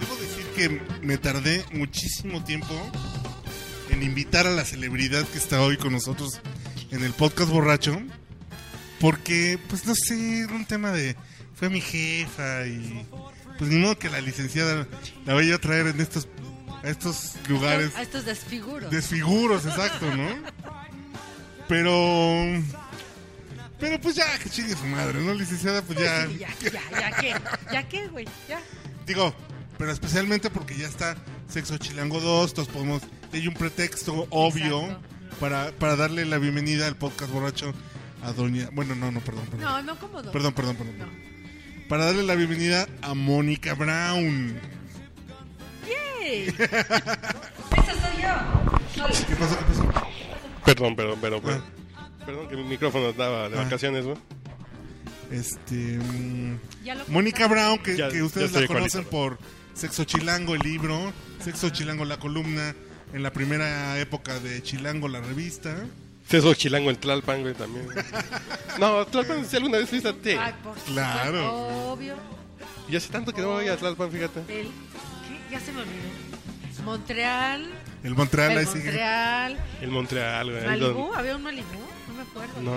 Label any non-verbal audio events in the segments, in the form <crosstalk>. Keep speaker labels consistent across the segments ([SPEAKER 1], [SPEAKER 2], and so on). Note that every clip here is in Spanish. [SPEAKER 1] Debo decir que me tardé muchísimo tiempo en invitar a la celebridad que está hoy con nosotros en el podcast borracho. Porque, pues no sé, era un tema de... Fue mi jefa y... Pues ni modo que la licenciada la vaya a traer en estos, a estos lugares
[SPEAKER 2] A estos desfiguros.
[SPEAKER 1] desfiguros, exacto, ¿no? Pero... Pero pues ya, que chingue su madre, ¿no, licenciada? Pues ya...
[SPEAKER 2] Sí, ya, ya, ya qué, ya qué, güey, ya.
[SPEAKER 1] Digo, pero especialmente porque ya está Sexo Chilango 2, todos podemos... Hay un pretexto obvio para, para darle la bienvenida al podcast borracho a doña... Bueno, no, no, perdón, perdón.
[SPEAKER 2] No, no cómodo.
[SPEAKER 1] Perdón, perdón, perdón. Para darle la bienvenida a Mónica Brown. <laughs>
[SPEAKER 2] Yay.
[SPEAKER 1] ¿Qué pasó? ¿Qué pasó?
[SPEAKER 3] Perdón, perdón, perdón, perdón. Perdón que mi micrófono estaba de
[SPEAKER 1] Ah.
[SPEAKER 3] vacaciones, ¿no?
[SPEAKER 1] Este... mm,
[SPEAKER 2] Ya lo
[SPEAKER 1] Mónica Brown, que,
[SPEAKER 3] Ya-
[SPEAKER 1] que ustedes
[SPEAKER 3] ya
[SPEAKER 1] la
[SPEAKER 3] estoy
[SPEAKER 1] conocen por
[SPEAKER 3] igualito.
[SPEAKER 1] Sexo Chilango, el libro, Sexo Chilango, la columna, en la primera época de Chilango, la revista.
[SPEAKER 3] Ceso Chilango en Tlalpan, güey, también. No, Tlalpan, si alguna vez fuiste a ti.
[SPEAKER 2] Ay, por
[SPEAKER 1] Claro.
[SPEAKER 2] supuesto, Obvio.
[SPEAKER 3] Y hace tanto que no voy a Tlalpan, fíjate.
[SPEAKER 2] El, ¿qué? Ya se me olvidó. Montreal,
[SPEAKER 1] El Montreal,
[SPEAKER 2] el
[SPEAKER 1] ahí sigue.
[SPEAKER 2] Montreal,
[SPEAKER 3] El Montreal, güey. ahí
[SPEAKER 2] Malibú,
[SPEAKER 3] donde-
[SPEAKER 2] había un Malibú, no me acuerdo.
[SPEAKER 3] No,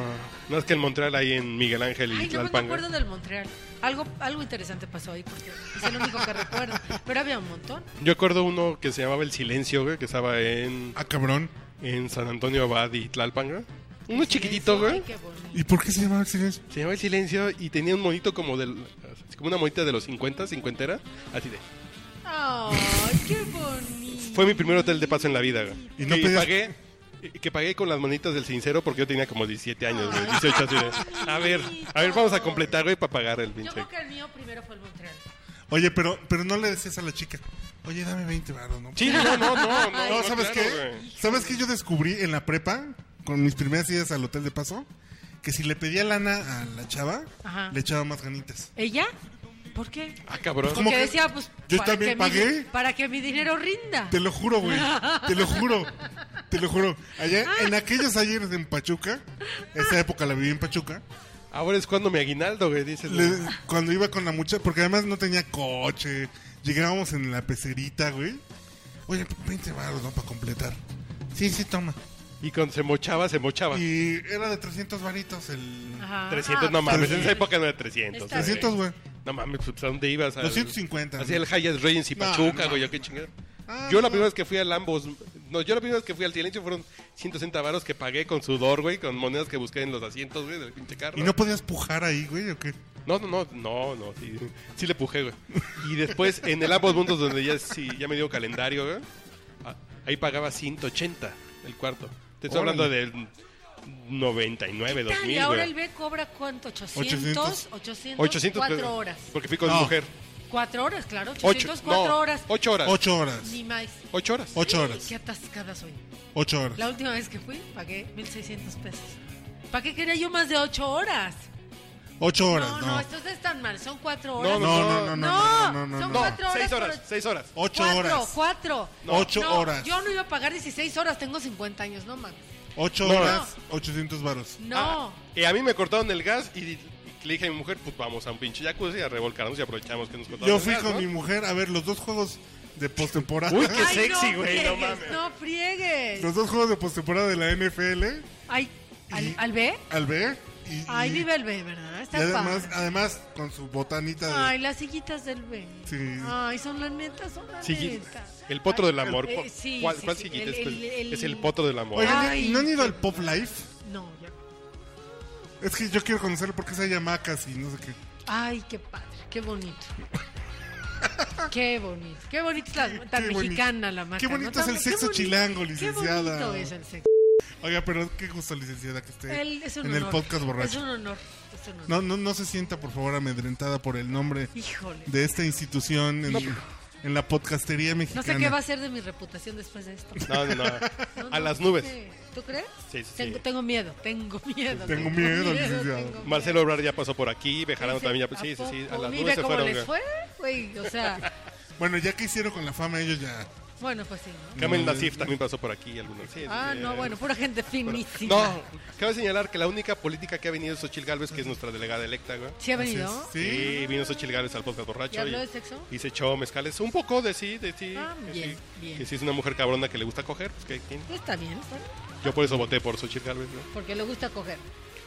[SPEAKER 3] no es que el Montreal ahí en Miguel Ángel y
[SPEAKER 2] Ay, no me
[SPEAKER 3] Tlalpan, güey.
[SPEAKER 2] acuerdo del Montreal. Algo, algo interesante pasó ahí porque es el único que recuerdo. Pero había un montón.
[SPEAKER 3] Yo acuerdo uno que se llamaba El Silencio, güey, que estaba en,
[SPEAKER 1] Ah, cabrón.
[SPEAKER 3] en San Antonio Abad y Tlalpan, güey. Uno chiquitito,
[SPEAKER 2] Ay,
[SPEAKER 3] güey.
[SPEAKER 2] qué bonito.
[SPEAKER 1] ¿Y por qué se llamaba el silencio?
[SPEAKER 3] Se llamaba El Silencio y tenía un monito como del... así Como una monita de los 50, 50 era. Así de...
[SPEAKER 2] Ay, qué bonito.
[SPEAKER 3] Fue mi primer hotel de paso en la vida. güey.
[SPEAKER 1] ¿Y no
[SPEAKER 3] que
[SPEAKER 1] pedías-
[SPEAKER 3] pagué que pagué con las manitas del sincero porque yo tenía como 17 años, güey, 18 así de, A ver, a ver, vamos a completar, güey, para pagar el
[SPEAKER 2] Yo
[SPEAKER 3] pinche.
[SPEAKER 2] creo que el mío primero fue el Montreal.
[SPEAKER 1] Oye, pero, pero no le decías a la chica, oye, dame 20 baros, ¿no?
[SPEAKER 3] Sí, no, no, no,
[SPEAKER 1] <laughs>
[SPEAKER 3] no,
[SPEAKER 1] No, ¿sabes
[SPEAKER 3] claro,
[SPEAKER 1] qué?
[SPEAKER 3] güey.
[SPEAKER 1] ¿Sabes qué yo descubrí en la prepa, con mis primeras idas al hotel de paso? Que si le pedía lana a la chava,
[SPEAKER 2] Ajá.
[SPEAKER 1] le echaba más ganitas.
[SPEAKER 2] ¿Ella? ¿Por qué?
[SPEAKER 3] Ah, cabrón.
[SPEAKER 1] ¿Cómo
[SPEAKER 2] Porque
[SPEAKER 1] que-
[SPEAKER 2] decía, pues.
[SPEAKER 1] Yo
[SPEAKER 2] para
[SPEAKER 1] también
[SPEAKER 2] que mi-
[SPEAKER 1] pagué.
[SPEAKER 2] para que mi dinero rinda.
[SPEAKER 1] Te lo juro, güey. Te lo juro. Te lo juro. Allá, en aquellos ayeres en Pachuca, esa época la viví en Pachuca,
[SPEAKER 3] Ahora es cuando me aguinaldo, güey, dices.
[SPEAKER 1] le- cuando iba con la muchacha, porque además no tenía coche, llegábamos en la pecerita, güey. Oye, 20 baros, ¿no? Para completar. Sí, sí, toma.
[SPEAKER 3] Y cuando se mochaba, se mochaba.
[SPEAKER 1] Y era de 300 varitos el...
[SPEAKER 2] Ajá.
[SPEAKER 3] 300,
[SPEAKER 2] Ah,
[SPEAKER 3] no mames,
[SPEAKER 2] sí.
[SPEAKER 3] en esa época no era 300.
[SPEAKER 2] Está
[SPEAKER 3] güey.
[SPEAKER 1] 300, güey.
[SPEAKER 3] No mames, pues, ¿a dónde ibas? Al-
[SPEAKER 1] 250,
[SPEAKER 3] Hacía
[SPEAKER 1] ¿no?
[SPEAKER 3] el Hayas Reyes y
[SPEAKER 1] No,
[SPEAKER 3] Pachuca,
[SPEAKER 1] no.
[SPEAKER 3] güey, yo qué chingada.
[SPEAKER 1] Ah,
[SPEAKER 3] yo
[SPEAKER 1] no.
[SPEAKER 3] la primera vez que fui al ambos, no, yo la primera vez que fui al silencio fueron 160 varos que pagué con sudor, güey, con monedas que busqué en los asientos, güey, del pinche carro.
[SPEAKER 1] ¿Y no podías pujar ahí, güey, o qué?
[SPEAKER 3] No, no, no, no, no, sí, sí le pujé, güey. Y después en el ambos mundos donde ya sí, ya me dio calendario, güey, a- ahí pagaba 180 el cuarto. Te estoy
[SPEAKER 1] Órale.
[SPEAKER 3] hablando del 99,
[SPEAKER 2] Ah,
[SPEAKER 3] 2000,
[SPEAKER 2] y ahora
[SPEAKER 3] güey.
[SPEAKER 2] el B cobra cuánto? 800,
[SPEAKER 1] 800.
[SPEAKER 2] 800,
[SPEAKER 3] 800
[SPEAKER 2] 4
[SPEAKER 3] pero-
[SPEAKER 2] horas.
[SPEAKER 3] Porque fui con
[SPEAKER 1] No.
[SPEAKER 3] mujer.
[SPEAKER 2] 4 horas, claro,
[SPEAKER 3] 8,
[SPEAKER 2] 800, 4
[SPEAKER 3] no,
[SPEAKER 2] horas.
[SPEAKER 3] 8 horas. 8,
[SPEAKER 1] Ocho horas.
[SPEAKER 2] Ni más.
[SPEAKER 3] horas.
[SPEAKER 1] Ocho horas.
[SPEAKER 2] Qué atascada soy.
[SPEAKER 1] Ocho horas.
[SPEAKER 2] La última vez que fui pagué 1600 pesos. ¿Para qué quería yo más de 8 horas?
[SPEAKER 1] Ocho horas,
[SPEAKER 2] No, no,
[SPEAKER 1] no.
[SPEAKER 2] esto es tan mal, son 4
[SPEAKER 3] No,
[SPEAKER 2] horas.
[SPEAKER 3] no,
[SPEAKER 1] No, no, no, no, no, no, no,
[SPEAKER 2] son
[SPEAKER 1] no.
[SPEAKER 2] 4 horas.
[SPEAKER 3] 6 horas,
[SPEAKER 2] por-
[SPEAKER 3] 6 horas.
[SPEAKER 1] Ocho
[SPEAKER 2] cuatro,
[SPEAKER 1] horas.
[SPEAKER 2] Cuatro.
[SPEAKER 1] No. Ocho
[SPEAKER 2] No,
[SPEAKER 1] horas.
[SPEAKER 2] Yo no iba a pagar 16 horas, tengo 50 años, no mames.
[SPEAKER 1] Ocho
[SPEAKER 3] No.
[SPEAKER 1] horas, 800 varos.
[SPEAKER 2] No.
[SPEAKER 3] Ah, y a mí me cortaron el gas y, y le dije a mi mujer, pues vamos a un pinche jacuzzi a revolcarnos y aprovechamos que nos cortaron
[SPEAKER 1] Yo
[SPEAKER 3] el
[SPEAKER 1] fui
[SPEAKER 3] gas,
[SPEAKER 1] con
[SPEAKER 3] ¿no?
[SPEAKER 1] mi mujer a ver los dos juegos de postemporada.
[SPEAKER 3] Uy, qué
[SPEAKER 2] Ay,
[SPEAKER 3] sexy, güey, no
[SPEAKER 2] friegues,
[SPEAKER 3] mames.
[SPEAKER 2] No
[SPEAKER 1] <laughs>
[SPEAKER 2] friegues.
[SPEAKER 1] Los dos juegos de postemporada de la NFL,
[SPEAKER 2] Ay, ¿al, al B?
[SPEAKER 1] al B. Y,
[SPEAKER 2] Ay,
[SPEAKER 1] y-
[SPEAKER 2] vive el B, ¿verdad?
[SPEAKER 1] y
[SPEAKER 2] Está
[SPEAKER 1] además,
[SPEAKER 2] padre.
[SPEAKER 1] además, con su botanita de.
[SPEAKER 2] Ay, las sillitas del B.
[SPEAKER 1] Sí.
[SPEAKER 2] Ay, son la neta, son la
[SPEAKER 3] Sí,
[SPEAKER 2] neta.
[SPEAKER 3] el potro del amor.
[SPEAKER 2] eh,
[SPEAKER 3] ¿Cuál,
[SPEAKER 2] sí,
[SPEAKER 3] cuál-
[SPEAKER 2] sí,
[SPEAKER 3] cuál
[SPEAKER 2] sí,
[SPEAKER 3] siguiente
[SPEAKER 2] el-
[SPEAKER 3] es,
[SPEAKER 2] el- el-
[SPEAKER 3] Es el potro del amor.
[SPEAKER 1] Oigan,
[SPEAKER 2] Ay.
[SPEAKER 1] ¿no han ido al Pop Life?
[SPEAKER 2] No, ya.
[SPEAKER 1] Es que yo quiero conocerlo porque es hay hamacas y no sé qué.
[SPEAKER 2] Ay, qué padre, qué bonito. Qué bonito, qué bonito es la, tan
[SPEAKER 1] Qué bonito.
[SPEAKER 2] mexicana la marca.
[SPEAKER 1] Qué bonito
[SPEAKER 2] Tan-
[SPEAKER 1] es el
[SPEAKER 2] qué
[SPEAKER 1] sexo
[SPEAKER 2] bonito-
[SPEAKER 1] chilango,
[SPEAKER 2] Qué bonito
[SPEAKER 1] licenciada.
[SPEAKER 2] es el sexo.
[SPEAKER 1] Oiga, pero qué gusto, licenciada, que esté
[SPEAKER 2] El- es un
[SPEAKER 1] en el
[SPEAKER 2] honor.
[SPEAKER 1] podcast
[SPEAKER 2] Es
[SPEAKER 1] borracho.
[SPEAKER 2] un honor, es un honor.
[SPEAKER 1] No, no, no se sienta, por favor, amedrentada por el nombre
[SPEAKER 2] Híjole.
[SPEAKER 1] de esta institución en, en la podcastería
[SPEAKER 2] No
[SPEAKER 1] mexicana.
[SPEAKER 2] sé qué va a ser de mi reputación después de
[SPEAKER 3] <laughs>
[SPEAKER 2] esto.
[SPEAKER 3] No, no, no.
[SPEAKER 2] <laughs> No, no,
[SPEAKER 3] A las
[SPEAKER 2] no
[SPEAKER 3] nubes.
[SPEAKER 2] sé. ¿Tú crees?
[SPEAKER 3] Sí, sí,
[SPEAKER 2] Tengo,
[SPEAKER 3] sí.
[SPEAKER 2] tengo miedo, tengo miedo.
[SPEAKER 1] Tengo miedo, licenciado.
[SPEAKER 2] tengo
[SPEAKER 3] Marcelo Obrar ya pasó por aquí, Bejarano
[SPEAKER 2] Dice,
[SPEAKER 3] también ya. pues, Sí, sí, sí. A
[SPEAKER 2] poco?
[SPEAKER 3] las
[SPEAKER 2] Mira
[SPEAKER 3] nubes se
[SPEAKER 2] cómo
[SPEAKER 3] fueron. eh.
[SPEAKER 2] les
[SPEAKER 3] güey.
[SPEAKER 2] fue, güey. O sea,
[SPEAKER 3] <laughs>
[SPEAKER 1] Bueno, ya que hicieron con la fama ellos ya. <laughs>
[SPEAKER 2] bueno, pues sí. ¿no?
[SPEAKER 1] Mm.
[SPEAKER 3] Kamel Nasif también pasó por aquí algunos. Sí,
[SPEAKER 2] Ah,
[SPEAKER 3] sí,
[SPEAKER 2] no,
[SPEAKER 3] eh,
[SPEAKER 2] bueno, pura gente
[SPEAKER 3] pero-
[SPEAKER 2] finísima.
[SPEAKER 3] No, cabe señalar que la única política que ha venido es Xochil Gálvez, que es nuestra delegada electa, güey.
[SPEAKER 2] ¿Sí ha
[SPEAKER 1] Así
[SPEAKER 2] venido?
[SPEAKER 1] es.
[SPEAKER 3] Sí,
[SPEAKER 1] Sí.
[SPEAKER 3] vino Xochil Gálvez al podcast borracho.
[SPEAKER 2] ¿Y habló de sexo?
[SPEAKER 3] y se echó mezcales. Un poco de sí, de sí.
[SPEAKER 2] Ah,
[SPEAKER 3] que
[SPEAKER 2] bien,
[SPEAKER 3] sí,
[SPEAKER 2] bien.
[SPEAKER 3] Que sí es una mujer cabrona que le gusta coger. pues, ¿qué tiene?
[SPEAKER 2] Está bien, está bien.
[SPEAKER 3] Yo por eso voté por Xochil Gálvez, ¿no?
[SPEAKER 2] Porque le gusta coger.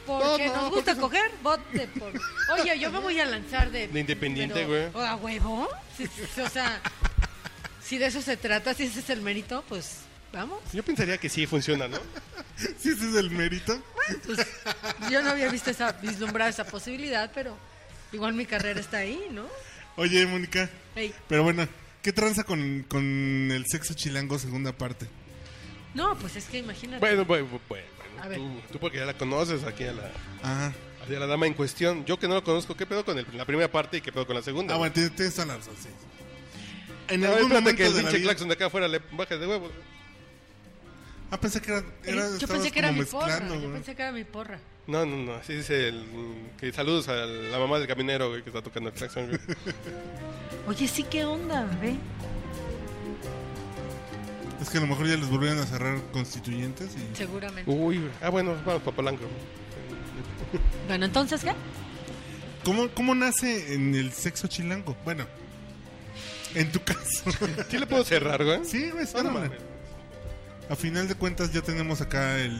[SPEAKER 3] No,
[SPEAKER 2] Porque
[SPEAKER 3] no,
[SPEAKER 2] nos
[SPEAKER 3] porque
[SPEAKER 2] gusta
[SPEAKER 3] es un-
[SPEAKER 2] coger, vote por. Oye, yo me voy a lanzar de.
[SPEAKER 3] De independiente,
[SPEAKER 2] pero-
[SPEAKER 3] güey.
[SPEAKER 2] ¿A huevo? Sí, sí, sí, o sea, si de eso se trata, si ese es el mérito, pues vamos.
[SPEAKER 3] Yo pensaría que sí
[SPEAKER 2] <laughs>
[SPEAKER 3] funciona, ¿no?
[SPEAKER 1] Sí, ese es el mérito.
[SPEAKER 2] Pues, yo no había visto esa, vislumbrado esa posibilidad, pero igual mi carrera está ahí, ¿no?
[SPEAKER 1] Oye, Mónica.
[SPEAKER 2] Ey,
[SPEAKER 1] Pero bueno, ¿qué tranza con, con el sexo chilango segunda parte?
[SPEAKER 2] No, pues es que imagínate.
[SPEAKER 3] Bueno, bueno, bueno, bueno,
[SPEAKER 2] A ver.
[SPEAKER 3] tú, tú porque ya la conoces aquí a la,
[SPEAKER 1] Ah,
[SPEAKER 3] a la dama en cuestión. Yo que no la conozco, ¿qué pedo con el- la primera parte y qué pedo con la segunda?
[SPEAKER 1] ah bueno, tienes, tienes toda la razón, sí. En
[SPEAKER 3] A ver,
[SPEAKER 1] algún
[SPEAKER 3] espérate
[SPEAKER 1] momento
[SPEAKER 3] que el
[SPEAKER 1] de la
[SPEAKER 3] pinche
[SPEAKER 1] vida-
[SPEAKER 3] claxon de acá afuera le baje de huevo.
[SPEAKER 1] Ah, pensé que era, era-
[SPEAKER 2] Eh, yo
[SPEAKER 1] estabas
[SPEAKER 2] pensé que era
[SPEAKER 1] como
[SPEAKER 2] mi porra.
[SPEAKER 1] mezclando,
[SPEAKER 2] Yo
[SPEAKER 1] güey.
[SPEAKER 2] pensé que era mi porra.
[SPEAKER 3] No, no, no, así dice el... mm, Que saludos a la mamá del caminero güey, que está tocando el claxon. güey.
[SPEAKER 1] <laughs>
[SPEAKER 2] Oye, sí, ¿qué onda? Ve.
[SPEAKER 1] Es que a lo mejor ya les volvieron a cerrar constituyentes y...
[SPEAKER 2] Seguramente.
[SPEAKER 3] Uy, güey. ah, bueno, vamos para Polanco.
[SPEAKER 2] Bueno, entonces, ¿qué?
[SPEAKER 1] ¿Cómo, ¿Cómo nace en el sexo chilango? Bueno, en tu <laughs> caso.
[SPEAKER 3] ¿Sí le puedo cerrar, güey?
[SPEAKER 1] sí, güey,
[SPEAKER 3] No, no
[SPEAKER 1] ciérramela.
[SPEAKER 3] mames.
[SPEAKER 1] A final de cuentas ya tenemos acá el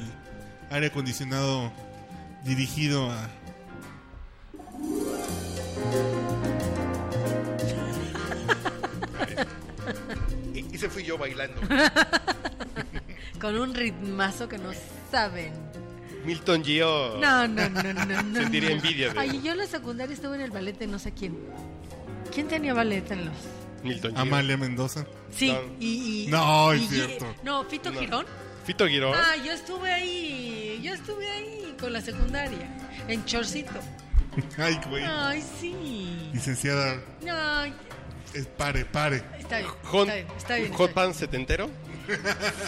[SPEAKER 1] aire acondicionado dirigido a...
[SPEAKER 3] Y, y se fui yo bailando.
[SPEAKER 2] Con un ritmazo que no saben.
[SPEAKER 3] <laughs> Milton Gio.
[SPEAKER 2] No, no, no, no, no.
[SPEAKER 3] Sentiría
[SPEAKER 2] no.
[SPEAKER 3] envidia de-
[SPEAKER 2] Ay, yo en la secundaria estuve en el ballet de no sé quién. ¿Quién tenía ballet en los...?
[SPEAKER 3] Milton Gio.
[SPEAKER 1] Amalia Mendoza. <laughs>
[SPEAKER 2] Sí,
[SPEAKER 3] No.
[SPEAKER 2] y, y-
[SPEAKER 1] No,
[SPEAKER 2] y-
[SPEAKER 1] es cierto.
[SPEAKER 2] No, Fito
[SPEAKER 3] No. ¿Oh?
[SPEAKER 2] Girón.
[SPEAKER 3] Fito Guirón.
[SPEAKER 2] Ah, yo estuve ahí, yo estuve ahí con la secundaria, en Chorcito.
[SPEAKER 1] Ay, güey.
[SPEAKER 2] Ay, sí.
[SPEAKER 1] Licenciada,
[SPEAKER 2] No,
[SPEAKER 1] es- pare, pare.
[SPEAKER 2] está bien,
[SPEAKER 3] Hot,
[SPEAKER 2] está bien, está bien.
[SPEAKER 3] Hot
[SPEAKER 2] está bien.
[SPEAKER 3] Pan setentero.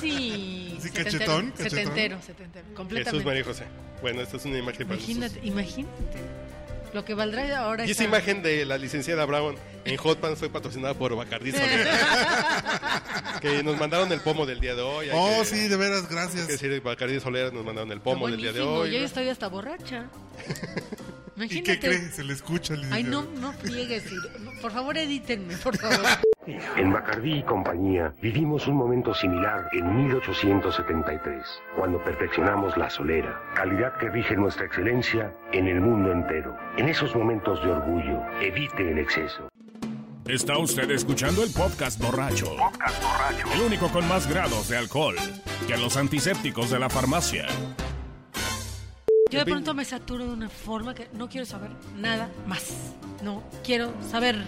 [SPEAKER 2] Sí,
[SPEAKER 1] Sí,
[SPEAKER 2] setentero,
[SPEAKER 1] cachetón, cachetón.
[SPEAKER 2] Setentero, setentero,
[SPEAKER 3] Jesús
[SPEAKER 2] completamente.
[SPEAKER 3] María José. Bueno, esta es una imagen para
[SPEAKER 2] Imagínate, imagínate. Lo que valdrá ahora
[SPEAKER 3] nosotros. Y
[SPEAKER 2] esa-
[SPEAKER 3] esa imagen de la licenciada Brown en Hot Pan fue patrocinada por
[SPEAKER 2] <laughs>
[SPEAKER 3] Bacardí Solera. que nos mandaron el pomo del día de hoy. hay
[SPEAKER 1] Oh,
[SPEAKER 3] que-
[SPEAKER 1] sí, de veras,
[SPEAKER 3] hay que
[SPEAKER 1] gracias.
[SPEAKER 3] decir, Bacardí Solera nos mandaron el
[SPEAKER 2] Está
[SPEAKER 3] pomo del día de
[SPEAKER 2] buenísimo,
[SPEAKER 3] hoy.
[SPEAKER 2] Yo ya estoy hasta
[SPEAKER 3] <laughs>
[SPEAKER 2] borracha.
[SPEAKER 1] ¿Y qué cree?
[SPEAKER 2] Imagínate.
[SPEAKER 1] Se le escucha, licenciada.
[SPEAKER 2] Ay,
[SPEAKER 3] <laughs>
[SPEAKER 2] no, no friegues. Por favor, edítenme, por favor.
[SPEAKER 3] <laughs>
[SPEAKER 4] En Bacardí y compañía vivimos un momento similar en 1873, cuando perfeccionamos la solera, calidad que rige nuestra excelencia en el mundo entero. En esos momentos de orgullo, evite el exceso.
[SPEAKER 5] Está usted escuchando el podcast borracho. El único con más grados de alcohol que los antisépticos de la farmacia.
[SPEAKER 2] Yo de pronto me saturo de una forma que no quiero saber nada más. No quiero saber.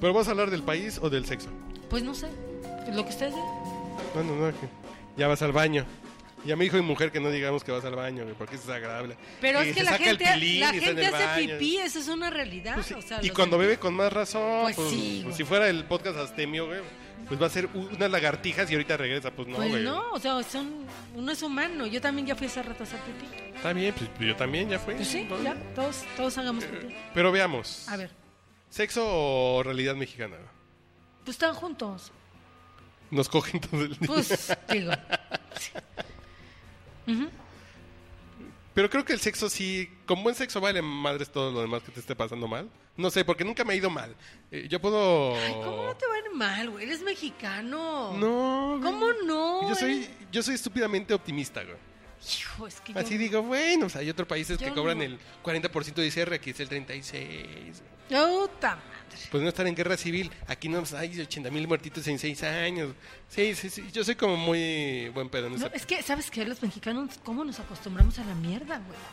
[SPEAKER 3] Pero vas a hablar del país o del sexo.
[SPEAKER 2] Pues no sé. Lo que ustedes digan.
[SPEAKER 3] No, no, no. que Ya vas al baño. Ya me dijo mi mujer que no digamos que vas al baño, güey, porque es desagradable.
[SPEAKER 2] Pero es
[SPEAKER 3] se
[SPEAKER 2] que la
[SPEAKER 3] saca el
[SPEAKER 2] gente,
[SPEAKER 3] pilín
[SPEAKER 2] la
[SPEAKER 3] y está en
[SPEAKER 2] gente
[SPEAKER 3] el
[SPEAKER 2] hace
[SPEAKER 3] baño.
[SPEAKER 2] pipí, eso es una realidad.
[SPEAKER 3] Pues sí,
[SPEAKER 2] o sea,
[SPEAKER 3] y
[SPEAKER 2] los
[SPEAKER 3] cuando
[SPEAKER 2] del-
[SPEAKER 3] bebe con más razón,
[SPEAKER 2] Pues
[SPEAKER 3] pues,
[SPEAKER 2] sí,
[SPEAKER 3] pues
[SPEAKER 2] güey.
[SPEAKER 3] si fuera el podcast Astemio, güey, pues va a ser u- unas lagartijas y ahorita regresa, pues no,
[SPEAKER 2] Pues
[SPEAKER 3] güey.
[SPEAKER 2] no, o sea, son, uno es humano. Yo también ya fui hace rato a hacer pipí.
[SPEAKER 3] Está bien, pues yo también ya fui.
[SPEAKER 2] Pues sí,
[SPEAKER 3] ¿no?
[SPEAKER 2] ya, todos, todos hagamos pipí.
[SPEAKER 3] Pero veamos,
[SPEAKER 2] A ver,
[SPEAKER 3] ¿sexo o realidad mexicana?
[SPEAKER 2] pues están juntos.
[SPEAKER 3] Nos cogen todo el día. <laughs>
[SPEAKER 2] Pues, digo.
[SPEAKER 3] Pero creo que el sexo sí, con buen sexo vale madres todo lo demás que te esté pasando mal. No sé, porque nunca me ha ido mal. Eh, yo puedo...
[SPEAKER 2] Ay, ¿cómo no te va a ir mal, güey? Eres mexicano.
[SPEAKER 3] No, güey.
[SPEAKER 2] ¿Cómo no?
[SPEAKER 3] Yo soy, yo soy estúpidamente optimista, güey.
[SPEAKER 2] Hijo, es que yo...
[SPEAKER 3] Así digo, bueno, o sea, hay otros países que
[SPEAKER 2] Yo
[SPEAKER 3] cobran
[SPEAKER 2] no.
[SPEAKER 3] el 40% de ICR, aquí es el 36.
[SPEAKER 2] Puta madre.
[SPEAKER 3] Pues no estar en guerra civil. Aquí no pues, hay 80 mil muertitos en 6 años. Sí, sí, sí. Yo soy como muy buen pedo en
[SPEAKER 2] No,
[SPEAKER 3] ese-
[SPEAKER 2] es que, ¿sabes qué? Los mexicanos, ¿cómo nos acostumbramos a la mierda, güey?
[SPEAKER 3] <laughs>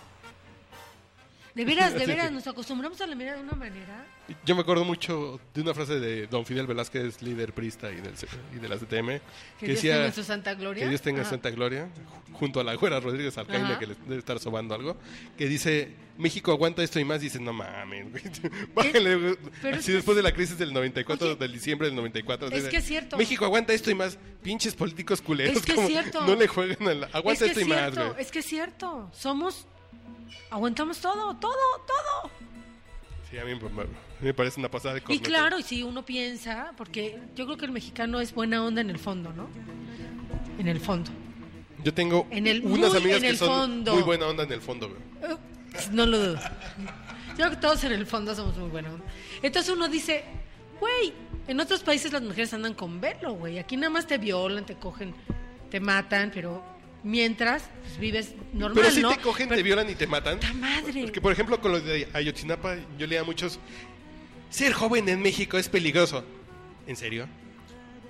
[SPEAKER 2] De veras, de
[SPEAKER 3] Así
[SPEAKER 2] veras,
[SPEAKER 3] que-
[SPEAKER 2] nos acostumbramos a la mirada de una manera.
[SPEAKER 3] Yo me acuerdo mucho de una frase de don Fidel Velázquez, líder prista y, del, C- y de la CTM,
[SPEAKER 2] Que, Dios tenga en su santa gloria.
[SPEAKER 3] Que Dios tenga
[SPEAKER 2] Ajá.
[SPEAKER 3] Santa Gloria, ju- junto a la güera Rodríguez Alcaine,
[SPEAKER 2] Ajá.
[SPEAKER 3] que le debe estar sobando algo, que dice, México aguanta esto y más, dice, no mames, güey, <laughs> bájale, güey".
[SPEAKER 2] pero es
[SPEAKER 3] Así
[SPEAKER 2] que
[SPEAKER 3] después de la crisis del 94,
[SPEAKER 2] Oye,
[SPEAKER 3] del diciembre del 94.
[SPEAKER 2] es
[SPEAKER 3] así de,
[SPEAKER 2] que es cierto.
[SPEAKER 3] México aguanta esto y más, pinches políticos culeros.
[SPEAKER 2] Es que es
[SPEAKER 3] como,
[SPEAKER 2] cierto.
[SPEAKER 3] No le jueguen a la...
[SPEAKER 2] Es
[SPEAKER 3] Aguanta
[SPEAKER 2] que es
[SPEAKER 3] esto y más,
[SPEAKER 2] cierto,
[SPEAKER 3] güey.
[SPEAKER 2] es que es cierto. Somos. Aguantamos todo, todo, todo.
[SPEAKER 3] Sí, a mí me- me- me parece una pasada de
[SPEAKER 2] Y
[SPEAKER 3] corneta.
[SPEAKER 2] claro, y si uno piensa, porque yo creo que el mexicano es buena onda en el fondo, ¿no? En el fondo.
[SPEAKER 3] Yo tengo
[SPEAKER 2] En el-
[SPEAKER 3] unas
[SPEAKER 2] muy
[SPEAKER 3] amigas
[SPEAKER 2] en
[SPEAKER 3] que
[SPEAKER 2] el
[SPEAKER 3] son
[SPEAKER 2] fondo.
[SPEAKER 3] muy buena onda en el fondo, güey.
[SPEAKER 2] Eh, No lo dudo. Yo creo que todos en el fondo somos muy buena onda. Entonces uno dice, güey, en otros países las mujeres andan con velo, güey. Aquí nada más te violan, te cogen, te matan, pero mientras pues, vives normal,
[SPEAKER 3] Pero si
[SPEAKER 2] ¿no?
[SPEAKER 3] te cogen, te violan y te matan.
[SPEAKER 2] ¡Puta madre!
[SPEAKER 3] Porque, por ejemplo, con lo de Ayotzinapa, yo leía a muchos. Ser joven en México es peligroso. ¿En serio?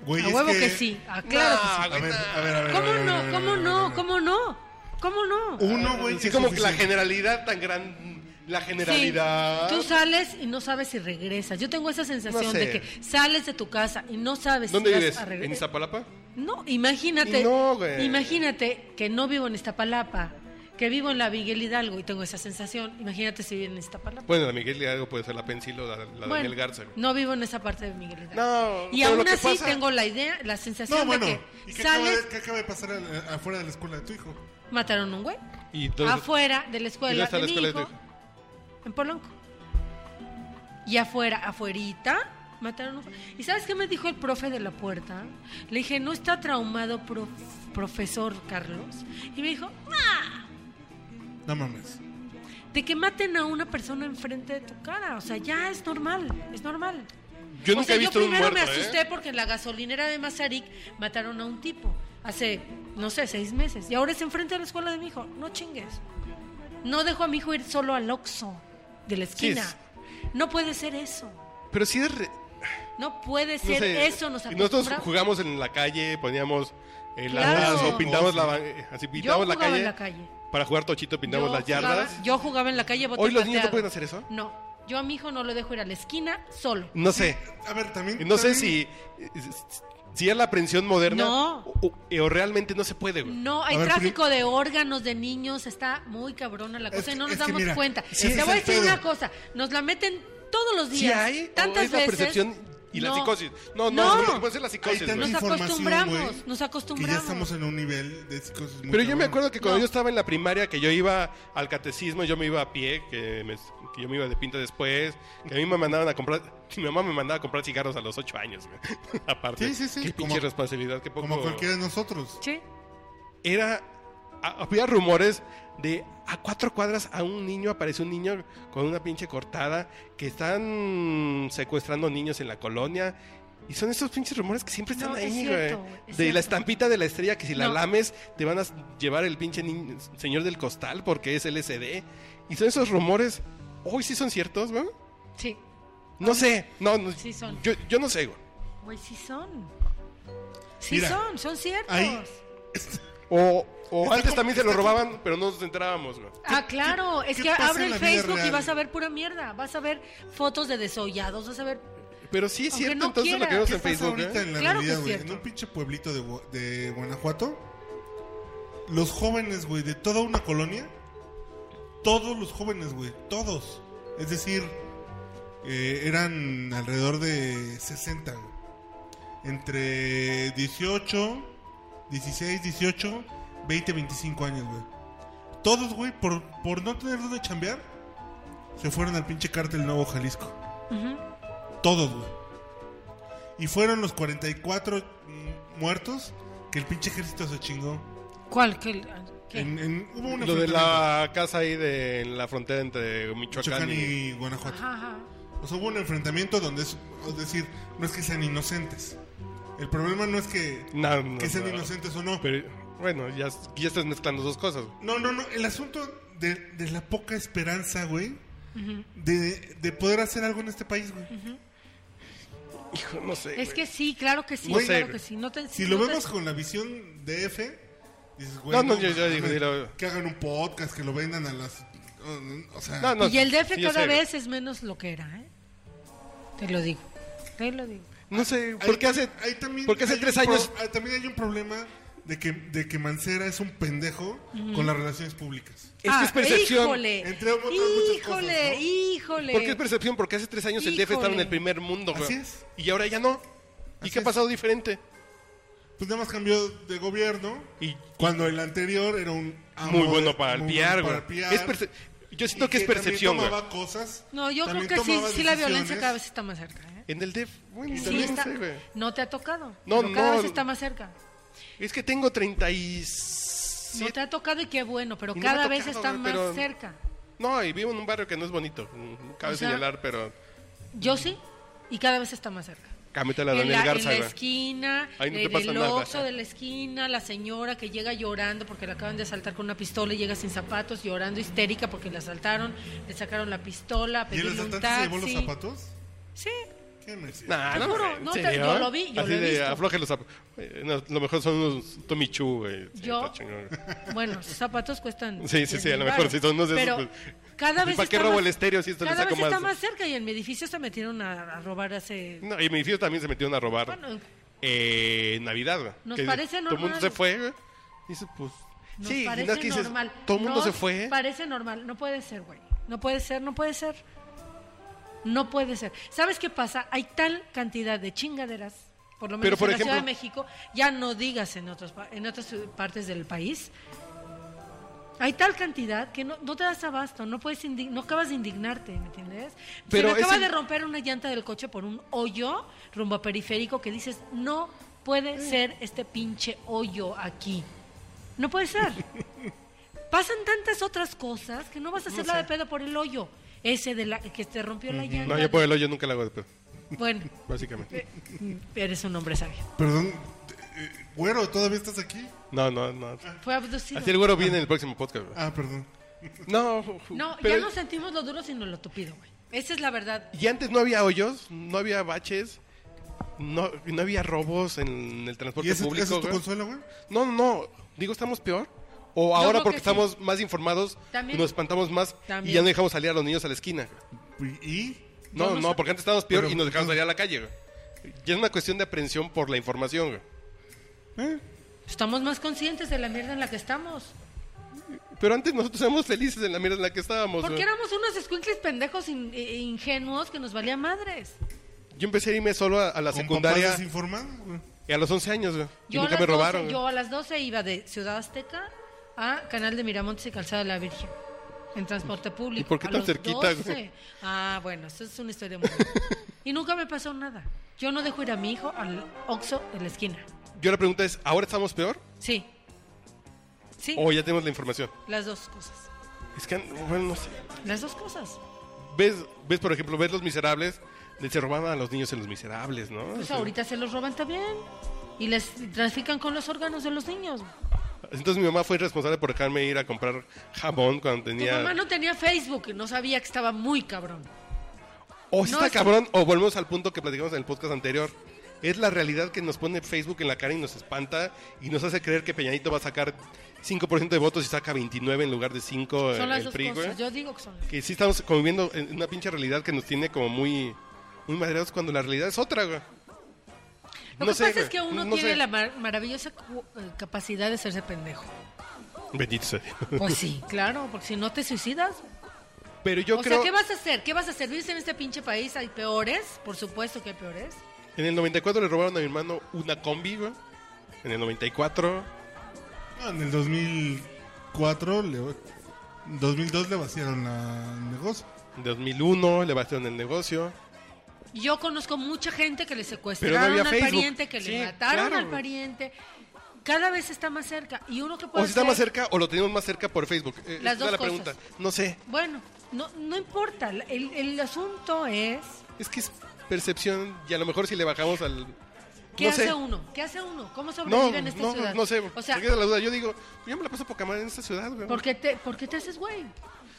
[SPEAKER 3] pues,
[SPEAKER 1] Güey,
[SPEAKER 2] A
[SPEAKER 1] es
[SPEAKER 2] huevo que sí, ah, claro que sí.
[SPEAKER 1] A ver, a ver, a ver. a
[SPEAKER 2] ¿Cómo
[SPEAKER 1] ver, a
[SPEAKER 2] no?
[SPEAKER 1] ver,
[SPEAKER 2] ¿Cómo
[SPEAKER 1] a ver, a
[SPEAKER 2] no?
[SPEAKER 1] ver.
[SPEAKER 2] ¿Cómo no? ¿Cómo no?
[SPEAKER 1] Uno, güey.
[SPEAKER 3] Así
[SPEAKER 1] es
[SPEAKER 3] como que la
[SPEAKER 1] suficiente.
[SPEAKER 3] generalidad tan gran. La
[SPEAKER 2] Sí,
[SPEAKER 3] generalidad.
[SPEAKER 2] Tú sales y no sabes si regresas. Yo tengo esa sensación
[SPEAKER 3] No sé.
[SPEAKER 2] de que sales de tu casa y no sabes
[SPEAKER 3] ¿Dónde
[SPEAKER 2] si vas
[SPEAKER 3] vives?
[SPEAKER 2] a regre-
[SPEAKER 3] ¿En Iztapalapa?
[SPEAKER 2] No, imagínate.
[SPEAKER 3] Y no, güey.
[SPEAKER 2] Imagínate que no vivo en Iztapalapa, que vivo en la Miguel Hidalgo y tengo esa sensación. Imagínate si vivo en Iztapalapa.
[SPEAKER 3] Bueno, la Miguel Hidalgo puede ser la Pensil o Pues, la, la Daniel Garza. güey.
[SPEAKER 2] no vivo en esa parte de Miguel Hidalgo.
[SPEAKER 3] No,
[SPEAKER 2] y
[SPEAKER 3] pero
[SPEAKER 2] aún
[SPEAKER 3] lo que
[SPEAKER 2] así
[SPEAKER 3] pasa-
[SPEAKER 2] tengo la idea, la sensación
[SPEAKER 1] No, bueno.
[SPEAKER 2] de
[SPEAKER 1] ¿Y
[SPEAKER 2] que
[SPEAKER 1] qué acaba,
[SPEAKER 2] sales,
[SPEAKER 1] de, qué acaba de pasar al- eh, afuera de la escuela de tu hijo?
[SPEAKER 2] mataron a un güey
[SPEAKER 3] Y entonces-
[SPEAKER 2] afuera de la
[SPEAKER 3] ¿y
[SPEAKER 2] escuela
[SPEAKER 3] dónde está
[SPEAKER 2] de
[SPEAKER 3] la
[SPEAKER 2] mi
[SPEAKER 3] escuela de
[SPEAKER 2] hijo.
[SPEAKER 3] tu hijo?
[SPEAKER 2] En Polanco. Y afuera, afuerita, mataron un... ¿Y sabes qué me dijo el profe de la puerta? Le dije, ¿no está traumado prof- profesor Carlos? Y me dijo, ¡ah!
[SPEAKER 1] No mames.
[SPEAKER 2] De que maten a una persona enfrente de tu cara. O sea, ya es normal, es normal.
[SPEAKER 3] Yo
[SPEAKER 2] O
[SPEAKER 3] nunca
[SPEAKER 2] sea,
[SPEAKER 3] he visto
[SPEAKER 2] yo
[SPEAKER 3] un
[SPEAKER 2] primero
[SPEAKER 3] muerto.
[SPEAKER 2] me
[SPEAKER 3] ¿eh?
[SPEAKER 2] asusté porque en la gasolinera de Mazarik mataron a un tipo hace, no sé, seis meses. Y ahora es enfrente de la escuela de mi hijo. No chingues. No dejo a mi hijo ir solo al Oxxo de la esquina.
[SPEAKER 3] es-
[SPEAKER 2] No puede ser eso.
[SPEAKER 3] Pero sí es. re-
[SPEAKER 2] No puede
[SPEAKER 3] no
[SPEAKER 2] ser
[SPEAKER 3] sé,
[SPEAKER 2] eso. Nos
[SPEAKER 3] y nosotros
[SPEAKER 2] acostumbramos.
[SPEAKER 3] jugamos en la calle, poníamos eh, el
[SPEAKER 2] Claro.
[SPEAKER 3] lazo, pintamos
[SPEAKER 2] Oh,
[SPEAKER 3] la, ba- eh, así pintamos la,
[SPEAKER 2] jugaba en
[SPEAKER 3] calle.
[SPEAKER 2] la calle.
[SPEAKER 3] Para jugar tochito pintamos
[SPEAKER 2] Yo
[SPEAKER 3] las yardas.
[SPEAKER 2] jugaba- yo jugaba en la calle. bote
[SPEAKER 3] Hoy los niños
[SPEAKER 2] plateado.
[SPEAKER 3] no pueden hacer eso.
[SPEAKER 2] No. Yo a mi hijo no lo dejo ir a la esquina solo.
[SPEAKER 3] No sé.
[SPEAKER 1] A ver, también.
[SPEAKER 3] No sé
[SPEAKER 1] también-
[SPEAKER 3] si, si es la aprehensión moderna
[SPEAKER 2] No.
[SPEAKER 3] o, o- o realmente no se puede, güey.
[SPEAKER 2] No, hay
[SPEAKER 1] A ver,
[SPEAKER 2] tráfico de órganos de niños, está muy cabrona la
[SPEAKER 1] Es
[SPEAKER 2] cosa y
[SPEAKER 1] que-
[SPEAKER 2] no nos
[SPEAKER 1] es que
[SPEAKER 2] damos
[SPEAKER 1] mira,
[SPEAKER 2] cuenta.
[SPEAKER 1] sí,
[SPEAKER 2] Te
[SPEAKER 1] es
[SPEAKER 2] voy a
[SPEAKER 1] el
[SPEAKER 2] decir
[SPEAKER 1] pedo.
[SPEAKER 2] una cosa, nos la meten todos los
[SPEAKER 3] ¿Sí
[SPEAKER 2] días,
[SPEAKER 3] hay? ¿O
[SPEAKER 2] tantas
[SPEAKER 3] es la
[SPEAKER 2] veces.
[SPEAKER 3] percepción y la
[SPEAKER 2] No.
[SPEAKER 3] psicosis? No,
[SPEAKER 2] No.
[SPEAKER 3] no, no, puede ser la
[SPEAKER 1] Hay
[SPEAKER 3] psicosis,
[SPEAKER 1] tanta
[SPEAKER 3] güey.
[SPEAKER 2] Nos
[SPEAKER 1] pues, información,
[SPEAKER 2] acostumbramos,
[SPEAKER 1] güey,
[SPEAKER 2] nos acostumbramos.
[SPEAKER 1] Que ya estamos en un nivel de psicosis muy
[SPEAKER 3] Pero yo me
[SPEAKER 1] cabrón.
[SPEAKER 3] acuerdo que cuando
[SPEAKER 2] No.
[SPEAKER 3] yo estaba en la primaria, que yo iba al catecismo, yo me iba a pie, que, me- que yo me iba de pinta después, que a mí me mandaban a comprar, mi mamá me mandaba a comprar cigarros a los ocho años, güey. <laughs> Aparte,
[SPEAKER 1] Sí, sí, sí.
[SPEAKER 3] qué
[SPEAKER 1] Como-
[SPEAKER 3] pinche responsabilidad, qué poco...
[SPEAKER 1] Como cualquiera de nosotros.
[SPEAKER 2] Sí.
[SPEAKER 3] era a- había rumores de a cuatro cuadras a un niño apareció un niño con una pinche cortada que están secuestrando niños en la colonia y son esos pinches rumores que siempre están
[SPEAKER 2] No, es
[SPEAKER 3] ahí,
[SPEAKER 2] cierto,
[SPEAKER 3] güey.
[SPEAKER 2] güey, es
[SPEAKER 3] de
[SPEAKER 2] cierto.
[SPEAKER 3] la estampita de la estrella que si la
[SPEAKER 2] No.
[SPEAKER 3] lames te van a s- llevar el pinche ni- señor del costal porque es LSD. Y son esos rumores, hoy sí son ciertos, güey.
[SPEAKER 2] Sí.
[SPEAKER 3] No sé, no, no
[SPEAKER 2] Sí son.
[SPEAKER 3] Yo, yo no sé, güey.
[SPEAKER 2] Güey, sí son. Sí
[SPEAKER 1] Mira,
[SPEAKER 2] son, son ciertos.
[SPEAKER 1] ahí-
[SPEAKER 3] O, o
[SPEAKER 1] Está
[SPEAKER 3] antes
[SPEAKER 1] como-
[SPEAKER 3] también se lo
[SPEAKER 1] está
[SPEAKER 3] robaban, pero no nos enterábamos, güey.
[SPEAKER 2] Ah, claro,
[SPEAKER 1] qué
[SPEAKER 2] es que
[SPEAKER 1] pasa
[SPEAKER 2] abre
[SPEAKER 1] en
[SPEAKER 2] el
[SPEAKER 1] la vida
[SPEAKER 2] Facebook y
[SPEAKER 1] real?
[SPEAKER 2] vas a ver pura mierda, vas a ver fotos de desollados, vas a ver
[SPEAKER 3] Pero sí es
[SPEAKER 2] Aunque
[SPEAKER 3] cierto
[SPEAKER 2] no
[SPEAKER 3] entonces lo
[SPEAKER 2] quiera.
[SPEAKER 3] que vemos
[SPEAKER 1] ¿Qué
[SPEAKER 3] en
[SPEAKER 1] pasa
[SPEAKER 3] Facebook, ¿eh? güey.
[SPEAKER 1] ahorita en la
[SPEAKER 2] Claro que
[SPEAKER 1] realidad,
[SPEAKER 2] es
[SPEAKER 1] güey? En
[SPEAKER 2] cierto.
[SPEAKER 1] un pinche pueblito de, Gu- de Guanajuato, los jóvenes, güey, de toda una colonia, todos los jóvenes, güey, todos. Es decir, eh, eran alrededor de 60, güey. Entre 18, 16, 18, 20, 25 años, güey. Todos, güey, por, por no tener dónde chambear, se fueron al pinche cártel Nuevo Jalisco. Todos, güey. Y fueron los 44 mm, muertos que el pinche ejército se chingó.
[SPEAKER 2] cuál que qué?
[SPEAKER 1] En- en- hubo un
[SPEAKER 3] Lo de
[SPEAKER 1] enfrentamiento
[SPEAKER 3] la casa ahí de en la frontera entre
[SPEAKER 1] en Michoacán
[SPEAKER 3] Michoacán y...
[SPEAKER 1] y Guanajuato.
[SPEAKER 2] Ajá, ajá.
[SPEAKER 1] O sea, hubo un enfrentamiento donde es, es decir, no es que sean inocentes. El problema no es que,
[SPEAKER 3] No, no,
[SPEAKER 1] que sean
[SPEAKER 3] no.
[SPEAKER 1] inocentes o no.
[SPEAKER 3] Pero, bueno, ya, ya estás mezclando dos cosas.
[SPEAKER 1] No, no, no. El asunto de, de la poca esperanza, güey, de, de poder hacer algo en este país, güey.
[SPEAKER 3] Hijo, no sé.
[SPEAKER 2] Es
[SPEAKER 3] güey.
[SPEAKER 2] que sí, claro que sí,
[SPEAKER 3] No sé,
[SPEAKER 2] claro
[SPEAKER 3] güey.
[SPEAKER 2] que sí, no te-
[SPEAKER 1] Si
[SPEAKER 2] no pues-
[SPEAKER 1] lo
[SPEAKER 2] te-
[SPEAKER 1] vemos con la visión de F, dices, güey,
[SPEAKER 3] No, no, yo- yo
[SPEAKER 1] mames,
[SPEAKER 3] digo, dilo.
[SPEAKER 1] que hagan un podcast, que lo vendan a las O sea,
[SPEAKER 3] No, no,
[SPEAKER 2] y el DF
[SPEAKER 3] sí, yo
[SPEAKER 2] cada
[SPEAKER 3] sé.
[SPEAKER 2] vez es menos lo que era, ¿eh? Te lo digo. Te lo digo.
[SPEAKER 3] No
[SPEAKER 1] ahí
[SPEAKER 3] sé, ¿por qué
[SPEAKER 1] tam-
[SPEAKER 3] hace,
[SPEAKER 1] ahí también
[SPEAKER 3] por qué hace
[SPEAKER 1] hay un
[SPEAKER 3] tres años?
[SPEAKER 1] pro- ah, también hay un problema de que, de que Mancera es un pendejo con las relaciones públicas.
[SPEAKER 3] Es que es percepción.
[SPEAKER 2] Ah, Híjole,
[SPEAKER 1] Entre otras muchas
[SPEAKER 2] híjole,
[SPEAKER 1] cosas, ¿no?
[SPEAKER 2] híjole.
[SPEAKER 3] ¿Por qué es percepción? Porque hace tres años el DF estaba en
[SPEAKER 2] Híjole.
[SPEAKER 3] el primer mundo, güey.
[SPEAKER 1] Así es.
[SPEAKER 3] Y ahora ya no. ¿Y
[SPEAKER 1] Así
[SPEAKER 3] qué ha
[SPEAKER 1] es.
[SPEAKER 3] pasado diferente?
[SPEAKER 1] Pues nada más cambió de gobierno
[SPEAKER 3] Y
[SPEAKER 1] cuando el anterior era un... amo
[SPEAKER 3] muy
[SPEAKER 1] de-
[SPEAKER 3] bueno para el
[SPEAKER 1] muy
[SPEAKER 3] PR,
[SPEAKER 1] bueno
[SPEAKER 3] güey.
[SPEAKER 1] para el
[SPEAKER 3] Es
[SPEAKER 1] PR,
[SPEAKER 3] perce- Yo
[SPEAKER 1] y
[SPEAKER 3] siento que, es
[SPEAKER 1] también
[SPEAKER 3] percepción, güey.
[SPEAKER 1] tomaba cosas,
[SPEAKER 2] No, yo creo
[SPEAKER 1] también
[SPEAKER 2] que
[SPEAKER 1] tomaba
[SPEAKER 2] sí, sí la
[SPEAKER 1] decisiones.
[SPEAKER 2] violencia cada vez está más cerca, ¿eh?
[SPEAKER 3] En el DF, bueno,
[SPEAKER 2] Sí
[SPEAKER 3] también
[SPEAKER 2] está-
[SPEAKER 3] sé, güey.
[SPEAKER 2] no te ha tocado.
[SPEAKER 3] No,
[SPEAKER 2] pero cada
[SPEAKER 3] no.
[SPEAKER 2] vez está más cerca.
[SPEAKER 3] Es que tengo
[SPEAKER 2] No
[SPEAKER 3] 37.
[SPEAKER 2] te ha tocado y qué bueno, pero
[SPEAKER 3] Y no me ha
[SPEAKER 2] cada vez
[SPEAKER 3] tocado,
[SPEAKER 2] está
[SPEAKER 3] güey,
[SPEAKER 2] más
[SPEAKER 3] pero-
[SPEAKER 2] cerca.
[SPEAKER 3] No, y vivo en un barrio que no es bonito. mm, Cabe
[SPEAKER 2] O sea,
[SPEAKER 3] señalar, pero.
[SPEAKER 2] Yo sí, y cada vez está más cerca.
[SPEAKER 3] Cámete la
[SPEAKER 2] en
[SPEAKER 3] Daniel
[SPEAKER 2] la,
[SPEAKER 3] Garza,
[SPEAKER 2] en la
[SPEAKER 3] güey.
[SPEAKER 2] esquina,
[SPEAKER 3] Ahí no te
[SPEAKER 2] en
[SPEAKER 3] pasa
[SPEAKER 2] el
[SPEAKER 3] nada.
[SPEAKER 2] oxo de la esquina, la señora que llega llorando porque la acaban de asaltar con una pistola y llega sin zapatos, llorando histérica porque la asaltaron, le sacaron la pistola,
[SPEAKER 1] ¿Y el
[SPEAKER 2] pedirle un
[SPEAKER 1] asaltante se
[SPEAKER 2] taxi.
[SPEAKER 1] llevó los zapatos?
[SPEAKER 2] Sí,
[SPEAKER 1] ¿Qué me decía?
[SPEAKER 3] Nah,
[SPEAKER 2] Te
[SPEAKER 3] no,
[SPEAKER 2] juro,
[SPEAKER 3] güey,
[SPEAKER 2] no,
[SPEAKER 3] ¿en
[SPEAKER 2] te-
[SPEAKER 3] serio?
[SPEAKER 2] yo lo vi, yo
[SPEAKER 3] Así
[SPEAKER 2] lo he
[SPEAKER 3] de,
[SPEAKER 2] visto.
[SPEAKER 3] afloje los zapatos. Eh, no, lo mejor son unos tomichú, güey. Sí,
[SPEAKER 2] Yo-
[SPEAKER 3] está chingón.
[SPEAKER 2] bueno, sus zapatos cuestan.
[SPEAKER 3] <laughs> Sí, sí, sí, a
[SPEAKER 2] 10,000
[SPEAKER 3] lo mejor
[SPEAKER 2] varos,
[SPEAKER 3] sí son unos de esos,
[SPEAKER 2] Pero
[SPEAKER 3] pues.
[SPEAKER 2] cada
[SPEAKER 3] ¿Y
[SPEAKER 2] vez.
[SPEAKER 3] para qué
[SPEAKER 2] está
[SPEAKER 3] robo
[SPEAKER 2] más-
[SPEAKER 3] el estéreo si esto le
[SPEAKER 2] Cada
[SPEAKER 3] saco
[SPEAKER 2] vez está
[SPEAKER 3] más?
[SPEAKER 2] más cerca y en mi edificio se metieron a, a robar hace.
[SPEAKER 3] No, y mi edificio también se metieron a robar.
[SPEAKER 2] Bueno,
[SPEAKER 3] eh, en Navidad, güey.
[SPEAKER 2] Nos
[SPEAKER 3] que
[SPEAKER 2] parece
[SPEAKER 3] Todo el mundo
[SPEAKER 2] normal.
[SPEAKER 3] se fue, güey. Dice, pues.
[SPEAKER 2] Nos
[SPEAKER 3] sí, y no
[SPEAKER 2] parece
[SPEAKER 3] es que dices,
[SPEAKER 2] normal.
[SPEAKER 3] Todo el mundo
[SPEAKER 2] Nos
[SPEAKER 3] se fue.
[SPEAKER 2] Parece normal. No puede ser, güey. No puede ser, no puede ser. No puede ser. ¿Sabes qué pasa? Hay tal cantidad de chingaderas, por lo menos
[SPEAKER 3] Pero, por
[SPEAKER 2] en la Ciudad de
[SPEAKER 3] ejemplo-
[SPEAKER 2] México, ya no digas en, otros, pa- en otras eh, partes del país. Hay tal cantidad que no, no te das abasto, no puedes indi- no acabas de indignarte, ¿me entiendes?
[SPEAKER 3] Pero
[SPEAKER 2] Se me acaba
[SPEAKER 3] ese-
[SPEAKER 2] de romper una llanta del coche por un hoyo rumbo a periférico que dices, no
[SPEAKER 3] Mm.
[SPEAKER 2] puede ser este pinche hoyo aquí. No puede ser. Pasan tantas otras cosas que no vas a hacerla de pedo por el hoyo. Ese de la que te rompió la llanta.
[SPEAKER 3] No, yo por el hoyo nunca la hago de pedo,
[SPEAKER 2] Bueno,
[SPEAKER 3] básicamente.
[SPEAKER 2] eres un hombre sabio.
[SPEAKER 1] Perdón, eh, güero, ¿todavía estás aquí?
[SPEAKER 3] No, no, no.
[SPEAKER 2] Fue abducido.
[SPEAKER 3] Así el güero viene en el próximo podcast, güey.
[SPEAKER 1] Ah, perdón.
[SPEAKER 3] No,
[SPEAKER 2] No,
[SPEAKER 3] pero-
[SPEAKER 2] ya no sentimos lo duro sino lo tupido, güey. Esa es la verdad.
[SPEAKER 3] Y antes no había hoyos, no había baches, no, no había robos en el
[SPEAKER 1] ¿Y
[SPEAKER 3] transporte
[SPEAKER 1] eso,
[SPEAKER 3] público.
[SPEAKER 1] eso es tu
[SPEAKER 3] güey.
[SPEAKER 1] consuelo, güey?
[SPEAKER 3] No, no, no. Digo, estamos peor. O
[SPEAKER 2] Yo
[SPEAKER 3] ahora
[SPEAKER 2] creo
[SPEAKER 3] porque
[SPEAKER 2] que sí.
[SPEAKER 3] estamos más informados,
[SPEAKER 2] También.
[SPEAKER 3] nos espantamos más y
[SPEAKER 2] También.
[SPEAKER 3] ya no dejamos salir a los niños a la esquina.
[SPEAKER 1] Pues, ¿Y?
[SPEAKER 3] No, no,
[SPEAKER 2] Vamos a-
[SPEAKER 3] porque antes estábamos peor
[SPEAKER 1] Pero-
[SPEAKER 3] y nos dejamos salir a la calle. güey. Ya es una cuestión de aprehensión por la información. güey.
[SPEAKER 1] ¿Eh?
[SPEAKER 2] Estamos más conscientes de la mierda en la que estamos.
[SPEAKER 3] Pero antes nosotros éramos felices en la mierda en la que estábamos.
[SPEAKER 2] Porque
[SPEAKER 3] güey.
[SPEAKER 2] éramos unos escuincles pendejos in- e- ingenuos que nos valía madres.
[SPEAKER 3] Yo empecé a irme solo a, a la
[SPEAKER 1] Con
[SPEAKER 3] secundaria
[SPEAKER 1] papás desinformados, güey.
[SPEAKER 3] a los 11 años. güey. Y
[SPEAKER 2] Yo, a
[SPEAKER 3] nunca
[SPEAKER 2] las
[SPEAKER 3] me robaron.
[SPEAKER 2] 12,
[SPEAKER 3] güey.
[SPEAKER 2] yo a las 12 iba de Ciudad Azteca a Canal de Miramontes y Calzada de la Virgen. En transporte público.
[SPEAKER 3] ¿Y por qué
[SPEAKER 2] a
[SPEAKER 3] tan
[SPEAKER 2] los
[SPEAKER 3] cerquita, güey?
[SPEAKER 2] 12. Ah, bueno, eso es una historia muy larga. Y nunca me pasó nada. Yo no dejo ir a mi hijo al Oxxo de la esquina.
[SPEAKER 3] Yo la pregunta es, ¿ahora estamos peor
[SPEAKER 2] Sí. Sí,
[SPEAKER 3] o ya tenemos la información?
[SPEAKER 2] las dos cosas.
[SPEAKER 3] Es que, bueno, no sé.
[SPEAKER 2] Las dos cosas.
[SPEAKER 3] ¿Ves, ves por ejemplo, ves Los Miserables? Le se robaban a los niños en Los Miserables, ¿no?
[SPEAKER 2] Pues
[SPEAKER 3] Sí.
[SPEAKER 2] ahorita se los roban también. Y les trafican con los órganos de los niños.
[SPEAKER 3] Entonces mi mamá fue responsable por dejarme ir a comprar jabón cuando
[SPEAKER 2] Tu
[SPEAKER 3] tenía...
[SPEAKER 2] mamá no tenía Facebook y no sabía que estaba muy cabrón.
[SPEAKER 3] O si
[SPEAKER 2] no
[SPEAKER 3] Oh, está
[SPEAKER 2] es-
[SPEAKER 3] cabrón, o volvemos al punto que platicamos en el podcast anterior. Es la realidad que nos pone Facebook en la cara y nos espanta y nos hace creer que Peñanito va a sacar 5% de votos y saca 29 en lugar de 5
[SPEAKER 2] Son
[SPEAKER 3] el,
[SPEAKER 2] las
[SPEAKER 3] el
[SPEAKER 2] dos
[SPEAKER 3] PRI, güey.
[SPEAKER 2] cosas. Yo digo que son las
[SPEAKER 3] Que sí estamos conviviendo en una pinche realidad que nos tiene como muy, muy madreados cuando la realidad es otra, güey.
[SPEAKER 2] Lo
[SPEAKER 3] No
[SPEAKER 2] que
[SPEAKER 3] sé,
[SPEAKER 2] pasa
[SPEAKER 3] güey.
[SPEAKER 2] es que uno
[SPEAKER 3] No
[SPEAKER 2] tiene
[SPEAKER 3] sé.
[SPEAKER 2] la mar- maravillosa cu- eh, capacidad de hacerse pendejo.
[SPEAKER 3] Bendito sea Dios.
[SPEAKER 2] Pues
[SPEAKER 3] <laughs>
[SPEAKER 2] sí, claro, porque si no te suicidas.
[SPEAKER 3] Pero yo
[SPEAKER 2] o
[SPEAKER 3] creo...
[SPEAKER 2] sea, ¿qué vas a hacer? ¿Qué vas a hacer? ¿Vives en este pinche país? ¿Hay peores? Por supuesto que hay peores.
[SPEAKER 3] En el 94 le robaron a mi hermano una combi, güey. En el 94.
[SPEAKER 1] No, en el 2004, le, 2002 le vaciaron la- el negocio.
[SPEAKER 3] En 2001 le bastaron el negocio.
[SPEAKER 2] Yo conozco mucha gente que le
[SPEAKER 3] Pero no
[SPEAKER 2] secuestraron
[SPEAKER 3] había
[SPEAKER 2] al
[SPEAKER 3] Facebook.
[SPEAKER 2] pariente, que
[SPEAKER 3] Sí,
[SPEAKER 2] le mataron
[SPEAKER 3] claro.
[SPEAKER 2] al pariente. Cada vez está más cerca. Y uno que
[SPEAKER 3] O
[SPEAKER 2] puede
[SPEAKER 3] si está
[SPEAKER 2] hacer?
[SPEAKER 3] más cerca o lo tenemos más cerca por Facebook. Eh,
[SPEAKER 2] Las
[SPEAKER 3] esa
[SPEAKER 2] dos
[SPEAKER 3] es la
[SPEAKER 2] cosas.
[SPEAKER 3] pregunta. No sé.
[SPEAKER 2] Bueno, no, no importa. La- El, el asunto es.
[SPEAKER 3] Es que es percepción y a lo mejor si le bajamos al...
[SPEAKER 2] ¿Qué
[SPEAKER 3] no
[SPEAKER 2] hace
[SPEAKER 3] sé.
[SPEAKER 2] uno? ¿Qué hace uno? ¿Cómo sobrevive
[SPEAKER 3] No,
[SPEAKER 2] en esta
[SPEAKER 3] no,
[SPEAKER 2] ciudad?
[SPEAKER 3] no sé.
[SPEAKER 2] O sea,
[SPEAKER 3] Me queda la duda. Yo digo, yo me la paso poca madre en esta ciudad, güey.
[SPEAKER 2] ¿por qué te, por qué te haces güey?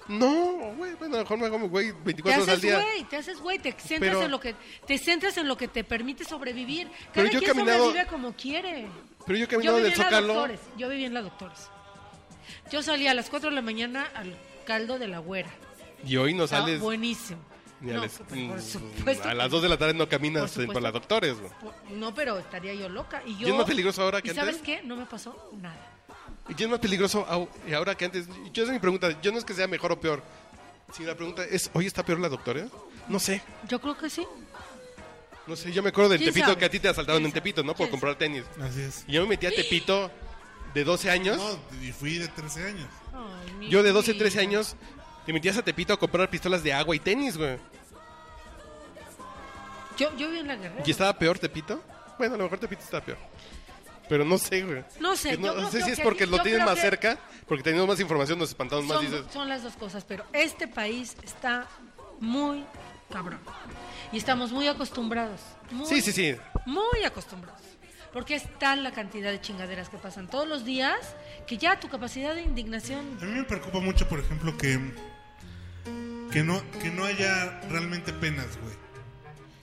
[SPEAKER 3] No, güey. Bueno, a lo mejor me hago mi güey
[SPEAKER 2] Te
[SPEAKER 3] 24 horas al
[SPEAKER 2] haces
[SPEAKER 3] día.
[SPEAKER 2] güey, te haces güey, te centras
[SPEAKER 3] Pero-
[SPEAKER 2] en lo que te centras en lo que te permite sobrevivir. Cada
[SPEAKER 3] Pero yo he
[SPEAKER 2] quien
[SPEAKER 3] caminado-
[SPEAKER 2] sobrevive como quiere.
[SPEAKER 3] Pero yo he
[SPEAKER 2] Yo
[SPEAKER 3] caminado
[SPEAKER 2] viví
[SPEAKER 3] del
[SPEAKER 2] en la
[SPEAKER 3] Zócalo.
[SPEAKER 2] Doctores, yo viví en la Doctores. Yo salía a las 4 de la mañana al caldo de la güera.
[SPEAKER 3] Y hoy no
[SPEAKER 2] Estaba
[SPEAKER 3] Pues sales.
[SPEAKER 2] buenísimo.
[SPEAKER 3] ni a,
[SPEAKER 2] No,
[SPEAKER 3] las-
[SPEAKER 2] pues, por supuesto
[SPEAKER 3] a
[SPEAKER 2] que-
[SPEAKER 3] las 2 de la tarde no caminas
[SPEAKER 2] Por
[SPEAKER 3] en- por
[SPEAKER 2] supuesto.
[SPEAKER 3] las doctores, güey.
[SPEAKER 2] por- No, pero estaría yo loca. Y yo,
[SPEAKER 3] ¿Y es más peligroso ahora que
[SPEAKER 2] ¿y ¿Sabes
[SPEAKER 3] antes?
[SPEAKER 2] qué? No me pasó nada.
[SPEAKER 3] ¿Y es más peligroso au- y ahora que antes? Yo esa es mi pregunta. Yo no es que sea mejor o peor. Si la pregunta es, ¿hoy está peor la doctora? No sé.
[SPEAKER 2] Yo creo que sí.
[SPEAKER 3] No sé. Yo me acuerdo del
[SPEAKER 2] ¿Quién
[SPEAKER 3] Tepito
[SPEAKER 2] sabe?
[SPEAKER 3] que a ti te asaltaron en
[SPEAKER 2] ¿Quién
[SPEAKER 3] Tepito, ¿no? Por
[SPEAKER 2] ¿Quién
[SPEAKER 3] comprar tenis.
[SPEAKER 1] Así es.
[SPEAKER 3] Y yo me metí a Tepito de 12 años.
[SPEAKER 1] No, y fui de 13 años.
[SPEAKER 2] Ay, mi
[SPEAKER 3] Yo de 12,
[SPEAKER 2] vida.
[SPEAKER 3] 13 años te metías a Tepito a comprar pistolas de agua y tenis, güey.
[SPEAKER 2] Yo, yo vi en la guerrera.
[SPEAKER 3] ¿Y estaba peor Tepito? Bueno, a lo mejor Tepito estaba peor. Pero no sé, güey.
[SPEAKER 2] No sé,
[SPEAKER 3] No,
[SPEAKER 2] yo creo
[SPEAKER 3] sé
[SPEAKER 2] que
[SPEAKER 3] si es
[SPEAKER 2] aquí-
[SPEAKER 3] porque lo
[SPEAKER 2] yo
[SPEAKER 3] tienen
[SPEAKER 2] creo
[SPEAKER 3] más
[SPEAKER 2] que
[SPEAKER 3] cerca, porque tenemos más información, nos espantamos más.
[SPEAKER 2] Son,
[SPEAKER 3] Dices,
[SPEAKER 2] son las dos cosas, pero este país está muy cabrón. Y estamos muy acostumbrados. muy,
[SPEAKER 3] sí, sí, sí.
[SPEAKER 2] Muy acostumbrados. Porque es tal la cantidad de chingaderas que pasan todos los días que ya tu capacidad de indignación.
[SPEAKER 1] A mí me preocupa mucho, por ejemplo, que, que, no, que no haya realmente penas, güey.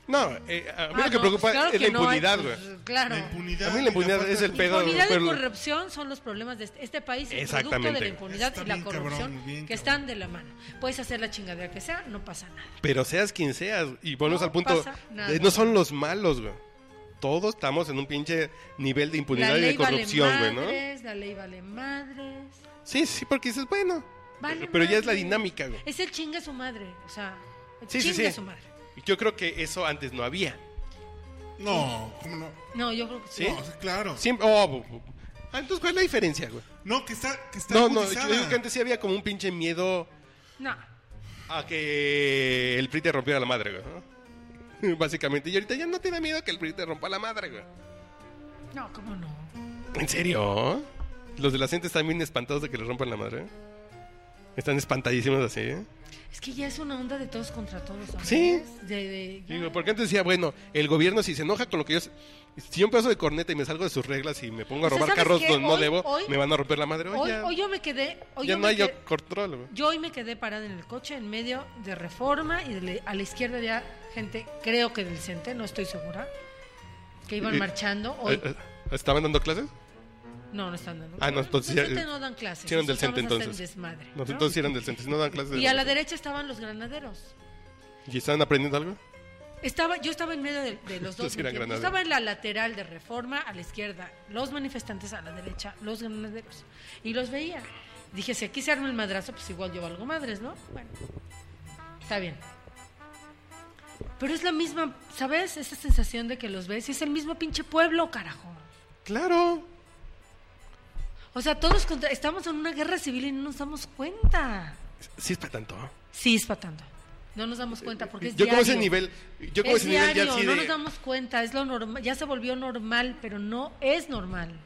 [SPEAKER 3] No, eh, a mí
[SPEAKER 2] Ah,
[SPEAKER 3] lo que
[SPEAKER 2] no,
[SPEAKER 3] preocupa
[SPEAKER 2] pues claro
[SPEAKER 3] es la
[SPEAKER 2] que no hay,
[SPEAKER 3] impunidad, güey.
[SPEAKER 2] pues, claro.
[SPEAKER 1] La impunidad.
[SPEAKER 3] A mí la
[SPEAKER 1] y
[SPEAKER 3] impunidad
[SPEAKER 1] falta-
[SPEAKER 3] es el pedo.
[SPEAKER 2] Impunidad y
[SPEAKER 3] pero-
[SPEAKER 2] corrupción son los problemas de este, este país. Es producto de
[SPEAKER 3] Exactamente.
[SPEAKER 2] la impunidad
[SPEAKER 1] Está
[SPEAKER 2] y la
[SPEAKER 1] bien cabrón,
[SPEAKER 2] corrupción
[SPEAKER 1] bien cabrón.
[SPEAKER 2] que están de la mano. Puedes hacer la chingadera que sea, no pasa nada.
[SPEAKER 3] Pero seas quien seas, y volvemos
[SPEAKER 2] No
[SPEAKER 3] al punto,
[SPEAKER 2] pasa nada.
[SPEAKER 3] eh, no son los malos, güey. Todos estamos en un pinche nivel de impunidad
[SPEAKER 2] la
[SPEAKER 3] y de
[SPEAKER 2] ley
[SPEAKER 3] corrupción,
[SPEAKER 2] vale
[SPEAKER 3] güey, ¿no?
[SPEAKER 2] madres, La ley vale madres.
[SPEAKER 3] Sí, sí, porque dices, bueno.
[SPEAKER 2] vale
[SPEAKER 3] Eh, pero ya es la
[SPEAKER 2] madres.
[SPEAKER 3] dinámica, güey.
[SPEAKER 2] Es el chingue a su madre. O sea, el
[SPEAKER 3] Sí, sí,
[SPEAKER 2] chingue
[SPEAKER 3] sí.
[SPEAKER 2] a su madre.
[SPEAKER 3] Yo creo que eso antes no había.
[SPEAKER 1] No, ¿cómo no?
[SPEAKER 2] No, yo creo que sí.
[SPEAKER 3] ¿Sí?
[SPEAKER 1] No, sí, claro.
[SPEAKER 3] Siempre. Oh, bu- bu- ah, entonces, ¿cuál es la diferencia, güey?
[SPEAKER 1] No, que está, que está
[SPEAKER 3] No, no, yo
[SPEAKER 1] agudizada.
[SPEAKER 3] digo que antes sí había como un pinche miedo
[SPEAKER 2] No.
[SPEAKER 3] a que el PRI te rompiera la madre, güey. ¿no? <laughs> Básicamente. Y ahorita ya no te da miedo que el PRI te rompa la madre, güey.
[SPEAKER 2] No, ¿cómo no?
[SPEAKER 3] ¿En serio? Los de la gente están bien espantados de que les rompan la madre. Están espantadísimos así, ¿eh?
[SPEAKER 2] Es que ya es una onda de todos contra todos. ¿sabes?
[SPEAKER 3] Sí.
[SPEAKER 2] De, de- ya.
[SPEAKER 3] Digo, porque antes decía, bueno, el gobierno si se enoja con lo que yo... Si yo paso de corneta y me salgo de sus reglas y me pongo a
[SPEAKER 2] O sea,
[SPEAKER 3] robar
[SPEAKER 2] ¿sabes
[SPEAKER 3] carros
[SPEAKER 2] qué?
[SPEAKER 3] donde no
[SPEAKER 2] Hoy-
[SPEAKER 3] debo,
[SPEAKER 2] hoy-
[SPEAKER 3] me van a romper la madre. Hoy
[SPEAKER 2] hoy,
[SPEAKER 3] ya,
[SPEAKER 2] hoy yo me quedé. Hoy
[SPEAKER 3] ya
[SPEAKER 2] yo
[SPEAKER 3] no
[SPEAKER 2] me
[SPEAKER 3] hay
[SPEAKER 2] quedé-
[SPEAKER 3] control, güey.
[SPEAKER 2] Yo hoy me quedé parada en el coche en medio de Reforma y de le- a la izquierda había gente, creo que del CENTE, no estoy segura, que iban
[SPEAKER 3] Eh,
[SPEAKER 2] marchando. Hoy,
[SPEAKER 3] Eh, eh, ¿Estaban dando clases?
[SPEAKER 2] no, no están dando.
[SPEAKER 3] Ah, no, entonces ya-
[SPEAKER 2] Los CENTE no dan clases.
[SPEAKER 3] sí eran del
[SPEAKER 2] esos
[SPEAKER 3] CENTE,
[SPEAKER 2] nada más hacen
[SPEAKER 3] entonces.
[SPEAKER 2] desmadre,
[SPEAKER 3] No,
[SPEAKER 2] ¿no?
[SPEAKER 3] entonces sí eran del centro, si no dan clases.
[SPEAKER 2] Y a la derecha estaban los granaderos.
[SPEAKER 3] ¿Y estaban aprendiendo algo?
[SPEAKER 2] Estaba, yo estaba en medio de, de
[SPEAKER 3] <laughs>
[SPEAKER 2] los dos.
[SPEAKER 3] Entonces eran
[SPEAKER 2] ¿me entiendes?
[SPEAKER 3] granaderos.
[SPEAKER 2] Estaba en la lateral de Reforma, a la izquierda, los manifestantes a la derecha, los granaderos. Y los veía. Dije, si aquí se arma el madrazo, pues igual yo valgo madres, ¿no? Bueno, está bien. Pero es la misma, ¿sabes? Esa sensación de que los ves y es el mismo pinche pueblo, carajo.
[SPEAKER 3] Claro.
[SPEAKER 2] O sea, todos contra- estamos en una guerra civil y no nos damos cuenta.
[SPEAKER 3] Sí es para tanto.
[SPEAKER 2] Sí, es patando. No nos damos cuenta porque es
[SPEAKER 3] Eh, yo como ese
[SPEAKER 2] diario.
[SPEAKER 3] nivel, yo como
[SPEAKER 2] es
[SPEAKER 3] ese nivel ya
[SPEAKER 2] diario,
[SPEAKER 3] así
[SPEAKER 2] no
[SPEAKER 3] de...
[SPEAKER 2] nos damos cuenta, es lo normal, ya se volvió normal, pero no es normal.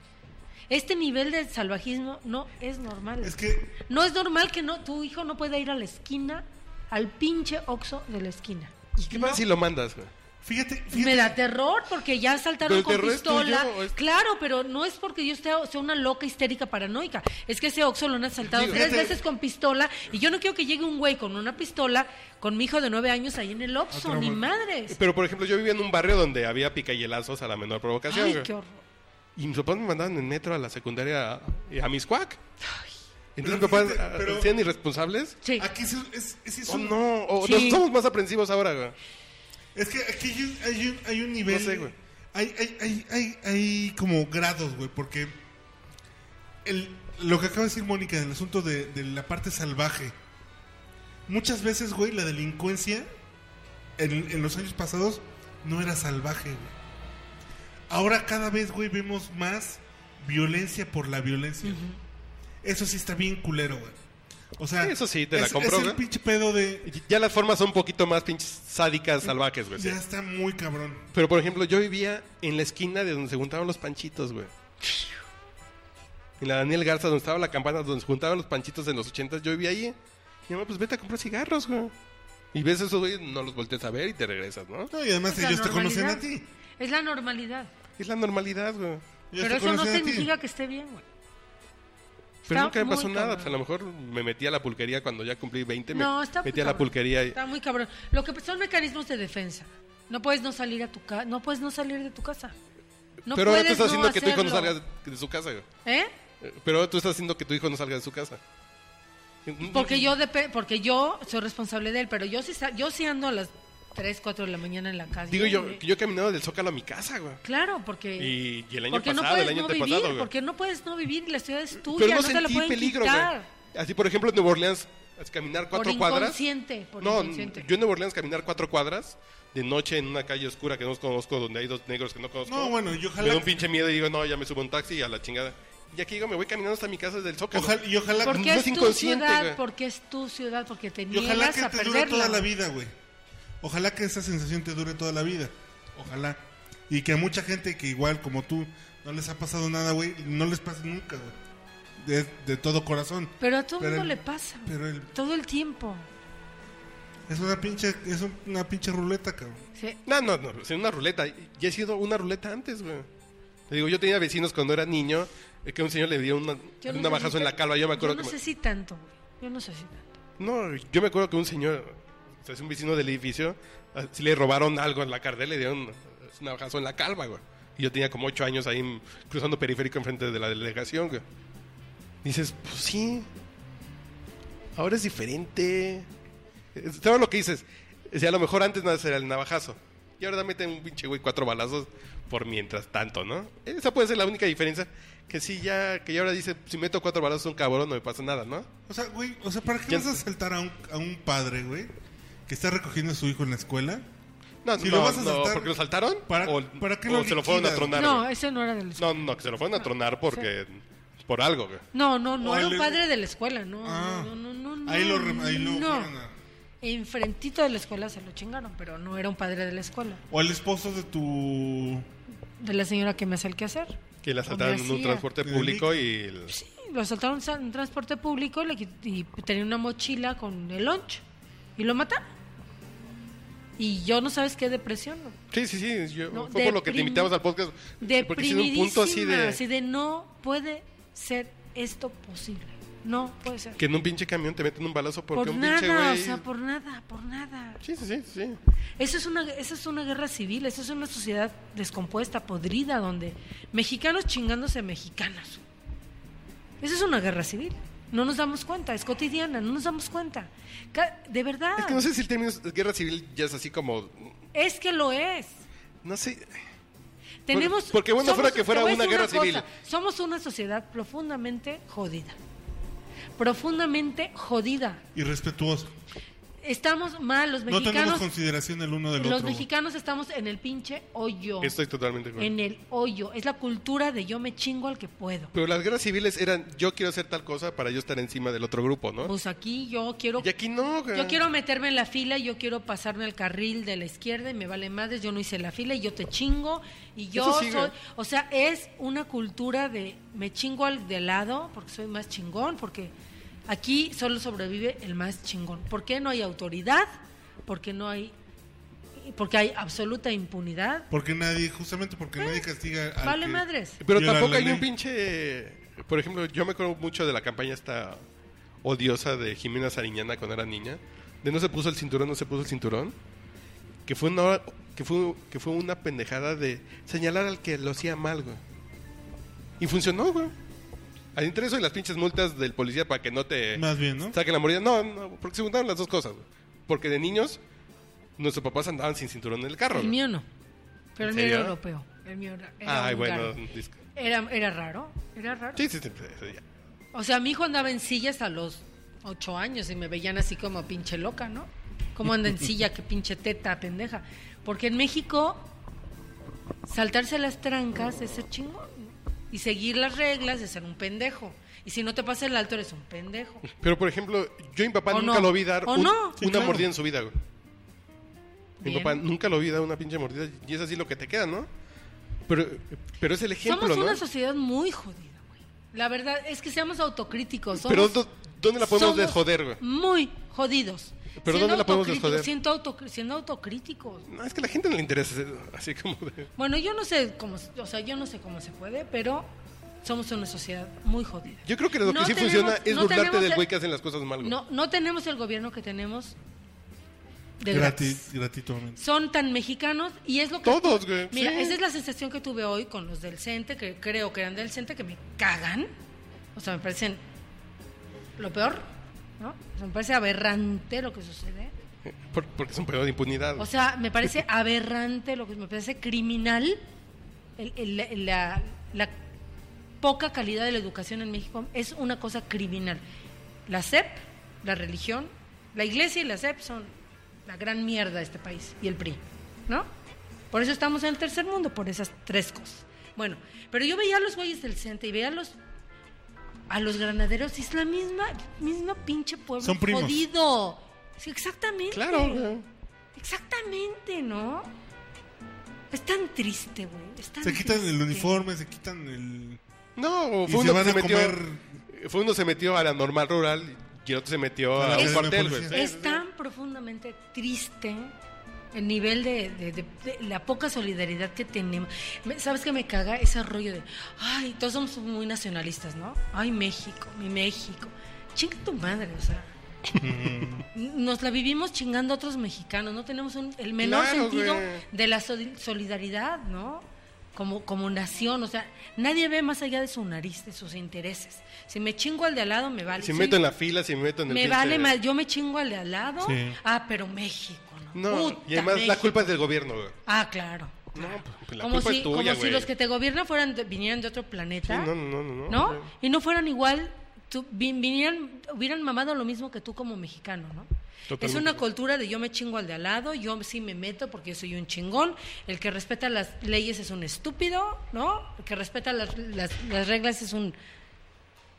[SPEAKER 2] Este nivel de salvajismo no es normal.
[SPEAKER 1] Es que
[SPEAKER 2] No es normal que no tu hijo no pueda ir a la esquina, al pinche oxo de la esquina.
[SPEAKER 3] Pues, ¿Qué pasa si lo mandas, güey?
[SPEAKER 1] Fíjate,
[SPEAKER 2] Me
[SPEAKER 1] fíjate.
[SPEAKER 2] da terror porque ya saltaron
[SPEAKER 3] Pero
[SPEAKER 2] con
[SPEAKER 3] el terror es
[SPEAKER 2] pistola.
[SPEAKER 3] tuyo, es-
[SPEAKER 2] Claro, pero no es porque yo esté- sea una loca histérica paranoica. Es que ese Oxxo lo han asaltado
[SPEAKER 3] Digo, este
[SPEAKER 2] tres
[SPEAKER 1] fíjate-
[SPEAKER 2] veces con pistola y yo no quiero que llegue un güey con una pistola con mi hijo de nueve años ahí en el
[SPEAKER 3] Ah,
[SPEAKER 2] Oxxo, ni madres.
[SPEAKER 3] Pero, por ejemplo, yo vivía en un barrio donde había picayelazos a la menor provocación,
[SPEAKER 2] Ay,
[SPEAKER 3] güey.
[SPEAKER 2] qué horror.
[SPEAKER 3] Y mis papás me mandaban en metro a la secundaria a, a Miscuac. Entonces
[SPEAKER 1] Pero
[SPEAKER 3] mis papás
[SPEAKER 1] fíjate, pero-
[SPEAKER 3] ah, sean irresponsables.
[SPEAKER 2] Sí.
[SPEAKER 1] Aquí es, es, es- es
[SPEAKER 3] Oh,
[SPEAKER 1] un-
[SPEAKER 3] no, o
[SPEAKER 2] Sí.
[SPEAKER 3] nos- somos más aprensivos ahora, güey.
[SPEAKER 1] Es que aquí hay un, hay un, hay un nivel.
[SPEAKER 3] No sé, güey.
[SPEAKER 1] Hay, hay, hay, hay, hay como grados, güey, porque el, lo que acaba de decir Mónica en el asunto de, de la parte salvaje. Muchas veces, güey, la delincuencia en, en los años pasados no era salvaje, güey. Ahora cada vez, güey, vemos más violencia por la violencia. güey. Eso sí está bien culero, güey. O sea,
[SPEAKER 3] Eso sí, te la
[SPEAKER 1] es-
[SPEAKER 3] compro,
[SPEAKER 1] es el
[SPEAKER 3] güey.
[SPEAKER 1] pinche pedo de...
[SPEAKER 3] Y Ya las formas son un poquito más pinches sádicas, salvajes, güey. Pues sí.
[SPEAKER 1] Ya está muy cabrón.
[SPEAKER 3] Pero, por ejemplo, yo vivía en la esquina de donde se juntaban los panchitos, güey. En la Daniel Garza, donde estaba la campana, donde se juntaban los panchitos en los ochentas, yo vivía ahí. Mi mamá, pues vete a comprar cigarros, güey. Y ves eso, güey, no los volteas a ver y te regresas, ¿no?
[SPEAKER 1] No, y además
[SPEAKER 2] Es la
[SPEAKER 1] ellos te conocen a
[SPEAKER 2] normalidad.
[SPEAKER 1] ti.
[SPEAKER 2] Es la normalidad.
[SPEAKER 3] Es la normalidad, güey.
[SPEAKER 1] Ellos
[SPEAKER 2] pero
[SPEAKER 1] te
[SPEAKER 2] eso no
[SPEAKER 1] conocen a ti.
[SPEAKER 2] significa que esté bien, güey.
[SPEAKER 3] Pero
[SPEAKER 2] Está
[SPEAKER 3] nunca me pasó
[SPEAKER 2] muy
[SPEAKER 3] nada.
[SPEAKER 2] cabrón.
[SPEAKER 3] Pues a lo mejor me metí a la pulquería cuando ya cumplí 20. Me
[SPEAKER 2] No, está muy
[SPEAKER 3] metí a la
[SPEAKER 2] cabrón.
[SPEAKER 3] pulquería. y-
[SPEAKER 2] Está muy cabrón. Lo que son mecanismos de defensa. No puedes no salir a tu casa, no puedes no salir de tu casa. No
[SPEAKER 3] Pero ahora tú
[SPEAKER 2] puedes
[SPEAKER 3] estás
[SPEAKER 2] no
[SPEAKER 3] haciendo que tu hijo no
[SPEAKER 2] hacerlo.
[SPEAKER 3] salga de su casa, güey.
[SPEAKER 2] ¿Eh?
[SPEAKER 3] Eh, Pero tú estás haciendo que tu hijo no salga de su casa.
[SPEAKER 2] Porque yo, depe- porque yo soy responsable de él, pero yo sí, sa- yo sí ando a las 3, 4 de la mañana en la casa.
[SPEAKER 3] Digo yo,
[SPEAKER 2] güey.
[SPEAKER 3] que yo he caminado del Zócalo a mi casa, güey.
[SPEAKER 2] Claro, porque...
[SPEAKER 3] Y, y el año
[SPEAKER 2] porque
[SPEAKER 3] pasado,
[SPEAKER 2] no puedes
[SPEAKER 3] el año
[SPEAKER 2] no vivir,
[SPEAKER 3] antepasado, güey.
[SPEAKER 2] porque no puedes no vivir, la ciudad es tuya,
[SPEAKER 3] Pero
[SPEAKER 2] no,
[SPEAKER 3] no,
[SPEAKER 2] te la
[SPEAKER 3] sentí
[SPEAKER 2] pueden
[SPEAKER 3] peligro,
[SPEAKER 2] quitar.
[SPEAKER 3] güey. Así, por ejemplo, en Nueva Orleans, es caminar cuatro
[SPEAKER 2] por
[SPEAKER 3] cuadras.
[SPEAKER 2] inconsciente, por
[SPEAKER 3] No,
[SPEAKER 2] inconsciente.
[SPEAKER 3] yo en Nueva Orleans caminar cuatro cuadras de noche en una calle oscura que no conozco, donde hay dos negros que no conozco.
[SPEAKER 1] No, bueno, y
[SPEAKER 3] Me
[SPEAKER 1] ojalá,
[SPEAKER 3] da un pinche miedo y digo, no, ya me subo a un taxi y a la chingada. Y aquí digo, me voy caminando hasta mi casa desde el Zócalo.
[SPEAKER 1] ojalá, y ojalá,
[SPEAKER 2] porque
[SPEAKER 3] no
[SPEAKER 2] es,
[SPEAKER 3] es
[SPEAKER 2] tu
[SPEAKER 3] inconsciente,
[SPEAKER 2] ciudad,
[SPEAKER 3] güey.
[SPEAKER 2] porque es tu ciudad, porque te
[SPEAKER 1] y ojalá
[SPEAKER 2] niegas
[SPEAKER 1] que
[SPEAKER 2] a
[SPEAKER 1] te dure
[SPEAKER 2] perderla.
[SPEAKER 1] toda la vida, güey. Ojalá que esa sensación te dure toda la vida. Ojalá. Y que a mucha gente que igual como tú no les ha pasado nada, güey, no les pase nunca, güey. De, de todo corazón.
[SPEAKER 2] Pero a todo
[SPEAKER 1] Pero
[SPEAKER 2] mundo
[SPEAKER 1] el-
[SPEAKER 2] le pasa,
[SPEAKER 1] Pero el-
[SPEAKER 2] todo el tiempo.
[SPEAKER 1] es una pinche, es una pinche ruleta, cabrón.
[SPEAKER 2] Sí.
[SPEAKER 3] No, no, no, es una ruleta. Ya he sido una ruleta antes, güey. Te digo, yo tenía vecinos cuando era niño eh, que un señor le dio una,
[SPEAKER 2] Yo
[SPEAKER 3] un
[SPEAKER 2] no sé
[SPEAKER 3] navajazo
[SPEAKER 2] si
[SPEAKER 3] en
[SPEAKER 2] tan-
[SPEAKER 3] la calva. Yo me acuerdo
[SPEAKER 2] no
[SPEAKER 3] que
[SPEAKER 2] sé
[SPEAKER 3] me-
[SPEAKER 2] si tanto, güey. Yo no sé si tanto.
[SPEAKER 3] No, yo me acuerdo que un señor, o sea, es un vecino del edificio, ah, sí le robaron algo en la cartera, le dieron eh, un navajazo en la calva, güey. Y yo tenía como ocho años ahí mm, cruzando periférico enfrente de la delegación, güey. Dices, pues sí, ahora es diferente. Eh, ¿Sabes lo que dices? O sea, a lo mejor antes no era el navajazo. Y ahora meten un pinche güey cuatro balazos por mientras tanto, ¿no? Esa puede ser la única diferencia. Que sí, ya, que ya ahora dice, si meto cuatro balazos a un cabrón no me pasa nada, ¿no?
[SPEAKER 1] O sea, güey, o sea, ¿para qué
[SPEAKER 3] Ya-
[SPEAKER 1] vas a saltar a un, a un padre, güey, que está recogiendo a su hijo en la escuela?
[SPEAKER 3] No,
[SPEAKER 1] Si
[SPEAKER 3] no,
[SPEAKER 1] lo vas a
[SPEAKER 3] no,
[SPEAKER 1] saltar,
[SPEAKER 3] porque lo saltaron
[SPEAKER 1] ¿para-
[SPEAKER 3] o,
[SPEAKER 1] para qué
[SPEAKER 3] o
[SPEAKER 1] lo
[SPEAKER 3] se lo fueron a
[SPEAKER 1] liquidas?
[SPEAKER 3] tronar.
[SPEAKER 2] No, Ah,
[SPEAKER 3] güey?
[SPEAKER 2] ese no era de la escuela.
[SPEAKER 3] no, no, que se lo fueron a tronar porque por algo, güey.
[SPEAKER 2] No, no, no
[SPEAKER 1] O
[SPEAKER 2] era
[SPEAKER 1] el-
[SPEAKER 2] un padre de la escuela, no.
[SPEAKER 1] Ah.
[SPEAKER 2] no, no, no, no,
[SPEAKER 1] Ahí lo re- ahí lo
[SPEAKER 2] no.
[SPEAKER 1] fueron a-
[SPEAKER 2] Enfrentito de la escuela se lo chingaron, pero no era un padre de la escuela.
[SPEAKER 1] O el esposo de tu...
[SPEAKER 2] De la señora que me hace el quehacer.
[SPEAKER 3] Que la saltaron en un
[SPEAKER 2] Homicida.
[SPEAKER 3] transporte
[SPEAKER 1] Del
[SPEAKER 3] público y el-
[SPEAKER 2] Sí, lo asaltaron sa- en transporte público y, le quit- y tenía una mochila con el lunch. Y lo mataron. Y yo no sabes qué depresión. ¿no?
[SPEAKER 3] Sí, sí, sí, yo-
[SPEAKER 2] No,
[SPEAKER 3] fue por lo que te
[SPEAKER 2] deprim-
[SPEAKER 3] invitamos al podcast. Porque hicieron un
[SPEAKER 2] Deprimidísima.
[SPEAKER 3] punto así de
[SPEAKER 2] así de no puede ser esto posible. No puede ser.
[SPEAKER 3] que en un pinche camión te meten un balazo porque
[SPEAKER 2] por
[SPEAKER 3] un
[SPEAKER 2] nada,
[SPEAKER 3] pinche güey.
[SPEAKER 2] o sea, por nada, por nada.
[SPEAKER 3] Sí, sí, sí, sí.
[SPEAKER 2] Eso es una, eso es una guerra civil, eso es una sociedad descompuesta, podrida, donde mexicanos chingándose a mexicanos. Eso es una guerra civil. No nos damos cuenta, es cotidiana, no nos damos cuenta. Ca- De verdad,
[SPEAKER 3] Es que no sé si el término es- guerra civil ya es así como
[SPEAKER 2] lo es.
[SPEAKER 3] no sé,
[SPEAKER 2] Tenemos,
[SPEAKER 3] porque bueno fuera que fuera
[SPEAKER 2] te voy a
[SPEAKER 3] una
[SPEAKER 2] decir
[SPEAKER 3] guerra civil.
[SPEAKER 2] Somos una sociedad profundamente jodida. Profundamente jodida.
[SPEAKER 1] Irrespetuoso.
[SPEAKER 2] Estamos mal, los
[SPEAKER 1] No tenemos
[SPEAKER 2] mexicanos.
[SPEAKER 1] consideración el uno del
[SPEAKER 2] los
[SPEAKER 1] otro. güey.
[SPEAKER 2] mexicanos estamos en el pinche hoyo.
[SPEAKER 3] estoy totalmente de acuerdo.
[SPEAKER 2] Oh. en el hoyo. Es la cultura de yo me chingo al que puedo.
[SPEAKER 3] Pero las guerras civiles eran yo quiero hacer tal cosa para yo estar encima del otro grupo, ¿no?
[SPEAKER 2] Pues aquí yo quiero
[SPEAKER 3] Y aquí no, güey.
[SPEAKER 2] yo quiero meterme en la fila, yo quiero pasarme al carril de la izquierda y me vale madres, yo no hice la fila y yo te chingo y yo
[SPEAKER 3] Eso sí,
[SPEAKER 2] soy,
[SPEAKER 3] güey.
[SPEAKER 2] o sea, es una cultura de me chingo al de al lado porque soy más chingón, porque aquí solo sobrevive el más chingón. ¿Por qué no hay autoridad? Porque no hay porque hay absoluta impunidad.
[SPEAKER 1] Porque nadie, justamente porque nadie castiga al
[SPEAKER 2] Eh, Vale
[SPEAKER 1] que-
[SPEAKER 2] madres.
[SPEAKER 3] Pero
[SPEAKER 1] Y era
[SPEAKER 3] tampoco
[SPEAKER 1] la
[SPEAKER 3] hay
[SPEAKER 1] ley.
[SPEAKER 3] un pinche. Por ejemplo, yo me acuerdo mucho de la campaña esta odiosa de Jimena Sariñana cuando era niña. De no se puso el cinturón, no se puso el cinturón. Que fue una, hora- que fue, que fue una pendejada de señalar al que lo hacía mal, güey. Y funcionó, güey. Al interés de las pinches multas del policía para que no te
[SPEAKER 1] Más bien, ¿no?
[SPEAKER 3] saquen la mordida. No, no, porque se juntaron las dos cosas, güey. Porque de niños, nuestros papás andaban sin cinturón en el carro.
[SPEAKER 2] El
[SPEAKER 3] güey.
[SPEAKER 2] mío no. Pero
[SPEAKER 3] ¿En
[SPEAKER 2] el mío era
[SPEAKER 3] serio?
[SPEAKER 2] europeo. El mío era, era
[SPEAKER 3] Ay,
[SPEAKER 2] húngaro.
[SPEAKER 3] bueno. dis-
[SPEAKER 2] Era, era raro, era raro.
[SPEAKER 3] Sí, sí, sí, sí, ya.
[SPEAKER 2] O sea, mi hijo andaba en sillas a los ocho años y me veían así como pinche loca, ¿no? ¿Cómo anda en
[SPEAKER 3] <laughs>
[SPEAKER 2] silla? Qué pinche teta, pendeja. Porque en México, saltarse las trancas es ser chingón. ¿no? Y seguir las reglas es ser un pendejo. Y si no te pasa el alto, eres un pendejo.
[SPEAKER 3] Pero, por ejemplo, yo a mi papá
[SPEAKER 2] ¿O
[SPEAKER 3] nunca
[SPEAKER 2] no?
[SPEAKER 3] lo vi dar
[SPEAKER 2] ¿O
[SPEAKER 3] un-
[SPEAKER 2] no?
[SPEAKER 1] Sí,
[SPEAKER 3] una
[SPEAKER 1] claro.
[SPEAKER 3] mordida en su vida, güey. Mi
[SPEAKER 2] Bien.
[SPEAKER 3] papá nunca lo vi dar una pinche mordida y es así lo que te queda, ¿no? Pero, pero es el ejemplo,
[SPEAKER 2] Somos
[SPEAKER 3] ¿no?
[SPEAKER 2] una sociedad muy jodida, güey. La verdad es que seamos autocríticos. somos-
[SPEAKER 3] Pero ¿dó- ¿dónde la podemos
[SPEAKER 2] somos
[SPEAKER 3] desjoder, güey?
[SPEAKER 2] Muy jodidos.
[SPEAKER 3] Pero
[SPEAKER 2] Siendo
[SPEAKER 3] ¿dónde la podemos
[SPEAKER 2] autocríticos,
[SPEAKER 3] desjoder?
[SPEAKER 2] Siendo, autocr- siendo autocríticos.
[SPEAKER 3] No, es que a la gente no le interesa ser así como de...
[SPEAKER 2] Bueno, yo no sé cómo, o sea, yo no sé cómo se puede, pero somos una sociedad muy jodida.
[SPEAKER 3] Yo creo que lo
[SPEAKER 2] No
[SPEAKER 3] que sí
[SPEAKER 2] tenemos-
[SPEAKER 3] funciona es
[SPEAKER 2] no
[SPEAKER 3] burlarte
[SPEAKER 2] tenemos
[SPEAKER 3] del
[SPEAKER 2] el-
[SPEAKER 3] güey que hacen las cosas mal, güey.
[SPEAKER 2] No, no tenemos el gobierno que tenemos de gratis.
[SPEAKER 1] Gratis, gratuitamente.
[SPEAKER 2] Son tan mexicanos y es lo que...
[SPEAKER 3] Todos, güey.
[SPEAKER 2] Mira,
[SPEAKER 3] sí.
[SPEAKER 2] esa es la sensación que tuve hoy con los del CENTE, que creo que eran del CENTE, que me cagan. O sea, me parecen lo peor, ¿no? O sea, me parece aberrante lo que sucede.
[SPEAKER 3] Por- porque es un periodo de impunidad.
[SPEAKER 2] O sea,
[SPEAKER 1] <laughs>
[SPEAKER 2] me parece aberrante lo que me parece criminal el- el- el- la, la poca calidad de la educación en México es una cosa criminal. La SEP, la religión, la iglesia y la SEP son la gran mierda de este país y el PRI, ¿no? Por eso estamos en el tercer mundo, por esas tres cosas. Bueno, pero yo veía a los güeyes del centro y veía a los a los granaderos y es la misma misma pinche pueblo
[SPEAKER 1] Son primos.
[SPEAKER 2] jodido. Sí, Exactamente.
[SPEAKER 3] claro, güey.
[SPEAKER 2] Exactamente, ¿no? Es tan triste, güey. es tan
[SPEAKER 1] Se quitan
[SPEAKER 2] triste.
[SPEAKER 1] el uniforme, se quitan el...
[SPEAKER 3] No,
[SPEAKER 1] Y
[SPEAKER 3] fue
[SPEAKER 1] se
[SPEAKER 3] uno,
[SPEAKER 1] van
[SPEAKER 3] que
[SPEAKER 1] a
[SPEAKER 3] se metió,
[SPEAKER 1] comer...
[SPEAKER 3] fue uno se metió a la normal rural y otro se metió
[SPEAKER 1] A
[SPEAKER 3] a,
[SPEAKER 1] la
[SPEAKER 3] un
[SPEAKER 2] de
[SPEAKER 3] cuartel.
[SPEAKER 1] policía.
[SPEAKER 3] güey.
[SPEAKER 2] Es tan profundamente triste el nivel de, de- de- de la poca solidaridad que tenemos. Me- ¿Sabes qué me caga? Ese rollo de, ay, todos somos muy nacionalistas, ¿no? Ay, México, mi México. Chinga tu madre, o sea.
[SPEAKER 3] Mm.
[SPEAKER 2] Nos la vivimos chingando a otros mexicanos, no tenemos un- el menor
[SPEAKER 3] Claro,
[SPEAKER 2] sentido
[SPEAKER 3] güey.
[SPEAKER 2] de la soli- solidaridad, ¿no? Como, como nación, o sea, nadie ve más allá de su nariz, de sus intereses. Si me chingo al de al lado, me vale.
[SPEAKER 3] Si
[SPEAKER 2] Soy-
[SPEAKER 3] me meto en la fila, si me meto en el
[SPEAKER 2] me
[SPEAKER 3] pinche-
[SPEAKER 2] vale mal, yo me chingo al de al lado.
[SPEAKER 1] Sí.
[SPEAKER 2] Ah, pero México, ¿no?
[SPEAKER 3] No,
[SPEAKER 2] Puta,
[SPEAKER 3] y además la
[SPEAKER 2] México.
[SPEAKER 3] culpa es del gobierno, güey.
[SPEAKER 2] Ah, claro.
[SPEAKER 3] No, pues, la
[SPEAKER 2] como
[SPEAKER 3] culpa
[SPEAKER 2] si,
[SPEAKER 3] es tuya,
[SPEAKER 2] como si
[SPEAKER 3] güey.
[SPEAKER 2] los que te gobiernan fueran de- vinieran de otro planeta.
[SPEAKER 3] Sí, no, no, no, no, no,
[SPEAKER 2] ¿no?
[SPEAKER 3] güey.
[SPEAKER 2] Y no fueran igual, tú- vi- vinieran, hubieran mamado lo mismo que tú como mexicano, ¿no? Es
[SPEAKER 3] Totalmente.
[SPEAKER 2] una cultura de yo me chingo al de al lado, yo sí me meto porque yo soy un chingón, el que respeta las leyes es un estúpido, ¿no? El que respeta las, las- las reglas es un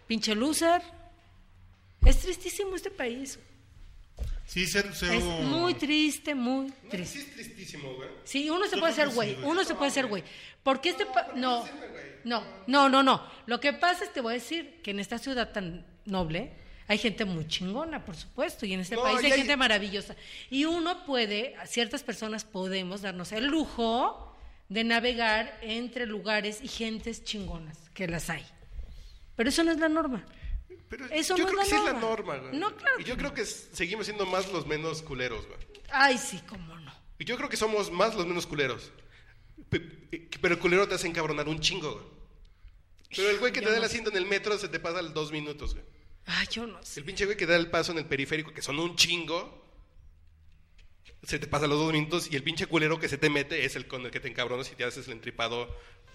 [SPEAKER 2] pinche loser. Es tristísimo este país.
[SPEAKER 1] Sí, se, se-
[SPEAKER 2] Es muy triste, muy triste.
[SPEAKER 3] Sí, es tristísimo, güey.
[SPEAKER 2] Sí, uno se puede hacer güey, uno se puede hacer güey. Porque este pa- no, no, no, no, no. Lo que pasa es te voy a decir que en esta ciudad tan noble hay gente muy chingona, por supuesto, y en este
[SPEAKER 3] No,
[SPEAKER 2] país
[SPEAKER 3] y
[SPEAKER 2] hay,
[SPEAKER 3] hay-
[SPEAKER 2] gente maravillosa. Y uno puede, ciertas personas podemos darnos el lujo de navegar entre lugares y gentes chingonas, que las hay. Pero eso no es la norma.
[SPEAKER 3] Pero
[SPEAKER 2] Eso no
[SPEAKER 3] yo
[SPEAKER 2] es
[SPEAKER 3] creo
[SPEAKER 2] la
[SPEAKER 3] que sí es la
[SPEAKER 2] norma.
[SPEAKER 3] norma, güey.
[SPEAKER 2] No, claro
[SPEAKER 3] Y yo
[SPEAKER 2] que
[SPEAKER 3] creo que s- seguimos siendo más los menos culeros, güey.
[SPEAKER 2] Ay, sí, cómo no.
[SPEAKER 3] Y yo creo que somos más los menos culeros. Pe- eh, Pero el culero te hace encabronar un chingo, güey. Pero el güey que
[SPEAKER 2] Yo
[SPEAKER 3] te da
[SPEAKER 2] no
[SPEAKER 3] la
[SPEAKER 2] sé.
[SPEAKER 3] cinta en el metro se te pasa al dos minutos, güey.
[SPEAKER 2] Ay, yo no sé.
[SPEAKER 3] El pinche güey que da el paso en el periférico, que son un chingo, se te pasa los dos minutos y el pinche culero que se te mete es el con el que te encabronas y te haces el entripado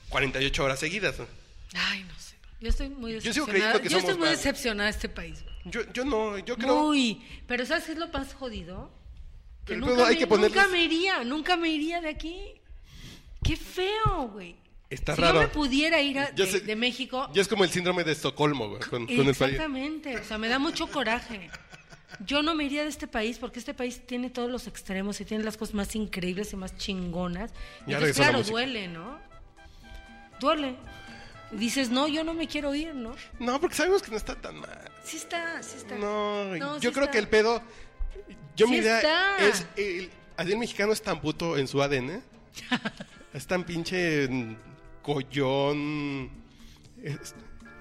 [SPEAKER 3] 48 horas seguidas. ¿no?
[SPEAKER 2] Ay, no sé. Yo estoy muy
[SPEAKER 3] Yo sigo
[SPEAKER 2] decepcionada. Yo,
[SPEAKER 3] creyendo que
[SPEAKER 2] estoy
[SPEAKER 3] somos
[SPEAKER 2] muy
[SPEAKER 3] mal.
[SPEAKER 2] decepcionada de este país. güey.
[SPEAKER 3] Yo, yo no, yo creo...
[SPEAKER 2] Muy. Pero ¿sabes qué es lo más jodido? Que
[SPEAKER 3] Pero
[SPEAKER 2] nunca,
[SPEAKER 3] luego hay
[SPEAKER 2] me,
[SPEAKER 3] que ponerles-
[SPEAKER 2] nunca me iría, nunca me iría de aquí. Qué feo, güey.
[SPEAKER 3] Está
[SPEAKER 2] si
[SPEAKER 3] raro.
[SPEAKER 2] yo me pudiera ir a-
[SPEAKER 3] Ya
[SPEAKER 2] de,
[SPEAKER 3] sé-
[SPEAKER 2] de México,
[SPEAKER 3] Ya es como el síndrome de Estocolmo, güey, con, con el país.
[SPEAKER 2] Exactamente, o sea, me da mucho coraje. Yo no me iría de este país porque este país tiene todos los extremos y tiene las cosas más increíbles y más chingonas. Y entonces,
[SPEAKER 3] Ya regresó la
[SPEAKER 2] claro,
[SPEAKER 3] música.
[SPEAKER 2] duele, ¿no? Duele. Dices, no, yo no me quiero ir, ¿no?
[SPEAKER 3] No, porque sabemos que no está tan mal.
[SPEAKER 2] Sí está, sí está.
[SPEAKER 3] No,
[SPEAKER 2] No,
[SPEAKER 3] yo
[SPEAKER 2] sí
[SPEAKER 3] creo
[SPEAKER 2] está.
[SPEAKER 3] que el pedo. Yo
[SPEAKER 2] Sí
[SPEAKER 3] mi idea
[SPEAKER 2] está.
[SPEAKER 3] es. El, así el mexicano es tan puto en
[SPEAKER 2] <laughs>
[SPEAKER 3] su ADN. es tan pinche mm, collón. es-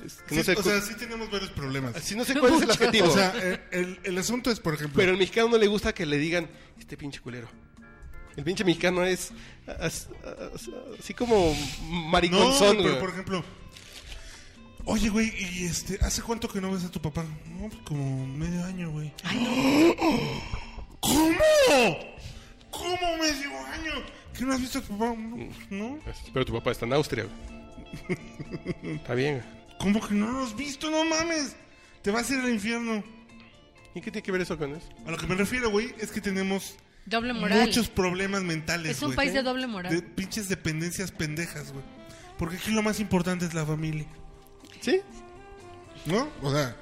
[SPEAKER 3] es que no
[SPEAKER 1] sí,
[SPEAKER 3] sé,
[SPEAKER 1] o
[SPEAKER 3] cu-
[SPEAKER 1] sea, sí tenemos varios problemas.
[SPEAKER 3] así no sé cuál es el adjetivo.
[SPEAKER 1] O sea, el, el- el asunto es, por ejemplo,
[SPEAKER 3] pero al mexicano no le gusta que le digan este pinche culero. El pinche mexicano es as- as- así como
[SPEAKER 1] no,
[SPEAKER 3] mariconzón, güey.
[SPEAKER 1] pero por ejemplo, oye, güey, y este, ¿hace cuánto que no ves a tu papá? No, pues como medio año, güey. <gasps> ¿Cómo? ¿Cómo medio año? ¿Que no has visto a tu papá? No, ¿no?
[SPEAKER 3] Pero tu papá está en Austria. güey. <laughs> está bien. güey.
[SPEAKER 1] ¿Cómo que no lo has visto? No mames. Te vas a ir al infierno.
[SPEAKER 3] ¿Y qué tiene que ver eso con eso?
[SPEAKER 1] A lo que me refiero, güey, es que tenemos
[SPEAKER 2] Doble moral.
[SPEAKER 1] muchos problemas mentales.
[SPEAKER 2] Es un
[SPEAKER 1] güey.
[SPEAKER 2] país de doble moral.
[SPEAKER 1] De pinches dependencias pendejas, güey. Porque aquí lo más importante es la familia.
[SPEAKER 3] ¿Sí?
[SPEAKER 1] ¿No? O sea,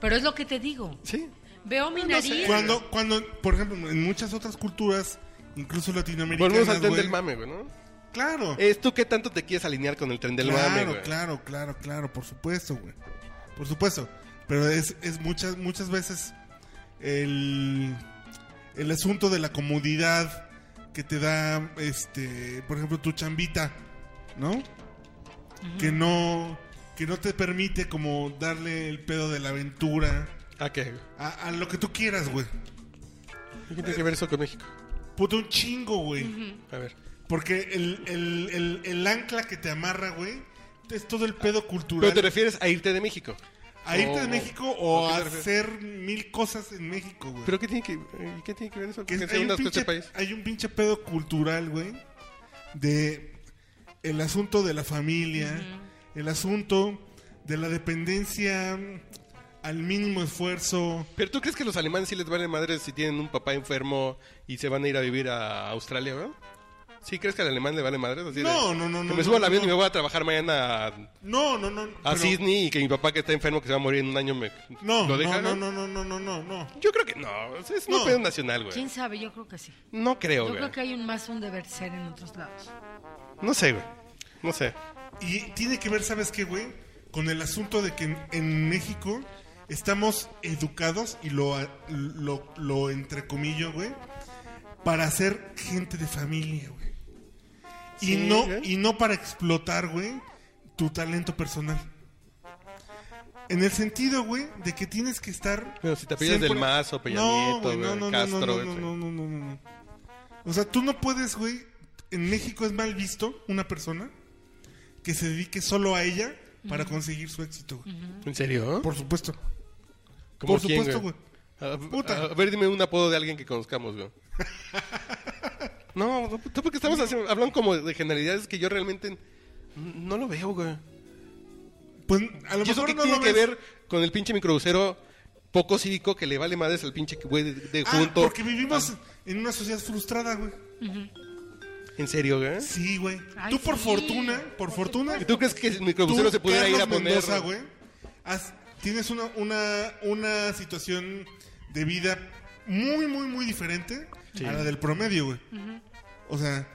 [SPEAKER 2] Pero es lo que te digo.
[SPEAKER 3] ¿Sí?
[SPEAKER 2] Veo mi nariz.
[SPEAKER 1] cuando, cuando, por ejemplo, en muchas otras culturas, incluso latinoamericanas,
[SPEAKER 3] Volvemos al tren
[SPEAKER 1] güey,
[SPEAKER 3] del mame, güey, ¿no?
[SPEAKER 1] Claro.
[SPEAKER 3] <laughs> Es tú qué tanto te quieres alinear con el tren del
[SPEAKER 1] claro,
[SPEAKER 3] mame, güey.
[SPEAKER 1] claro, claro, claro, por supuesto, güey. Por supuesto. Pero es, es muchas, muchas veces el, el asunto de la comodidad que te da, este, por ejemplo, tu chambita, ¿no? Que no que no te permite como darle el pedo de la aventura
[SPEAKER 3] ¿A Ah, qué? güey?
[SPEAKER 1] a, a lo que tú quieras, güey.
[SPEAKER 3] ¿Y ¿Qué tiene que ver eso con México?
[SPEAKER 1] Puto un chingo, güey.
[SPEAKER 3] A ver.
[SPEAKER 1] Porque el, el- el- el ancla que te amarra, güey, es todo el pedo cultural.
[SPEAKER 3] Pero te refieres a irte de México.
[SPEAKER 1] a irte de
[SPEAKER 3] o-
[SPEAKER 1] México o
[SPEAKER 3] ¿a
[SPEAKER 1] a
[SPEAKER 3] qué te refieres?
[SPEAKER 1] hacer mil cosas en México, güey.
[SPEAKER 3] ¿Pero qué tiene que, eh, qué tiene que ver eso?
[SPEAKER 1] Que
[SPEAKER 3] Que
[SPEAKER 1] hay,
[SPEAKER 3] sea
[SPEAKER 1] un
[SPEAKER 3] una
[SPEAKER 1] pinche,
[SPEAKER 3] pinche este país.
[SPEAKER 1] hay un pinche pedo cultural, güey, de el asunto de la familia, el asunto de la dependencia mm, al mínimo esfuerzo.
[SPEAKER 3] ¿Pero tú crees que los alemanes sí les vale madre si tienen un papá enfermo y se van a ir a vivir a Australia, güey? ¿Sí crees que al alemán le vale madre? Así de,
[SPEAKER 1] No, no, no,
[SPEAKER 3] que
[SPEAKER 1] no,
[SPEAKER 3] Me subo
[SPEAKER 1] no,
[SPEAKER 3] al avión
[SPEAKER 1] no.
[SPEAKER 3] y me voy a trabajar mañana a,
[SPEAKER 1] No, no, no.
[SPEAKER 3] a
[SPEAKER 1] pero-
[SPEAKER 3] Sydney y que mi papá que está enfermo que se va a morir en un año me
[SPEAKER 1] No,
[SPEAKER 3] lo deja.
[SPEAKER 1] no,
[SPEAKER 3] güey?
[SPEAKER 1] no, no, no, no, no, no.
[SPEAKER 3] Yo creo que no. Es es
[SPEAKER 1] No.
[SPEAKER 3] un pedo nacional, güey.
[SPEAKER 2] ¿Quién sabe? Yo creo que sí.
[SPEAKER 3] No creo,
[SPEAKER 2] Yo
[SPEAKER 3] güey.
[SPEAKER 2] creo que hay un más un deber ser en otros lados.
[SPEAKER 3] No sé, güey. No sé.
[SPEAKER 1] Y tiene que ver, ¿sabes qué, güey? Con el asunto de que en, en México estamos educados, y lo, a- lo, lo entrecomillo, güey, para ser gente de familia, güey. Y,
[SPEAKER 3] Sí,
[SPEAKER 1] no,
[SPEAKER 3] güey.
[SPEAKER 1] y no para explotar, güey, tu talento personal. En el sentido, güey, de que tienes que estar...
[SPEAKER 3] Pero si te apellidas del Mazo, Peña Nieto,
[SPEAKER 1] güey,
[SPEAKER 3] güey, Castro,
[SPEAKER 1] no,
[SPEAKER 3] güey,
[SPEAKER 1] no,
[SPEAKER 3] sí.
[SPEAKER 1] no, no, no, no, no. O sea, tú no puedes, güey. En México es mal visto una persona que se dedique solo a ella para conseguir su éxito, güey.
[SPEAKER 3] ¿En serio?
[SPEAKER 1] Por supuesto.
[SPEAKER 3] ¿Cómo
[SPEAKER 1] por
[SPEAKER 3] quién,
[SPEAKER 1] supuesto, güey.
[SPEAKER 3] A,
[SPEAKER 1] Puta.
[SPEAKER 3] a- a ver, dime un apodo de alguien que
[SPEAKER 1] <laughs>
[SPEAKER 3] conozcamos, güey. No, no, tú porque estamos haciendo- hablando como de generalidades que yo realmente n- no lo veo, güey.
[SPEAKER 1] Pues a lo
[SPEAKER 3] ¿Y eso
[SPEAKER 1] mejor
[SPEAKER 3] qué
[SPEAKER 1] no
[SPEAKER 3] tiene
[SPEAKER 1] lo
[SPEAKER 3] que
[SPEAKER 1] ves.
[SPEAKER 3] ver con el pinche microbusero poco cívico que le vale madres al pinche güey de, de
[SPEAKER 1] Ah,
[SPEAKER 3] junto?
[SPEAKER 1] porque vivimos en una sociedad frustrada, güey.
[SPEAKER 3] ¿En serio, güey?
[SPEAKER 1] Sí, güey.
[SPEAKER 2] Ay,
[SPEAKER 1] Tú por
[SPEAKER 2] sí.
[SPEAKER 1] fortuna, por
[SPEAKER 2] Por
[SPEAKER 1] fortuna.
[SPEAKER 3] ¿Y tú crees que el microbusero
[SPEAKER 1] tú,
[SPEAKER 3] se pudiera ir a
[SPEAKER 1] Carlos
[SPEAKER 3] poner?
[SPEAKER 1] Mendoza, güey, has- tienes una, una, una situación de vida muy, muy, muy diferente a la del promedio, güey. O sea,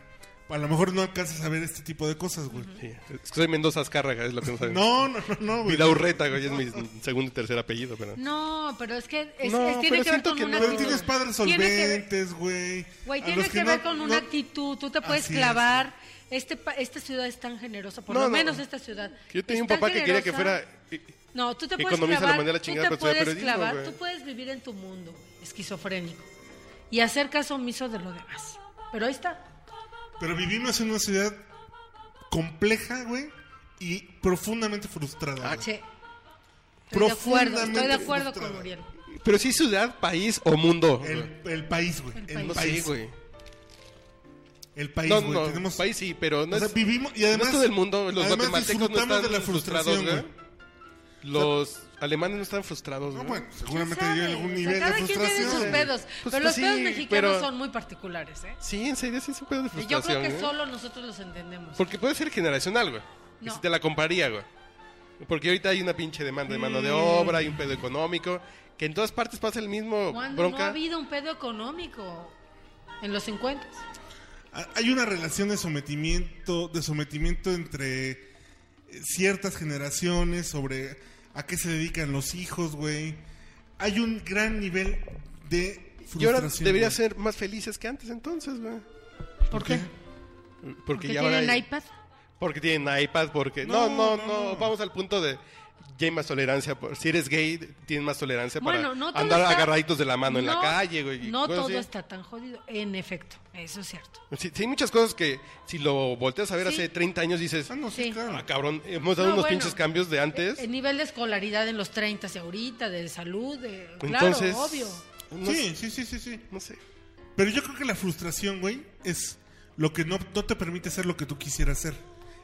[SPEAKER 1] a lo mejor no alcanzas a ver este tipo de cosas, güey.
[SPEAKER 3] Sí, es que soy Mendoza Azcárraga, es lo que no sabemos.
[SPEAKER 1] No, no, no, no, güey.
[SPEAKER 3] Vidaurreta, güey, es <laughs> mi segundo y tercer apellido, pero...
[SPEAKER 2] No, pero es que es-
[SPEAKER 3] No,
[SPEAKER 2] es- tiene
[SPEAKER 3] pero
[SPEAKER 2] que ver
[SPEAKER 3] siento
[SPEAKER 2] con
[SPEAKER 3] que
[SPEAKER 2] una
[SPEAKER 3] no.
[SPEAKER 1] Pero
[SPEAKER 2] actitud.
[SPEAKER 1] tienes padres
[SPEAKER 2] Tiene que ver-
[SPEAKER 1] solventes, güey.
[SPEAKER 2] Güey,
[SPEAKER 1] a
[SPEAKER 2] tiene
[SPEAKER 1] los
[SPEAKER 2] que, ver
[SPEAKER 1] no-
[SPEAKER 2] con una
[SPEAKER 1] no-
[SPEAKER 2] actitud. Tú te puedes
[SPEAKER 1] Así es.
[SPEAKER 2] clavar. Este, pa- esta ciudad es tan generosa, por
[SPEAKER 3] No,
[SPEAKER 2] lo
[SPEAKER 3] no.
[SPEAKER 2] menos esta ciudad.
[SPEAKER 3] Que Yo tenía
[SPEAKER 2] es
[SPEAKER 3] un
[SPEAKER 2] tan
[SPEAKER 3] papá que quería que
[SPEAKER 2] generosa.
[SPEAKER 3] fuera...
[SPEAKER 2] No, tú te puedes
[SPEAKER 3] economista, lo
[SPEAKER 2] clavar.
[SPEAKER 3] mandé a la
[SPEAKER 2] tú
[SPEAKER 3] chingada
[SPEAKER 2] te
[SPEAKER 3] por estudiar
[SPEAKER 2] puedes
[SPEAKER 3] periodismo,
[SPEAKER 2] clavar.
[SPEAKER 3] güey.
[SPEAKER 2] Tú puedes vivir en tu mundo güey, esquizofrénico y hacer caso omiso de lo demás. Pero ahí está.
[SPEAKER 1] Pero vivimos en una ciudad compleja, güey, y profundamente frustrada.
[SPEAKER 3] Ah.
[SPEAKER 1] güey.
[SPEAKER 2] Sí. Estoy de acuerdo, estoy de
[SPEAKER 1] Profundamente
[SPEAKER 2] acuerdo con
[SPEAKER 1] frustrada.
[SPEAKER 2] Uriel.
[SPEAKER 3] Pero sí ciudad, país o mundo. güey.
[SPEAKER 1] El, el país, güey.
[SPEAKER 2] El
[SPEAKER 1] El
[SPEAKER 2] país.
[SPEAKER 3] No sé,
[SPEAKER 1] país,
[SPEAKER 3] güey.
[SPEAKER 1] El país,
[SPEAKER 3] No,
[SPEAKER 1] güey.
[SPEAKER 3] no,
[SPEAKER 1] Tenemos
[SPEAKER 3] país sí, pero no
[SPEAKER 1] O sea,
[SPEAKER 3] es-
[SPEAKER 1] vivimos y además
[SPEAKER 3] no es todo el mundo, los
[SPEAKER 1] además
[SPEAKER 3] guatemaltecos no
[SPEAKER 1] disfrutamos
[SPEAKER 3] están
[SPEAKER 1] de la
[SPEAKER 3] frustrados,
[SPEAKER 1] frustración,
[SPEAKER 3] güey.
[SPEAKER 1] güey.
[SPEAKER 3] Los alemanes no están frustrados,
[SPEAKER 1] No,
[SPEAKER 3] güey.
[SPEAKER 1] bueno, seguramente
[SPEAKER 2] ¿Quién
[SPEAKER 1] hay
[SPEAKER 2] sabe?
[SPEAKER 1] algún
[SPEAKER 2] O sea,
[SPEAKER 1] nivel de
[SPEAKER 2] cada quien tiene sus
[SPEAKER 1] frustración.
[SPEAKER 2] pedos,
[SPEAKER 3] Pues,
[SPEAKER 2] pero
[SPEAKER 3] pues,
[SPEAKER 2] los
[SPEAKER 3] sí,
[SPEAKER 2] pedos mexicanos
[SPEAKER 3] pero-
[SPEAKER 2] son muy particulares, ¿eh?
[SPEAKER 3] Sí, en serio, sí es un pedo de
[SPEAKER 2] Y Yo creo
[SPEAKER 3] frustración,
[SPEAKER 2] que
[SPEAKER 3] güey.
[SPEAKER 2] solo nosotros los entendemos.
[SPEAKER 3] Porque puede ser generacional, güey. Y
[SPEAKER 2] No.
[SPEAKER 3] Si te la compraría, güey. Porque ahorita hay una pinche demanda de mano de obra, hay un pedo económico, que en todas partes pasa el mismo
[SPEAKER 2] Cuando no ha
[SPEAKER 3] bronca.
[SPEAKER 2] habido un pedo económico en los 50.
[SPEAKER 1] Ah, Hay una relación de sometimiento, de sometimiento entre eh, ciertas generaciones sobre a qué se dedican los hijos, güey. Hay un gran nivel de frustración.
[SPEAKER 3] y ahora debería
[SPEAKER 1] güey.
[SPEAKER 3] ser más felices que antes entonces, güey.
[SPEAKER 2] ¿Por qué?
[SPEAKER 3] Porque,
[SPEAKER 2] Porque
[SPEAKER 3] ya ahora
[SPEAKER 2] tienen
[SPEAKER 3] hay-
[SPEAKER 2] iPad.
[SPEAKER 3] Porque tienen iPad, porque... No,
[SPEAKER 1] No,
[SPEAKER 3] no, no,
[SPEAKER 1] no, no.
[SPEAKER 3] vamos al punto de... Ya hay más tolerancia. por- Si eres gay, tienen más tolerancia
[SPEAKER 2] Bueno,
[SPEAKER 3] para
[SPEAKER 2] no todo
[SPEAKER 3] andar
[SPEAKER 2] está-
[SPEAKER 3] agarraditos de la mano en la
[SPEAKER 2] No,
[SPEAKER 3] calle, güey. y
[SPEAKER 2] No
[SPEAKER 3] cosas
[SPEAKER 2] todo
[SPEAKER 3] así.
[SPEAKER 2] está tan jodido. En efecto, eso es cierto.
[SPEAKER 3] Sí, sí hay muchas cosas que si lo volteas a ver
[SPEAKER 2] Sí.
[SPEAKER 3] hace 30 años dices...
[SPEAKER 1] Ah, no, sí,
[SPEAKER 2] Sí.
[SPEAKER 1] claro.
[SPEAKER 3] Ah, cabrón, hemos dado
[SPEAKER 2] No,
[SPEAKER 3] unos
[SPEAKER 2] bueno. Eh,
[SPEAKER 3] pinches cambios de antes.
[SPEAKER 2] El nivel de escolaridad en los 30 y ahorita, de salud, de...
[SPEAKER 3] Entonces...
[SPEAKER 2] claro, obvio.
[SPEAKER 3] No,
[SPEAKER 1] Sí, sí, sí, sí, sí.
[SPEAKER 3] no sé.
[SPEAKER 1] Pero yo creo que la frustración, güey, es lo que no, no te permite hacer lo que tú quisieras hacer.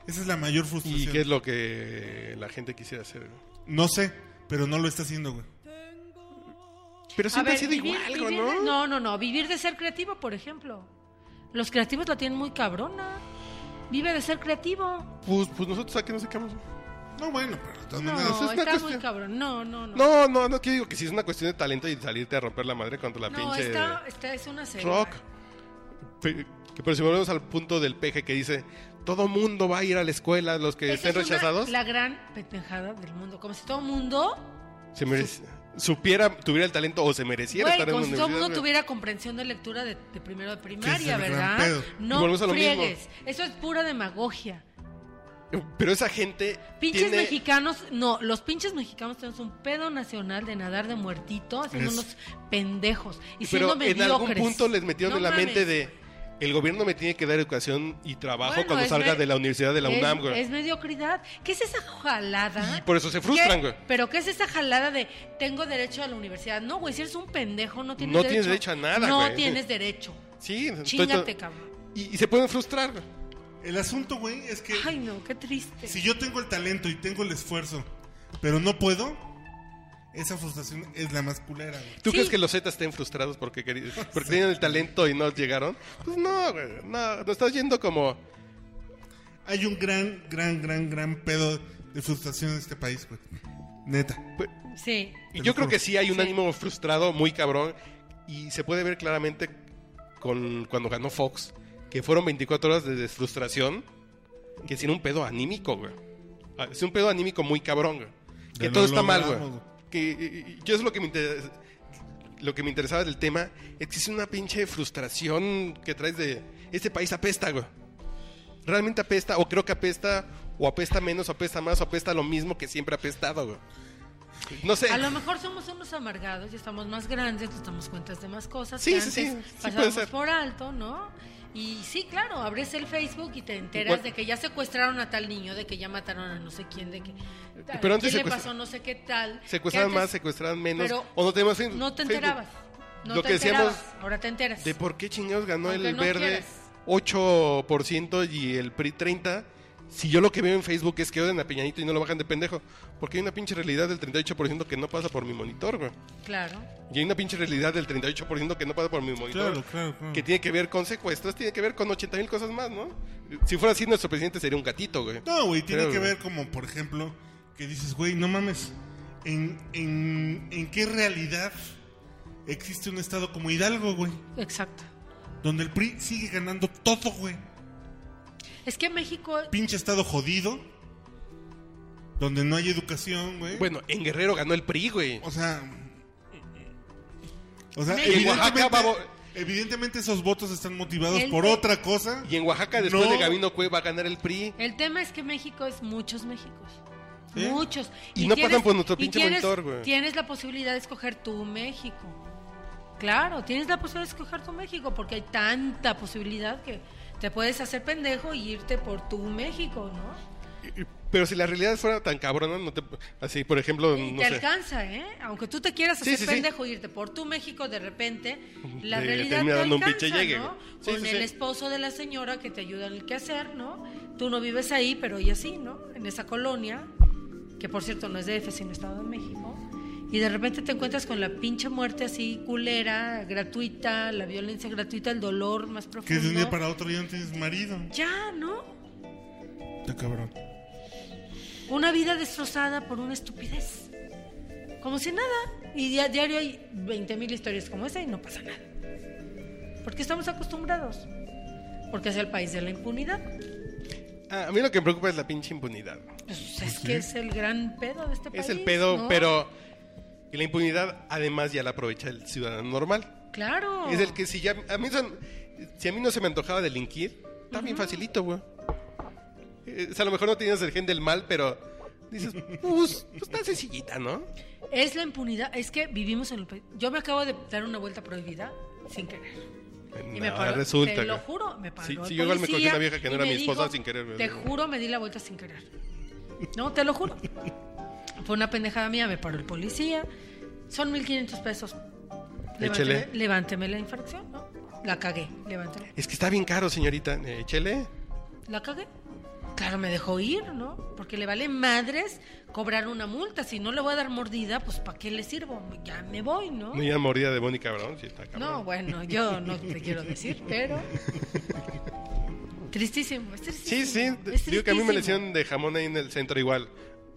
[SPEAKER 1] Esa es la mayor
[SPEAKER 3] ¿Y
[SPEAKER 1] frustración.
[SPEAKER 3] qué es lo que la gente quisiera hacer? güey?
[SPEAKER 1] No sé, pero no lo está haciendo, güey.
[SPEAKER 3] Pero pues siempre
[SPEAKER 2] A ver,
[SPEAKER 3] ha sido
[SPEAKER 2] vivir-
[SPEAKER 3] igual, algo,
[SPEAKER 2] vivir
[SPEAKER 3] ¿no?
[SPEAKER 2] de- no, no, no. Vivir de ser creativo, por ejemplo. Los creativos la tienen muy cabrona. Vive de ser creativo.
[SPEAKER 3] Pues, pues nosotros aquí nos sacamos.
[SPEAKER 1] No, bueno, pero de todas
[SPEAKER 2] No,
[SPEAKER 1] maneras.
[SPEAKER 3] es una
[SPEAKER 2] está muy
[SPEAKER 3] cuestión-
[SPEAKER 2] cabrón. No, no, no.
[SPEAKER 3] No, no, no, que digo que si es una cuestión de talento y salirte a romper la madre contra la
[SPEAKER 2] No,
[SPEAKER 3] pinche...
[SPEAKER 2] esta, esta es una serie.
[SPEAKER 3] rock. Pe- que Pero si volvemos al punto del peje que dice, todo mundo va a ir a la escuela, los que
[SPEAKER 2] Esa
[SPEAKER 3] estén
[SPEAKER 2] es una-
[SPEAKER 3] eh, rechazados,
[SPEAKER 2] la gran pendejada del mundo. Como si todo el mundo,
[SPEAKER 3] se merece- supiera, tuviera el talento o se mereciera
[SPEAKER 2] güey,
[SPEAKER 3] estar en
[SPEAKER 2] como
[SPEAKER 3] la
[SPEAKER 2] si todo el mundo
[SPEAKER 3] universidad, güey.
[SPEAKER 2] tuviera comprensión de lectura de, de primero de
[SPEAKER 1] Que es
[SPEAKER 2] primaria,
[SPEAKER 1] el gran
[SPEAKER 2] ¿verdad?
[SPEAKER 1] pedo.
[SPEAKER 3] Y
[SPEAKER 2] No
[SPEAKER 3] volvemos a lo mismo.
[SPEAKER 2] friegues. Eso es pura demagogia.
[SPEAKER 3] Pero esa gente
[SPEAKER 2] Pinches
[SPEAKER 3] tiene-
[SPEAKER 2] mexicanos, no, los pinches mexicanos tenemos un pedo nacional de nadar de muertito, haciendo
[SPEAKER 1] Es-
[SPEAKER 2] unos pendejos y siendo
[SPEAKER 3] pero en algún
[SPEAKER 2] mediocres.
[SPEAKER 3] punto les metieron
[SPEAKER 2] No
[SPEAKER 3] en la
[SPEAKER 2] mames.
[SPEAKER 3] mente de el gobierno me tiene que dar educación y trabajo
[SPEAKER 2] Bueno,
[SPEAKER 3] cuando
[SPEAKER 2] es
[SPEAKER 3] salga
[SPEAKER 2] me-
[SPEAKER 3] de la universidad de la
[SPEAKER 2] es-
[SPEAKER 3] UNAM, güey.
[SPEAKER 2] Es, mediocridad. ¿Qué es esa jalada?
[SPEAKER 3] Y <laughs> por eso se frustran,
[SPEAKER 2] ¿Qué-
[SPEAKER 3] güey.
[SPEAKER 2] Pero ¿qué es esa jalada de tengo derecho a la universidad? No, güey, si eres un pendejo, no tienes
[SPEAKER 3] No
[SPEAKER 2] derecho.
[SPEAKER 3] tienes derecho a nada,
[SPEAKER 2] No
[SPEAKER 3] güey.
[SPEAKER 2] tienes derecho.
[SPEAKER 3] Sí, estoy
[SPEAKER 2] Chíngate,
[SPEAKER 3] to-
[SPEAKER 2] cabrón.
[SPEAKER 3] y, y se pueden frustrar, güey.
[SPEAKER 1] El asunto, güey, es que
[SPEAKER 2] Ay, no, qué triste.
[SPEAKER 1] si yo tengo el talento y tengo el esfuerzo, pero no puedo, esa frustración es la más culera, güey.
[SPEAKER 2] Sí.
[SPEAKER 3] ¿Tú crees que los Zetas estén frustrados porque, queri- porque tienen el talento y no llegaron? Pues no, güey. No, no estás yendo como.
[SPEAKER 1] Hay un gran, gran, gran, gran pedo de frustración en este país, güey. Neta.
[SPEAKER 3] pues,
[SPEAKER 2] Sí.
[SPEAKER 1] Te
[SPEAKER 3] Y yo
[SPEAKER 1] lo
[SPEAKER 3] creo
[SPEAKER 1] juro.
[SPEAKER 3] que sí hay un
[SPEAKER 2] Sí.
[SPEAKER 3] ánimo frustrado muy cabrón y se puede ver claramente con cuando ganó Fox, que fueron 24 horas de desfrustración, que tiene un pedo anímico, güey. Ah, Es un pedo anímico muy cabrón, güey. Que
[SPEAKER 1] Ya
[SPEAKER 3] todo
[SPEAKER 1] lo
[SPEAKER 3] está mal, güey.
[SPEAKER 1] logramos,
[SPEAKER 3] Que y- y- yo es lo que me interesa, lo que me interesaba del tema, es que es una pinche frustración que traes de este país apesta, güey. Realmente apesta o creo que apesta o apesta menos, o apesta más, o apesta lo mismo que siempre ha apestado, güey. No sé.
[SPEAKER 2] A lo mejor somos unos amargados y estamos más grandes, nos damos cuenta de más cosas.
[SPEAKER 3] Sí,
[SPEAKER 2] que
[SPEAKER 3] sí, sí,
[SPEAKER 2] antes
[SPEAKER 3] sí puede
[SPEAKER 2] pasábamos
[SPEAKER 3] ser.
[SPEAKER 2] por alto, ¿no? Y sí, claro, abres el Facebook y te enteras
[SPEAKER 3] Igual-
[SPEAKER 2] de que ya secuestraron a tal niño, de que ya mataron a no sé quién, de que a
[SPEAKER 3] Pero antes
[SPEAKER 2] quién le
[SPEAKER 3] secuestra-
[SPEAKER 2] pasó no sé qué tal.
[SPEAKER 3] Secuestraban
[SPEAKER 2] que antes
[SPEAKER 3] más, secuestraban menos.
[SPEAKER 2] Pero
[SPEAKER 3] o no teníamos Facebook.
[SPEAKER 2] No te
[SPEAKER 3] Facebook.
[SPEAKER 2] enterabas. No
[SPEAKER 3] Lo
[SPEAKER 2] te
[SPEAKER 3] que decíamos-
[SPEAKER 2] enterabas. Ahora te enteras.
[SPEAKER 3] De por qué chingados ganó
[SPEAKER 2] Aunque
[SPEAKER 3] el
[SPEAKER 2] no
[SPEAKER 3] verde
[SPEAKER 2] quieras.
[SPEAKER 3] 8% y el PRI 30%. Si yo lo que veo en Facebook es que odian a Peñanito y no lo bajan de pendejo. Porque hay una pinche realidad del 38% que no pasa por mi monitor, güey.
[SPEAKER 2] Claro.
[SPEAKER 3] Y hay una pinche realidad del 38% que no pasa por mi monitor.
[SPEAKER 1] Claro, claro, claro.
[SPEAKER 3] Que tiene que ver con secuestros, tiene que ver con 80 mil cosas más, ¿no? Si fuera así, nuestro presidente sería un gatito, güey.
[SPEAKER 1] No, güey, tiene
[SPEAKER 3] Creo,
[SPEAKER 1] que
[SPEAKER 3] güey.
[SPEAKER 1] ver como, por ejemplo, que dices, güey, no mames, ¿en, en, en qué realidad existe un estado como Hidalgo, güey?
[SPEAKER 2] Exacto.
[SPEAKER 1] Donde el PRI sigue ganando todo, güey.
[SPEAKER 2] Es que México.
[SPEAKER 1] Pinche estado jodido, donde no hay educación, güey.
[SPEAKER 3] Bueno, en Guerrero ganó el PRI, güey.
[SPEAKER 1] O sea... O sea,
[SPEAKER 2] México.
[SPEAKER 1] evidentemente,
[SPEAKER 3] En Oaxaca, babo-
[SPEAKER 1] evidentemente esos votos están motivados
[SPEAKER 2] El-
[SPEAKER 1] por otra cosa.
[SPEAKER 3] Y en Oaxaca, después
[SPEAKER 1] No.
[SPEAKER 3] de Gabino Cue, va a ganar el PRI.
[SPEAKER 2] El tema es que México es muchos Méxicos.
[SPEAKER 1] ¿Sí?
[SPEAKER 2] Muchos.
[SPEAKER 3] Y no pasan por nuestro
[SPEAKER 2] y
[SPEAKER 3] pinche
[SPEAKER 2] tienes-
[SPEAKER 3] monitor, güey.
[SPEAKER 2] Tienes la posibilidad de escoger tu México. Claro, tienes la posibilidad de escoger tu México porque hay tanta posibilidad que te puedes hacer pendejo y irte por tu México, ¿no?
[SPEAKER 3] Pero si la realidad fuera tan cabrona, no te... Así, por ejemplo,
[SPEAKER 2] Y
[SPEAKER 3] no
[SPEAKER 2] te
[SPEAKER 3] sé.
[SPEAKER 2] alcanza, ¿eh? Aunque tú te quieras
[SPEAKER 3] Sí,
[SPEAKER 2] hacer
[SPEAKER 3] sí, sí.
[SPEAKER 2] pendejo y irte por tu México, de repente la
[SPEAKER 3] Te
[SPEAKER 2] realidad te
[SPEAKER 3] termina dando
[SPEAKER 2] alcanza,
[SPEAKER 3] un pinche llegue,
[SPEAKER 2] ¿no?
[SPEAKER 3] güey. Sí,
[SPEAKER 2] Con
[SPEAKER 3] sí,
[SPEAKER 2] el
[SPEAKER 3] sí.
[SPEAKER 2] esposo de la señora que te ayuda en el quehacer, ¿no? Tú no vives ahí, pero ella sí, ¿no? En esa colonia, que por cierto no es DF, sino Estado de México. Y de repente te encuentras con la pinche muerte así, culera, gratuita, la violencia gratuita, el dolor más profundo.
[SPEAKER 1] Que de un día para otro ya no tienes marido.
[SPEAKER 2] Ya, ¿no?
[SPEAKER 1] Está cabrón.
[SPEAKER 2] Una vida destrozada por una estupidez. Como si nada. Y a diario hay 20.000 historias como esa y no pasa nada. Porque estamos acostumbrados. Porque es el país de la impunidad.
[SPEAKER 3] Ah, a mí lo que me preocupa es la pinche impunidad.
[SPEAKER 2] Pues es que es el gran pedo de este país.
[SPEAKER 3] es el pedo,
[SPEAKER 2] ¿no?
[SPEAKER 3] pero... Y la impunidad, además, ya la aprovecha el ciudadano normal.
[SPEAKER 2] Claro.
[SPEAKER 3] Es el que si ya... A mí, son- si a mí no se me antojaba delinquir, está bien facilito, güey. Eh, o sea, a lo mejor no tenías el gen del mal, pero... Dices, pues, pues está sencillita, ¿no?
[SPEAKER 2] Es la impunidad. Es que vivimos en el país. Yo me acabo de dar una vuelta prohibida sin querer. Y me
[SPEAKER 3] No,
[SPEAKER 2] paró,
[SPEAKER 3] resulta,
[SPEAKER 2] te lo
[SPEAKER 3] güey.
[SPEAKER 2] juro, me paró
[SPEAKER 3] Sí,
[SPEAKER 2] el
[SPEAKER 3] sí, yo igual me cogí
[SPEAKER 2] policía
[SPEAKER 3] una vieja que no
[SPEAKER 2] y
[SPEAKER 3] era
[SPEAKER 2] me
[SPEAKER 3] mi esposa
[SPEAKER 2] dijo,
[SPEAKER 3] sin querer, güey.
[SPEAKER 2] Te juro, me di la vuelta sin querer. No, te lo juro. Fue una pendejada mía, me paró el policía. Son 1.500 pesos.
[SPEAKER 3] Échele.
[SPEAKER 2] Levánteme, levánteme la infracción, ¿no? La cagué, levánteme.
[SPEAKER 3] Es que está bien caro, señorita. Eh, Échele.
[SPEAKER 2] La cagué. Claro, me dejó ir, ¿no? Porque le vale madres cobrar una multa. Si no le voy a dar mordida, pues ¿para qué le sirvo? Ya me voy, ¿no?
[SPEAKER 3] No, ya mordida de Bonnie Cabrón. Sí, está cabrón.
[SPEAKER 2] No, bueno, yo no te quiero decir, pero. Tristísimo, es tristísimo.
[SPEAKER 3] Sí, sí.
[SPEAKER 2] es
[SPEAKER 3] Digo que a mí me le
[SPEAKER 2] tristísimo.
[SPEAKER 3] hicieron de jamón ahí en el centro igual.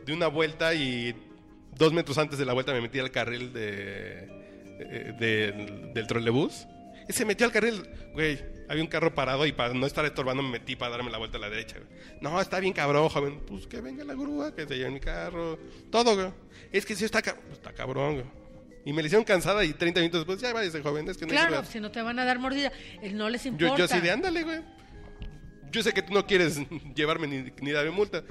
[SPEAKER 3] De una vuelta y dos metros antes de la vuelta me metí al carril de, eh, del, del trolebús. Y se metió al carril, güey. Había un carro parado y para no estar estorbando me metí para darme la vuelta a la derecha. güey. No, está bien cabrón, joven. Pues que venga la grúa, que se lleve mi carro. Todo, güey. Es que sí está, ca- pues, está cabrón, güey. Y me le hicieron cansada y 30 minutos después, ya váyase, joven. Es que no hay grúa".
[SPEAKER 2] Claro, si no te van a dar mordida, él no les
[SPEAKER 3] Yo,
[SPEAKER 2] importa.
[SPEAKER 3] yo así de ándale, güey. Yo sé que tú no quieres <laughs> llevarme ni, ni darme multa.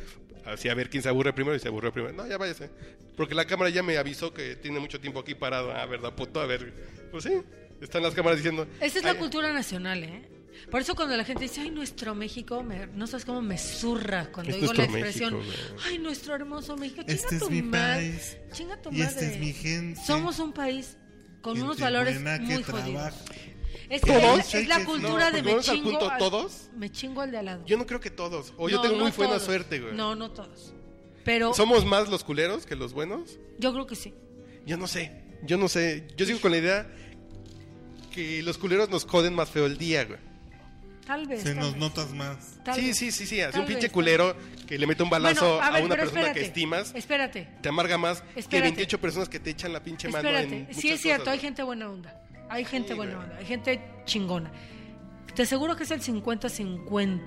[SPEAKER 3] Así a ver quién se aburre primero y se aburre primero. No, ya váyase. Porque la cámara ya me avisó que tiene mucho tiempo aquí parado. Ah, ¿verdad, puto? A ver. Pues sí. Están las cámaras diciendo.
[SPEAKER 2] Esa es la
[SPEAKER 3] "Ay,
[SPEAKER 2] cultura nacional, ¿eh? Por eso cuando la gente dice, ay, nuestro México, me- no sabes cómo me zurra cuando
[SPEAKER 3] Es
[SPEAKER 2] digo la
[SPEAKER 3] nuestro
[SPEAKER 2] expresión,
[SPEAKER 3] México, güey.
[SPEAKER 2] ay, nuestro hermoso México, chinga
[SPEAKER 1] Este es
[SPEAKER 2] tu
[SPEAKER 1] mi
[SPEAKER 2] madre,
[SPEAKER 1] país,
[SPEAKER 2] chinga tu
[SPEAKER 1] y esta
[SPEAKER 2] madre.
[SPEAKER 1] es mi gente.
[SPEAKER 2] Somos un país con
[SPEAKER 1] Gente
[SPEAKER 2] unos valores
[SPEAKER 1] buena que
[SPEAKER 2] muy jodidos.
[SPEAKER 1] trabaja.
[SPEAKER 2] Es,
[SPEAKER 3] ¿Todos?
[SPEAKER 2] es- es la cultura
[SPEAKER 3] No,
[SPEAKER 2] de
[SPEAKER 3] porque
[SPEAKER 2] me
[SPEAKER 3] vamos al
[SPEAKER 2] chingo.
[SPEAKER 3] punto,
[SPEAKER 2] al-
[SPEAKER 3] ¿todos?
[SPEAKER 2] Me chingo al de al lado.
[SPEAKER 3] Yo no creo que todos. O yo
[SPEAKER 2] No,
[SPEAKER 3] tengo
[SPEAKER 2] no
[SPEAKER 3] muy buena
[SPEAKER 2] todos.
[SPEAKER 3] suerte, güey.
[SPEAKER 2] No, no todos. Pero
[SPEAKER 3] ¿Somos más los culeros que los buenos?
[SPEAKER 2] yo creo que sí.
[SPEAKER 3] Yo no sé. Yo no sé. Yo sigo con la idea que los culeros nos joden más feo el día, güey.
[SPEAKER 2] Tal vez.
[SPEAKER 1] Se
[SPEAKER 2] tal
[SPEAKER 1] nos
[SPEAKER 2] vez,
[SPEAKER 1] notas más.
[SPEAKER 2] tal
[SPEAKER 3] Sí,
[SPEAKER 2] vez.
[SPEAKER 3] sí, sí, sí. Hace
[SPEAKER 2] Tal
[SPEAKER 3] un pinche
[SPEAKER 2] vez,
[SPEAKER 3] culero que le mete un
[SPEAKER 2] Bueno,
[SPEAKER 3] balazo a,
[SPEAKER 2] ver,
[SPEAKER 3] una
[SPEAKER 2] pero
[SPEAKER 3] persona que
[SPEAKER 2] espérate,
[SPEAKER 3] estimas.
[SPEAKER 2] Espérate.
[SPEAKER 3] Te amarga más que
[SPEAKER 2] Espérate.
[SPEAKER 3] 28 personas que te echan la pinche mano en
[SPEAKER 2] Espérate,
[SPEAKER 3] muchas
[SPEAKER 2] sí es cierto,
[SPEAKER 3] cosas,
[SPEAKER 2] hay gente buena onda. Hay gente
[SPEAKER 3] Sí,
[SPEAKER 2] buena
[SPEAKER 3] güey.
[SPEAKER 2] onda, hay gente chingona. Te aseguro que es el 50-50.
[SPEAKER 3] güey.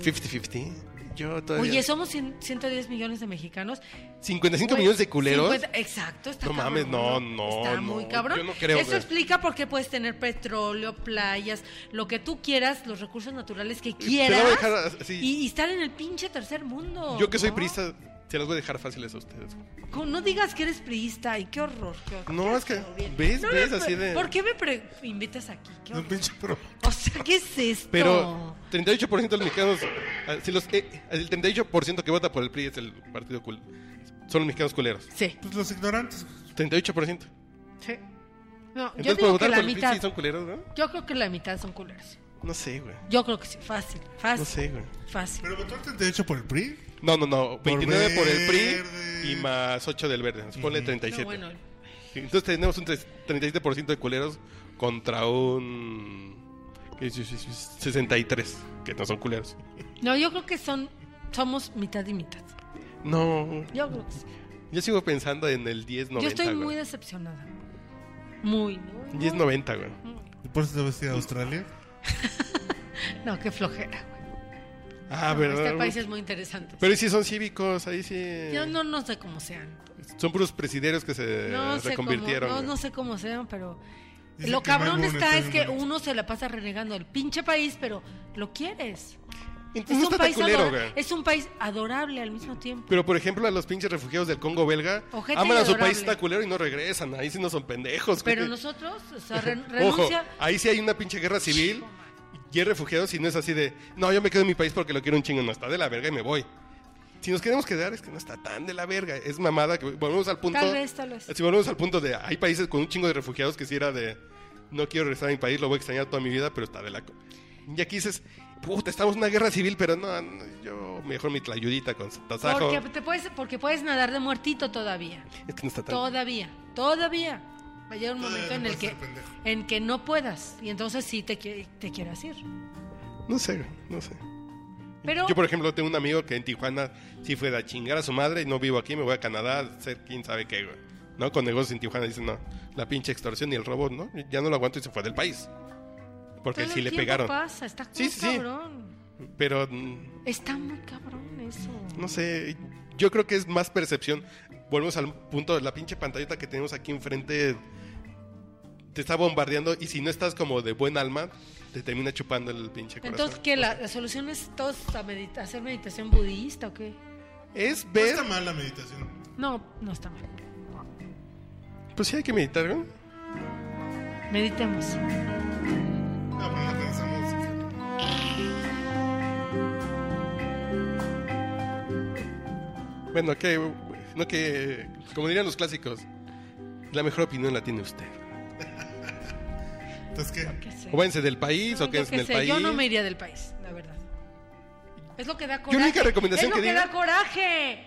[SPEAKER 3] 50-50. Yo todavía...
[SPEAKER 2] Oye, somos cien- 110 millones de mexicanos.
[SPEAKER 3] 55
[SPEAKER 2] Güey,
[SPEAKER 3] millones de culeros.
[SPEAKER 2] 50 exacto, está
[SPEAKER 3] No
[SPEAKER 2] cabrón,
[SPEAKER 3] mames, no, no,
[SPEAKER 2] Está
[SPEAKER 3] no,
[SPEAKER 2] muy cabrón.
[SPEAKER 3] yo no creo,
[SPEAKER 2] Eso
[SPEAKER 3] güey.
[SPEAKER 2] explica por qué puedes tener petróleo, playas, lo que tú quieras, los recursos naturales que quieras.
[SPEAKER 3] Te voy a dejar así.
[SPEAKER 2] Y, y estar en el pinche tercer mundo.
[SPEAKER 3] Yo que soy
[SPEAKER 2] ¿no?
[SPEAKER 3] prista, se las voy a dejar fáciles a ustedes. güey.
[SPEAKER 2] Como No digas que eres priista y qué horror. qué horror.
[SPEAKER 3] No,
[SPEAKER 2] Qué
[SPEAKER 3] es que
[SPEAKER 2] asco, bien.
[SPEAKER 3] ves,
[SPEAKER 2] No,
[SPEAKER 3] ves
[SPEAKER 2] no,
[SPEAKER 3] así de...
[SPEAKER 2] ¿Por qué me pre- invitas aquí? Qué
[SPEAKER 1] No,
[SPEAKER 2] horror.
[SPEAKER 1] pinche pro.
[SPEAKER 2] O sea, ¿qué es esto?
[SPEAKER 3] Pero 38% de los mexicanos, ah, si los, eh, el 38% que vota por el PRI es el partido cul son los mexicanos culeros.
[SPEAKER 2] Sí.
[SPEAKER 1] Pues los ignorantes.
[SPEAKER 3] 38%.
[SPEAKER 2] sí. No, yo
[SPEAKER 3] Entonces, por
[SPEAKER 2] digo que
[SPEAKER 3] votar por
[SPEAKER 2] la
[SPEAKER 3] el PRI
[SPEAKER 2] mitad.
[SPEAKER 3] sí son culeros, ¿no?
[SPEAKER 2] Yo creo que la mitad son culeros.
[SPEAKER 3] No sé, güey.
[SPEAKER 2] Yo creo que sí. Fácil, fácil.
[SPEAKER 3] No sé, güey.
[SPEAKER 2] Fácil.
[SPEAKER 1] Pero votó el 38 por el PRI.
[SPEAKER 3] No, no, no. 29 por el
[SPEAKER 1] verde.
[SPEAKER 3] PRI y más 8 del verde. Ponle
[SPEAKER 2] No,
[SPEAKER 3] 37.
[SPEAKER 2] bueno,
[SPEAKER 3] Entonces tenemos un tres- 37% de culeros contra un 63, que no son culeros.
[SPEAKER 2] no, yo creo que son. Somos mitad y mitad.
[SPEAKER 3] No,
[SPEAKER 2] Yo creo que sí.
[SPEAKER 3] yo sigo pensando en el 10-90.
[SPEAKER 2] Yo estoy
[SPEAKER 3] güey.
[SPEAKER 2] muy decepcionada. Muy, muy. muy-
[SPEAKER 3] 10-90, güey.
[SPEAKER 1] ¿Y por eso te vas a ir a Australia?
[SPEAKER 2] No, qué flojera. güey.
[SPEAKER 3] Ah,
[SPEAKER 2] No,
[SPEAKER 3] verdad.
[SPEAKER 2] Este
[SPEAKER 3] güey.
[SPEAKER 2] país es muy interesante.
[SPEAKER 3] Pero ahí sí son cívicos, ahí sí.
[SPEAKER 2] Yo no, no sé cómo sean.
[SPEAKER 3] Son puros presideros que se
[SPEAKER 2] No sé, cómo,
[SPEAKER 3] Eh, reconvirtieron.
[SPEAKER 2] no,
[SPEAKER 3] güey.
[SPEAKER 2] no sé cómo sean, pero
[SPEAKER 1] Dicen
[SPEAKER 2] lo
[SPEAKER 1] que Mike
[SPEAKER 2] cabrón
[SPEAKER 1] Boone
[SPEAKER 2] está
[SPEAKER 1] está
[SPEAKER 2] es
[SPEAKER 1] bien
[SPEAKER 2] que
[SPEAKER 1] bonito.
[SPEAKER 2] uno se la pasa renegando el pinche país, pero lo quieres.
[SPEAKER 3] Entonces
[SPEAKER 2] Es
[SPEAKER 3] no
[SPEAKER 2] un,
[SPEAKER 3] está tan
[SPEAKER 2] país
[SPEAKER 3] culero,
[SPEAKER 2] adora-
[SPEAKER 3] güey.
[SPEAKER 2] es un país adorable al mismo tiempo.
[SPEAKER 3] Pero por ejemplo, a los pinches refugiados del Congo belga,
[SPEAKER 2] Ojete
[SPEAKER 3] aman
[SPEAKER 2] y
[SPEAKER 3] a su
[SPEAKER 2] adorable.
[SPEAKER 3] país está culero y no regresan. Ahí sí no son pendejos,
[SPEAKER 2] Pero
[SPEAKER 3] güey.
[SPEAKER 2] nosotros, o sea, re-
[SPEAKER 3] <laughs> Ojo,
[SPEAKER 2] renuncia.
[SPEAKER 3] ahí sí hay una pinche guerra civil y hay refugiados y no es así de, no, yo me quedo en mi país porque lo quiero un chingo, no está de la verga y me voy. Si nos queremos quedar es que no está tan de la verga, es mamada que volvemos al punto.
[SPEAKER 2] Tal vez, tal vez.
[SPEAKER 3] Si volvemos al punto de hay países con un chingo de refugiados que si era de no quiero regresar a mi país, lo voy a extrañar toda mi vida, pero está de la co-". Y aquí dices, puta, estamos en una guerra civil, pero no, no, yo mejor mi tlayudita con tasajo.
[SPEAKER 2] Porque, te puedes, porque puedes nadar de muertito todavía.
[SPEAKER 3] Es que no está tan
[SPEAKER 2] Todavía, todavía. Va a llegar un
[SPEAKER 1] Todavía
[SPEAKER 2] momento en
[SPEAKER 1] no
[SPEAKER 2] el que,
[SPEAKER 1] puedes ser pendejo.
[SPEAKER 2] en que no puedas. Y entonces sí te, qui- te quieras ir.
[SPEAKER 3] No sé, güey, no sé.
[SPEAKER 2] Pero-
[SPEAKER 3] Yo, por ejemplo, tengo un amigo que en Tijuana sí fue de a chingar a su madre y no vivo aquí, me voy a Canadá a hacer quién sabe qué, güey. ¿No? Con negocios en Tijuana dicen, no, la pinche extorsión y el robo, ¿no? Ya no lo aguanto y se fue del país. Porque
[SPEAKER 2] Todo
[SPEAKER 3] sí
[SPEAKER 2] el
[SPEAKER 3] le
[SPEAKER 2] tiempo
[SPEAKER 3] pegaron.
[SPEAKER 2] pasa, está muy
[SPEAKER 3] Sí, sí, sí.
[SPEAKER 2] cabrón.
[SPEAKER 3] Pero, mm,
[SPEAKER 2] Está muy cabrón eso.
[SPEAKER 3] no sé, yo creo que es más percepción. Volvemos al punto de la pinche pantallita que tenemos aquí enfrente. Te está bombardeando y si no estás como de buen alma, te termina chupando el pinche corazón.
[SPEAKER 2] Entonces, ¿qué? La, la solución es todos a medita- hacer meditación budista o qué?
[SPEAKER 3] Es
[SPEAKER 1] No
[SPEAKER 3] ver...
[SPEAKER 1] está mal la meditación.
[SPEAKER 2] No, no está mal.
[SPEAKER 3] Pues sí hay que meditar, güey.
[SPEAKER 2] Meditemos.
[SPEAKER 1] Ah, bueno, no tenés esa música.
[SPEAKER 3] Bueno, que, no que, como dirían los clásicos, la mejor opinión la tiene usted.
[SPEAKER 1] Entonces, ¿qué?
[SPEAKER 2] ¿Qué sé?
[SPEAKER 3] O váyanse del país,
[SPEAKER 2] No,
[SPEAKER 3] o
[SPEAKER 2] yo
[SPEAKER 3] quédense
[SPEAKER 2] qué
[SPEAKER 3] en el
[SPEAKER 2] sé,
[SPEAKER 3] país.
[SPEAKER 2] Yo no me iría del país, la verdad. Es lo que da coraje.
[SPEAKER 3] única recomendación
[SPEAKER 2] es lo
[SPEAKER 3] que
[SPEAKER 2] que,
[SPEAKER 3] diga-
[SPEAKER 2] da coraje.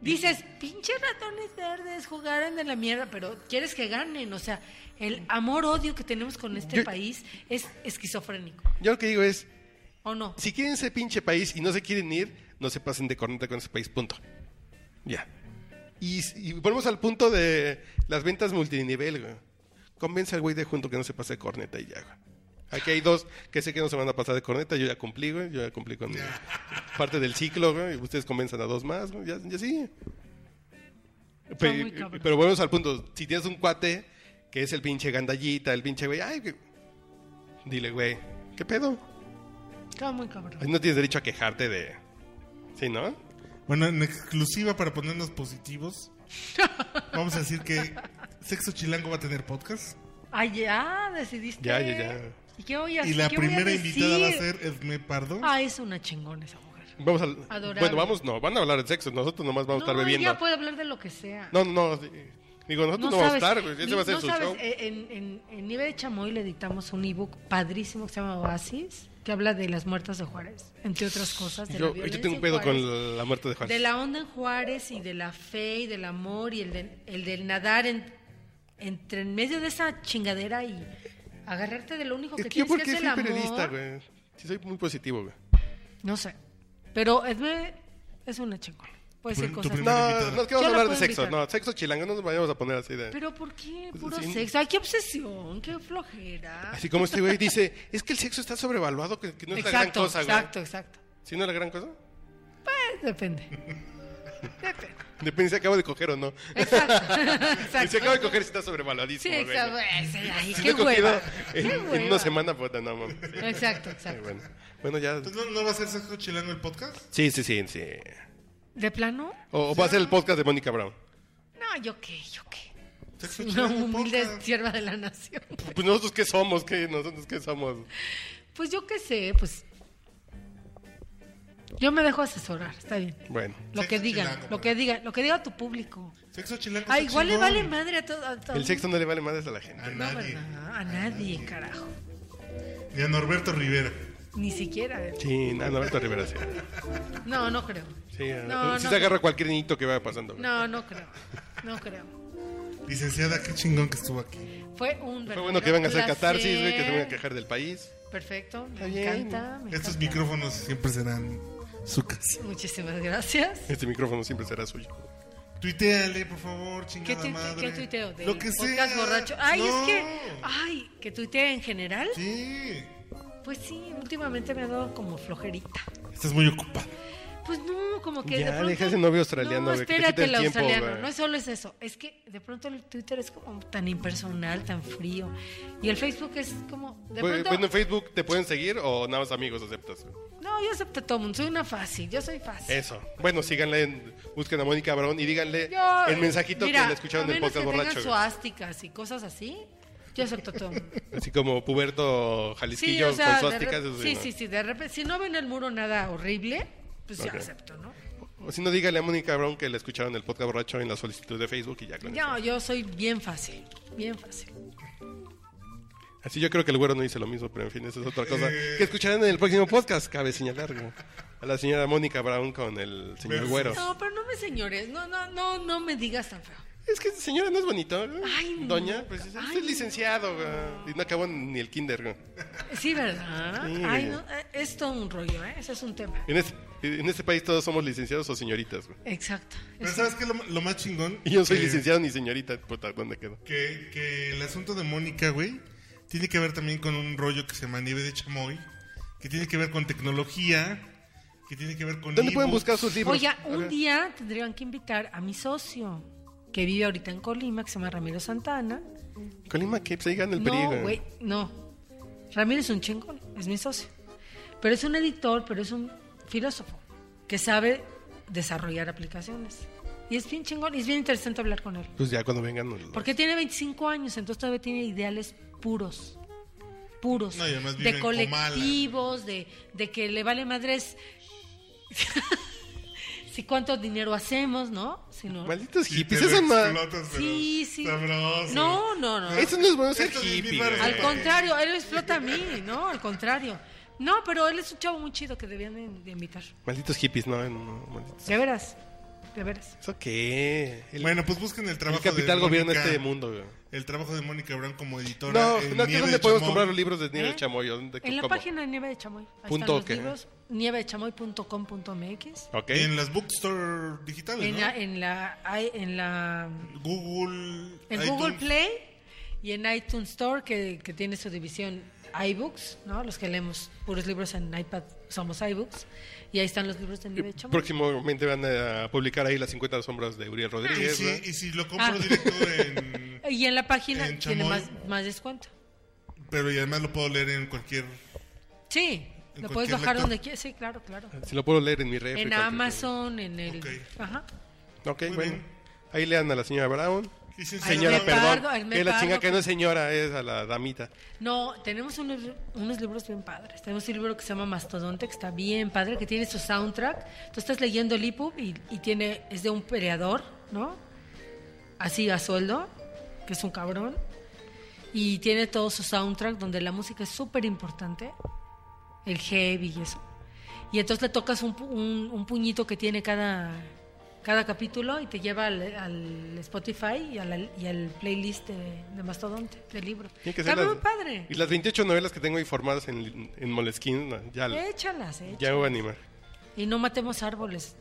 [SPEAKER 2] Dices, pinches ratones verdes, jugaron de la mierda, pero quieres que ganen. O sea, el amor-odio que tenemos con este
[SPEAKER 3] Yo-
[SPEAKER 2] país es esquizofrénico,
[SPEAKER 3] Yo lo que digo es,
[SPEAKER 2] ¿o no?
[SPEAKER 3] si quieren ese pinche país y no se quieren ir, no se pasen de corneta con ese país, punto. Ya. Y, y volvemos al punto de las ventas multinivel, güey. Convence al güey de junto que no se pase de corneta y ya, güey. Aquí hay dos que sé que no se van a pasar de corneta, yo ya cumplí, güey, yo ya cumplí
[SPEAKER 2] <laughs>
[SPEAKER 3] con mi parte del ciclo, güey, y ustedes convenzan a dos más, güey, ya, ya sí. Pe-
[SPEAKER 2] Está muy
[SPEAKER 3] Pero,
[SPEAKER 2] cabrón.
[SPEAKER 3] volvemos al punto, si tienes un cuate que es el pinche gandallita, el pinche güey, ay, güey, dile, güey, ¿qué pedo?
[SPEAKER 2] Está muy cabrón.
[SPEAKER 3] Ahí no tienes derecho a quejarte de. Sí, ¿no?
[SPEAKER 1] Bueno, en exclusiva para ponernos
[SPEAKER 2] <laughs>
[SPEAKER 1] positivos, vamos a decir que Sexo Chilango va a tener podcast.
[SPEAKER 2] Ah, ya, decidiste.
[SPEAKER 3] Ya, ya, ya.
[SPEAKER 2] ¿Y qué voy a
[SPEAKER 1] Y la
[SPEAKER 2] qué voy a
[SPEAKER 1] primera invitada va a
[SPEAKER 2] decir?
[SPEAKER 1] ser Edme Pardo.
[SPEAKER 2] Ah, es una chingona esa mujer.
[SPEAKER 3] Vamos a...
[SPEAKER 2] Adorable.
[SPEAKER 3] Bueno, vamos, no, van a hablar de sexo, nosotros nomás vamos a estar
[SPEAKER 2] no, pues.
[SPEAKER 3] bebiendo.
[SPEAKER 2] ella puede hablar de lo que sea.
[SPEAKER 3] No, no, no, digo, nosotros no, vamos a estar, güey, ese va a ser
[SPEAKER 2] no
[SPEAKER 3] su
[SPEAKER 2] sabes,
[SPEAKER 3] show.
[SPEAKER 2] eh, En, en, en Nieve de Chamoy le editamos un ebook padrísimo que se llama Oasis, que habla de las muertas de Juárez, entre otras cosas. De la
[SPEAKER 3] Yo,
[SPEAKER 2] violencia
[SPEAKER 3] yo tengo
[SPEAKER 2] en
[SPEAKER 3] un pedo
[SPEAKER 2] Juárez.
[SPEAKER 3] con la muerte de Juan.
[SPEAKER 2] De la onda en Juárez y de la fe y del amor y el, de- el del nadar en, entre en medio de esa chingadera y agarrarte de lo único que
[SPEAKER 3] Es que yo
[SPEAKER 2] tienes
[SPEAKER 3] porque
[SPEAKER 2] que es el
[SPEAKER 3] soy
[SPEAKER 2] amor.
[SPEAKER 3] periodista, güey. Sí, soy muy positivo, güey.
[SPEAKER 2] No sé. Pero Edme es una chingona. Puede ser
[SPEAKER 1] Tu
[SPEAKER 2] cosas.
[SPEAKER 1] primer-
[SPEAKER 3] No,
[SPEAKER 1] invitada.
[SPEAKER 3] no, que
[SPEAKER 2] Yo
[SPEAKER 3] vamos a
[SPEAKER 2] la
[SPEAKER 3] hablar de
[SPEAKER 2] puedo
[SPEAKER 3] sexo.
[SPEAKER 2] invitar.
[SPEAKER 3] No, sexo chilango, no nos vayamos a poner así de...
[SPEAKER 2] Pero ¿por qué? Puro
[SPEAKER 3] Sí.
[SPEAKER 2] sexo. Ay, qué obsesión, qué flojera.
[SPEAKER 3] Así como este güey dice, es que el sexo está sobrevaluado, que, que no es la gran cosa, güey.
[SPEAKER 2] exacto, exacto.
[SPEAKER 3] ¿Sí no es la gran cosa?
[SPEAKER 2] Eh, Depende. Depende.
[SPEAKER 3] Depende si se acaba de coger o no.
[SPEAKER 2] Exacto.
[SPEAKER 3] Si se
[SPEAKER 2] exacto.
[SPEAKER 3] acaba de coger, sí está
[SPEAKER 2] Sí,
[SPEAKER 3] sobrevaloradísimo, güey.
[SPEAKER 2] exacto. Ese, Ay,
[SPEAKER 3] Si no
[SPEAKER 2] qué
[SPEAKER 3] he cogido
[SPEAKER 2] hueva.
[SPEAKER 3] <laughs> En,
[SPEAKER 2] Qué
[SPEAKER 3] en
[SPEAKER 2] hueva.
[SPEAKER 3] una semana, puta, no, mames. Sí,
[SPEAKER 2] <laughs> Exacto,
[SPEAKER 3] ay,
[SPEAKER 2] exacto.
[SPEAKER 3] bueno. bueno, ya...
[SPEAKER 1] Entonces, ¿no, no va a ser sexo chilango el podcast?
[SPEAKER 3] Sí, sí, sí, sí.
[SPEAKER 2] ¿De plano?
[SPEAKER 3] O, o va a ser el podcast de Mónica Brown.
[SPEAKER 2] No, yo qué, yo qué. <laughs>
[SPEAKER 1] Sexo
[SPEAKER 2] Una
[SPEAKER 1] chilango el
[SPEAKER 2] humilde
[SPEAKER 1] podcast.
[SPEAKER 2] sierva de la nación.
[SPEAKER 3] Pues nosotros qué somos, qué nosotros qué somos.
[SPEAKER 2] Pues yo qué sé, pues. Yo me dejo asesorar, está bien.
[SPEAKER 3] Bueno.
[SPEAKER 2] Lo
[SPEAKER 1] Sexo
[SPEAKER 2] que digan,
[SPEAKER 1] chilango,
[SPEAKER 2] lo
[SPEAKER 1] por
[SPEAKER 2] que digan, lo que diga tu público.
[SPEAKER 1] Sexo chilango.
[SPEAKER 2] Ah,
[SPEAKER 1] está
[SPEAKER 2] igual le
[SPEAKER 1] chingón.
[SPEAKER 2] vale madre a todo. a todo-
[SPEAKER 3] El sexo no le vale madres a la gente.
[SPEAKER 1] A
[SPEAKER 2] No,
[SPEAKER 1] nadie.
[SPEAKER 2] ¿verdad? A nadie, carajo.
[SPEAKER 1] Ni a Norberto Rivera.
[SPEAKER 2] Ni siquiera. eh.
[SPEAKER 3] Sí, no, no, Alberto Rivera sí.
[SPEAKER 2] No, no creo.
[SPEAKER 3] Sí, eh,
[SPEAKER 2] No,
[SPEAKER 3] sí
[SPEAKER 2] no.
[SPEAKER 3] se agarra cualquier niñito que vaya pasando. güey.
[SPEAKER 2] No, no creo. No creo.
[SPEAKER 1] Licenciada, qué chingón que estuvo aquí.
[SPEAKER 2] Fue un
[SPEAKER 3] Fue
[SPEAKER 2] verdadero
[SPEAKER 3] bueno que vengan a hacer
[SPEAKER 2] placer.
[SPEAKER 3] catarsis, güey, que se vengan a quejar del país.
[SPEAKER 2] Perfecto, me
[SPEAKER 3] Está bien.
[SPEAKER 2] encanta. me
[SPEAKER 1] Estos
[SPEAKER 2] encanta.
[SPEAKER 1] micrófonos siempre serán su casa.
[SPEAKER 2] Muchísimas gracias.
[SPEAKER 3] Este micrófono siempre será suyo.
[SPEAKER 1] Tuiteale, por favor, chingada
[SPEAKER 2] ¿Qué, tuite-
[SPEAKER 1] madre.
[SPEAKER 2] qué tuiteo? ¿Del
[SPEAKER 1] Lo que
[SPEAKER 2] podcast
[SPEAKER 1] sea.
[SPEAKER 2] borracho? Ay,
[SPEAKER 1] No.
[SPEAKER 2] es que... Ay, ¿que tuitee en general?
[SPEAKER 1] Sí.
[SPEAKER 2] Pues sí, últimamente me ha dado como flojerita.
[SPEAKER 1] Estás muy ocupada.
[SPEAKER 2] Pues no, como que
[SPEAKER 3] Ya,
[SPEAKER 2] de pronto...
[SPEAKER 3] deja ese novio australiano,
[SPEAKER 2] No,
[SPEAKER 3] güey, que te quita
[SPEAKER 2] espérate,
[SPEAKER 3] el
[SPEAKER 2] el
[SPEAKER 3] tiempo,
[SPEAKER 2] australiano.
[SPEAKER 3] güey.
[SPEAKER 2] No es solo es eso. Es que de pronto el Twitter es como tan impersonal, tan frío. Y el Facebook es como... De
[SPEAKER 3] Bueno,
[SPEAKER 2] pronto...
[SPEAKER 3] en Facebook te pueden seguir o nada más amigos aceptas. güey?
[SPEAKER 2] No, yo acepto a todo mundo. Soy una fácil. Yo soy fácil.
[SPEAKER 3] Eso. Bueno, síganle, en- busquen a Mónica Abrón y díganle
[SPEAKER 2] Yo-
[SPEAKER 3] el mensajito
[SPEAKER 2] mira,
[SPEAKER 3] que le escucharon
[SPEAKER 2] a
[SPEAKER 3] en el
[SPEAKER 2] menos
[SPEAKER 3] podcast
[SPEAKER 2] que tengan
[SPEAKER 3] borracho. güey.
[SPEAKER 2] suásticas y cosas así, yo acepto todo.
[SPEAKER 3] <laughs> Así como Puberto Jalisquillo con
[SPEAKER 2] de
[SPEAKER 3] suásticas.
[SPEAKER 2] rep-
[SPEAKER 3] eso
[SPEAKER 2] sí,
[SPEAKER 3] ¿no?
[SPEAKER 2] sí, sí, de repente, si no ven el muro nada horrible, pues
[SPEAKER 3] Ok.
[SPEAKER 2] yo acepto, ¿no?
[SPEAKER 3] O si no, díganle a Mónica Abrón que le escucharon en el podcast borracho en la solicitud de Facebook y ya con
[SPEAKER 2] No,
[SPEAKER 3] eso.
[SPEAKER 2] yo soy bien fácil, bien fácil.
[SPEAKER 3] Así yo creo que el güero no dice lo mismo, pero en fin, esa es otra cosa. Que escucharán en el próximo podcast, cabe señalar. güey. A la señora Mónica Abrón con el señor
[SPEAKER 1] Versus.
[SPEAKER 3] güero.
[SPEAKER 2] No, pero no me señores, no, no, no, no me digas tan feo.
[SPEAKER 3] Es que señora no es bonito. güey.
[SPEAKER 2] Ay, no.
[SPEAKER 3] Doña, pues es
[SPEAKER 2] Ay,
[SPEAKER 3] es licenciado. güey. Y no acabó ni el kinder. güey.
[SPEAKER 2] Sí, ¿verdad?
[SPEAKER 3] Sí.
[SPEAKER 2] Ay, no, eh, es todo un rollo, ¿eh? Ese es un tema.
[SPEAKER 3] En, este, en este país todos somos licenciados o señoritas. güey.
[SPEAKER 2] Exacto.
[SPEAKER 1] Pero ¿sabes qué? es Lo, lo más chingón.
[SPEAKER 3] <laughs> Y yo soy
[SPEAKER 1] Que-
[SPEAKER 3] licenciado ni señorita. Puta, ¿dónde quedo?
[SPEAKER 1] Que, que el asunto de Mónica, güey, tiene que ver también con un rollo que se llama Nieve de Chamoy, que tiene que ver con tecnología, que tiene que ver con...
[SPEAKER 3] ¿Dónde pueden
[SPEAKER 1] ebooks.
[SPEAKER 3] buscar sus libros?
[SPEAKER 2] Oiga,
[SPEAKER 3] Oiga.
[SPEAKER 2] un día tendrían que invitar a mi socio, que vive ahorita en Colima, que se llama Ramiro Santana.
[SPEAKER 3] Colima, que se digan
[SPEAKER 2] No,
[SPEAKER 3] el peligro.
[SPEAKER 2] güey, no. Ramiro es un chingón, es mi socio. Pero es un editor, pero es un filósofo que sabe desarrollar aplicaciones. Y es bien chingón, y es bien interesante hablar con él.
[SPEAKER 3] Pues ya cuando vengan. nos lo-
[SPEAKER 2] Porque tiene 25 años, entonces todavía tiene ideales puros. Puros.
[SPEAKER 1] No, y además vive
[SPEAKER 2] de
[SPEAKER 1] en Comala.
[SPEAKER 2] colectivos, de, de que le vale madres. <laughs> si cuánto dinero hacemos, ¿no? Si no-
[SPEAKER 3] Malditos
[SPEAKER 1] Sí,
[SPEAKER 3] hippies,
[SPEAKER 1] te
[SPEAKER 3] eso no.
[SPEAKER 1] explotas, pero
[SPEAKER 2] Sí, sí.
[SPEAKER 1] Sabroso.
[SPEAKER 2] No, no, no.
[SPEAKER 3] Eso no es bueno ser
[SPEAKER 1] Esto es mi
[SPEAKER 3] hippie.
[SPEAKER 1] parte.
[SPEAKER 3] güey.
[SPEAKER 2] Al contrario, él me explota a mí, ¿no? Al contrario. No, pero él es un chavo muy chido que debían de, de invitar.
[SPEAKER 3] Malditos hippies, no, no, malditos.
[SPEAKER 2] De veras, de veras.
[SPEAKER 3] ¿Eso qué? El,
[SPEAKER 1] Bueno, pues busquen el trabajo
[SPEAKER 3] el capital
[SPEAKER 1] de
[SPEAKER 3] gobierna
[SPEAKER 1] Mónica-
[SPEAKER 3] este mundo, güey.
[SPEAKER 1] El trabajo de Mónica Brown como editora.
[SPEAKER 3] No,
[SPEAKER 1] en Nieve
[SPEAKER 3] no, ¿qué
[SPEAKER 1] de
[SPEAKER 3] dónde podemos
[SPEAKER 1] Chamoy.
[SPEAKER 3] comprar los libros de Nieve
[SPEAKER 2] ¿Eh?
[SPEAKER 3] de Chamoy? ¿Dónde,
[SPEAKER 2] En la
[SPEAKER 3] cómo?
[SPEAKER 2] página de Nieve de Chamoy. Ahí
[SPEAKER 3] Punto
[SPEAKER 2] están los
[SPEAKER 3] qué.
[SPEAKER 2] libros. nievedechamoy.com.mx.
[SPEAKER 3] Ok.
[SPEAKER 1] Y En las bookstore digitales,
[SPEAKER 2] En
[SPEAKER 1] ¿no?
[SPEAKER 2] la, en la, ay- en la,
[SPEAKER 1] Google...
[SPEAKER 2] en
[SPEAKER 1] iTunes.
[SPEAKER 2] Google Play y en iTunes Store que, que tiene su división iBooks, ¿no? Los que leemos puros libros en iPad somos iBooks y ahí están los libros de Nieve de Chamoy.
[SPEAKER 3] Próximamente van a publicar ahí las 50 sombras de Uriel
[SPEAKER 1] Y
[SPEAKER 3] Rodríguez.
[SPEAKER 1] si,
[SPEAKER 3] ¿no?
[SPEAKER 1] y si lo compro
[SPEAKER 2] Ah.
[SPEAKER 1] directo en...
[SPEAKER 2] Y en la página
[SPEAKER 1] En
[SPEAKER 2] tiene
[SPEAKER 1] Chamoy.
[SPEAKER 2] más, más descuento.
[SPEAKER 1] Pero y además lo puedo leer en cualquier...
[SPEAKER 2] Sí,
[SPEAKER 1] En
[SPEAKER 2] lo
[SPEAKER 1] cualquier
[SPEAKER 2] puedes bajar
[SPEAKER 1] lector.
[SPEAKER 2] donde quieras. Sí, claro, claro.
[SPEAKER 3] Si lo puedo leer en mi red.
[SPEAKER 2] En Amazon, en el...
[SPEAKER 1] Ok.
[SPEAKER 2] Ajá.
[SPEAKER 3] Ok,
[SPEAKER 1] Muy
[SPEAKER 3] bueno.
[SPEAKER 1] bien.
[SPEAKER 3] Ahí lean a la señora Brown.
[SPEAKER 1] Sí, sí,
[SPEAKER 2] Ay,
[SPEAKER 3] Señora,
[SPEAKER 2] me
[SPEAKER 3] perdón.
[SPEAKER 2] pargo, ay, me
[SPEAKER 3] que la chinga
[SPEAKER 2] pargo.
[SPEAKER 3] que no es señora, es a la damita.
[SPEAKER 2] No, tenemos unos, unos libros bien padres. Tenemos un libro que se llama Mastodonte, que está bien padre, que tiene su soundtrack. Tú estás leyendo el IPUB y, y tiene, es de un peleador, ¿no? Así a sueldo, que es un cabrón. Y tiene todo su soundtrack donde la música es súper importante, el heavy y eso. Y entonces le tocas un, pu- un- un puñito que tiene cada, cada capítulo y te lleva al, al Spotify y, a la- y al playlist de, de Mastodonte, del libro.
[SPEAKER 3] Tiene que
[SPEAKER 2] está
[SPEAKER 3] ser las-
[SPEAKER 2] muy padre.
[SPEAKER 3] Y las 28 novelas que tengo ahí formadas en, en Moleskine, no, ya,
[SPEAKER 2] Échalas, eh.
[SPEAKER 3] ya me voy a animar.
[SPEAKER 2] Y no matemos árboles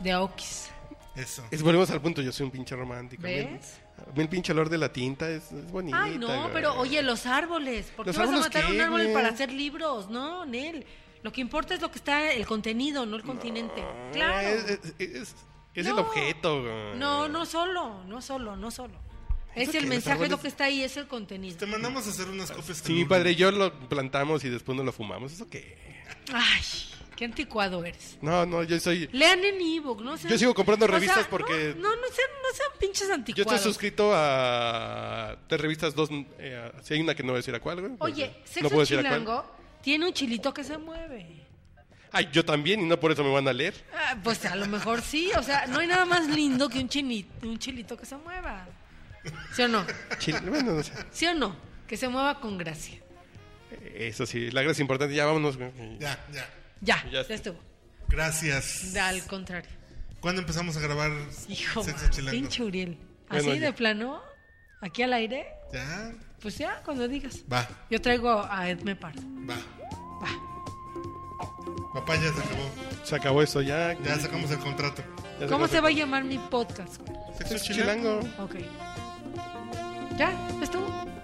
[SPEAKER 2] de Aokis.
[SPEAKER 1] Eso.
[SPEAKER 3] Es- volvemos al punto, yo soy un pinche romántico.
[SPEAKER 2] ¿Ves?
[SPEAKER 3] A mí el pinche olor de la tinta es, es bonito.
[SPEAKER 2] Ay, no, pero oye, los árboles. ¿Por qué
[SPEAKER 3] ¿Los
[SPEAKER 2] vas a
[SPEAKER 3] árboles
[SPEAKER 2] matar
[SPEAKER 3] qué,
[SPEAKER 2] un árbol
[SPEAKER 3] güey?
[SPEAKER 2] para hacer libros? No, Nel. Lo que importa es lo que está, el contenido, no el continente. Claro.
[SPEAKER 3] Es, es- es- es el
[SPEAKER 2] No.
[SPEAKER 3] objeto. güey.
[SPEAKER 2] No, no solo, no solo, no solo.
[SPEAKER 3] ¿Eso
[SPEAKER 2] Es
[SPEAKER 3] qué?
[SPEAKER 2] el
[SPEAKER 3] Los
[SPEAKER 2] mensaje, es lo
[SPEAKER 3] árboles- Este
[SPEAKER 2] que está ahí, es el contenido.
[SPEAKER 1] Te mandamos a hacer unas copias.
[SPEAKER 3] Sí, mi
[SPEAKER 1] con-
[SPEAKER 3] padre, y yo lo plantamos y después nos lo fumamos. ¿Eso qué?
[SPEAKER 2] Ay, qué anticuado eres.
[SPEAKER 3] No, no, yo soy.
[SPEAKER 2] Lean en ebook, no sean-
[SPEAKER 3] Yo sigo comprando
[SPEAKER 2] o sea,
[SPEAKER 3] revistas porque-
[SPEAKER 2] No, no, no sean, no sean pinches
[SPEAKER 3] Yo estoy
[SPEAKER 2] anticuados.
[SPEAKER 3] suscrito a tres revistas, dos. eh, si hay una que no voy a decir a cuál, güey. porque
[SPEAKER 2] Oye,
[SPEAKER 3] no
[SPEAKER 2] Sexo
[SPEAKER 3] puedo decir a cuál.
[SPEAKER 2] Chilango tiene un chilito que se mueve.
[SPEAKER 3] Ay, yo también, y no por eso me van a leer.
[SPEAKER 2] Ah, Pues a lo mejor sí, o sea, no hay nada más lindo que un, chini- un chilito que se mueva. ¿Sí o no?
[SPEAKER 3] Chile, bueno, no sé.
[SPEAKER 2] ¿Sí o no? Que se mueva con gracia.
[SPEAKER 3] Eso sí, la gracia es importante. Ya vámonos. güey.
[SPEAKER 1] Ya, ya.
[SPEAKER 2] Ya,
[SPEAKER 3] Ya
[SPEAKER 2] ya,
[SPEAKER 3] está.
[SPEAKER 2] estuvo.
[SPEAKER 1] Gracias.
[SPEAKER 2] Al contrario.
[SPEAKER 1] ¿Cuándo empezamos a grabar
[SPEAKER 2] Hijo,
[SPEAKER 1] Sexo
[SPEAKER 2] mano,
[SPEAKER 1] Chilango?
[SPEAKER 2] pinche Uriel.
[SPEAKER 3] Bueno,
[SPEAKER 2] Así
[SPEAKER 3] ya.
[SPEAKER 2] de plano, aquí al aire,
[SPEAKER 1] Ya,
[SPEAKER 2] pues ya, cuando digas.
[SPEAKER 1] va,
[SPEAKER 2] Yo traigo a Edme Pardo.
[SPEAKER 1] va.
[SPEAKER 2] Va.
[SPEAKER 1] Papá ya se acabó.
[SPEAKER 3] Se acabó eso ya.
[SPEAKER 1] Ya sacamos el contrato.
[SPEAKER 3] Ya
[SPEAKER 2] ¿Cómo
[SPEAKER 3] acabó.
[SPEAKER 2] se va a llamar mi podcast? güey?
[SPEAKER 1] Sexo,
[SPEAKER 3] Sexo
[SPEAKER 1] chilango.
[SPEAKER 3] chilango.
[SPEAKER 2] Ok. Ya, estuvo.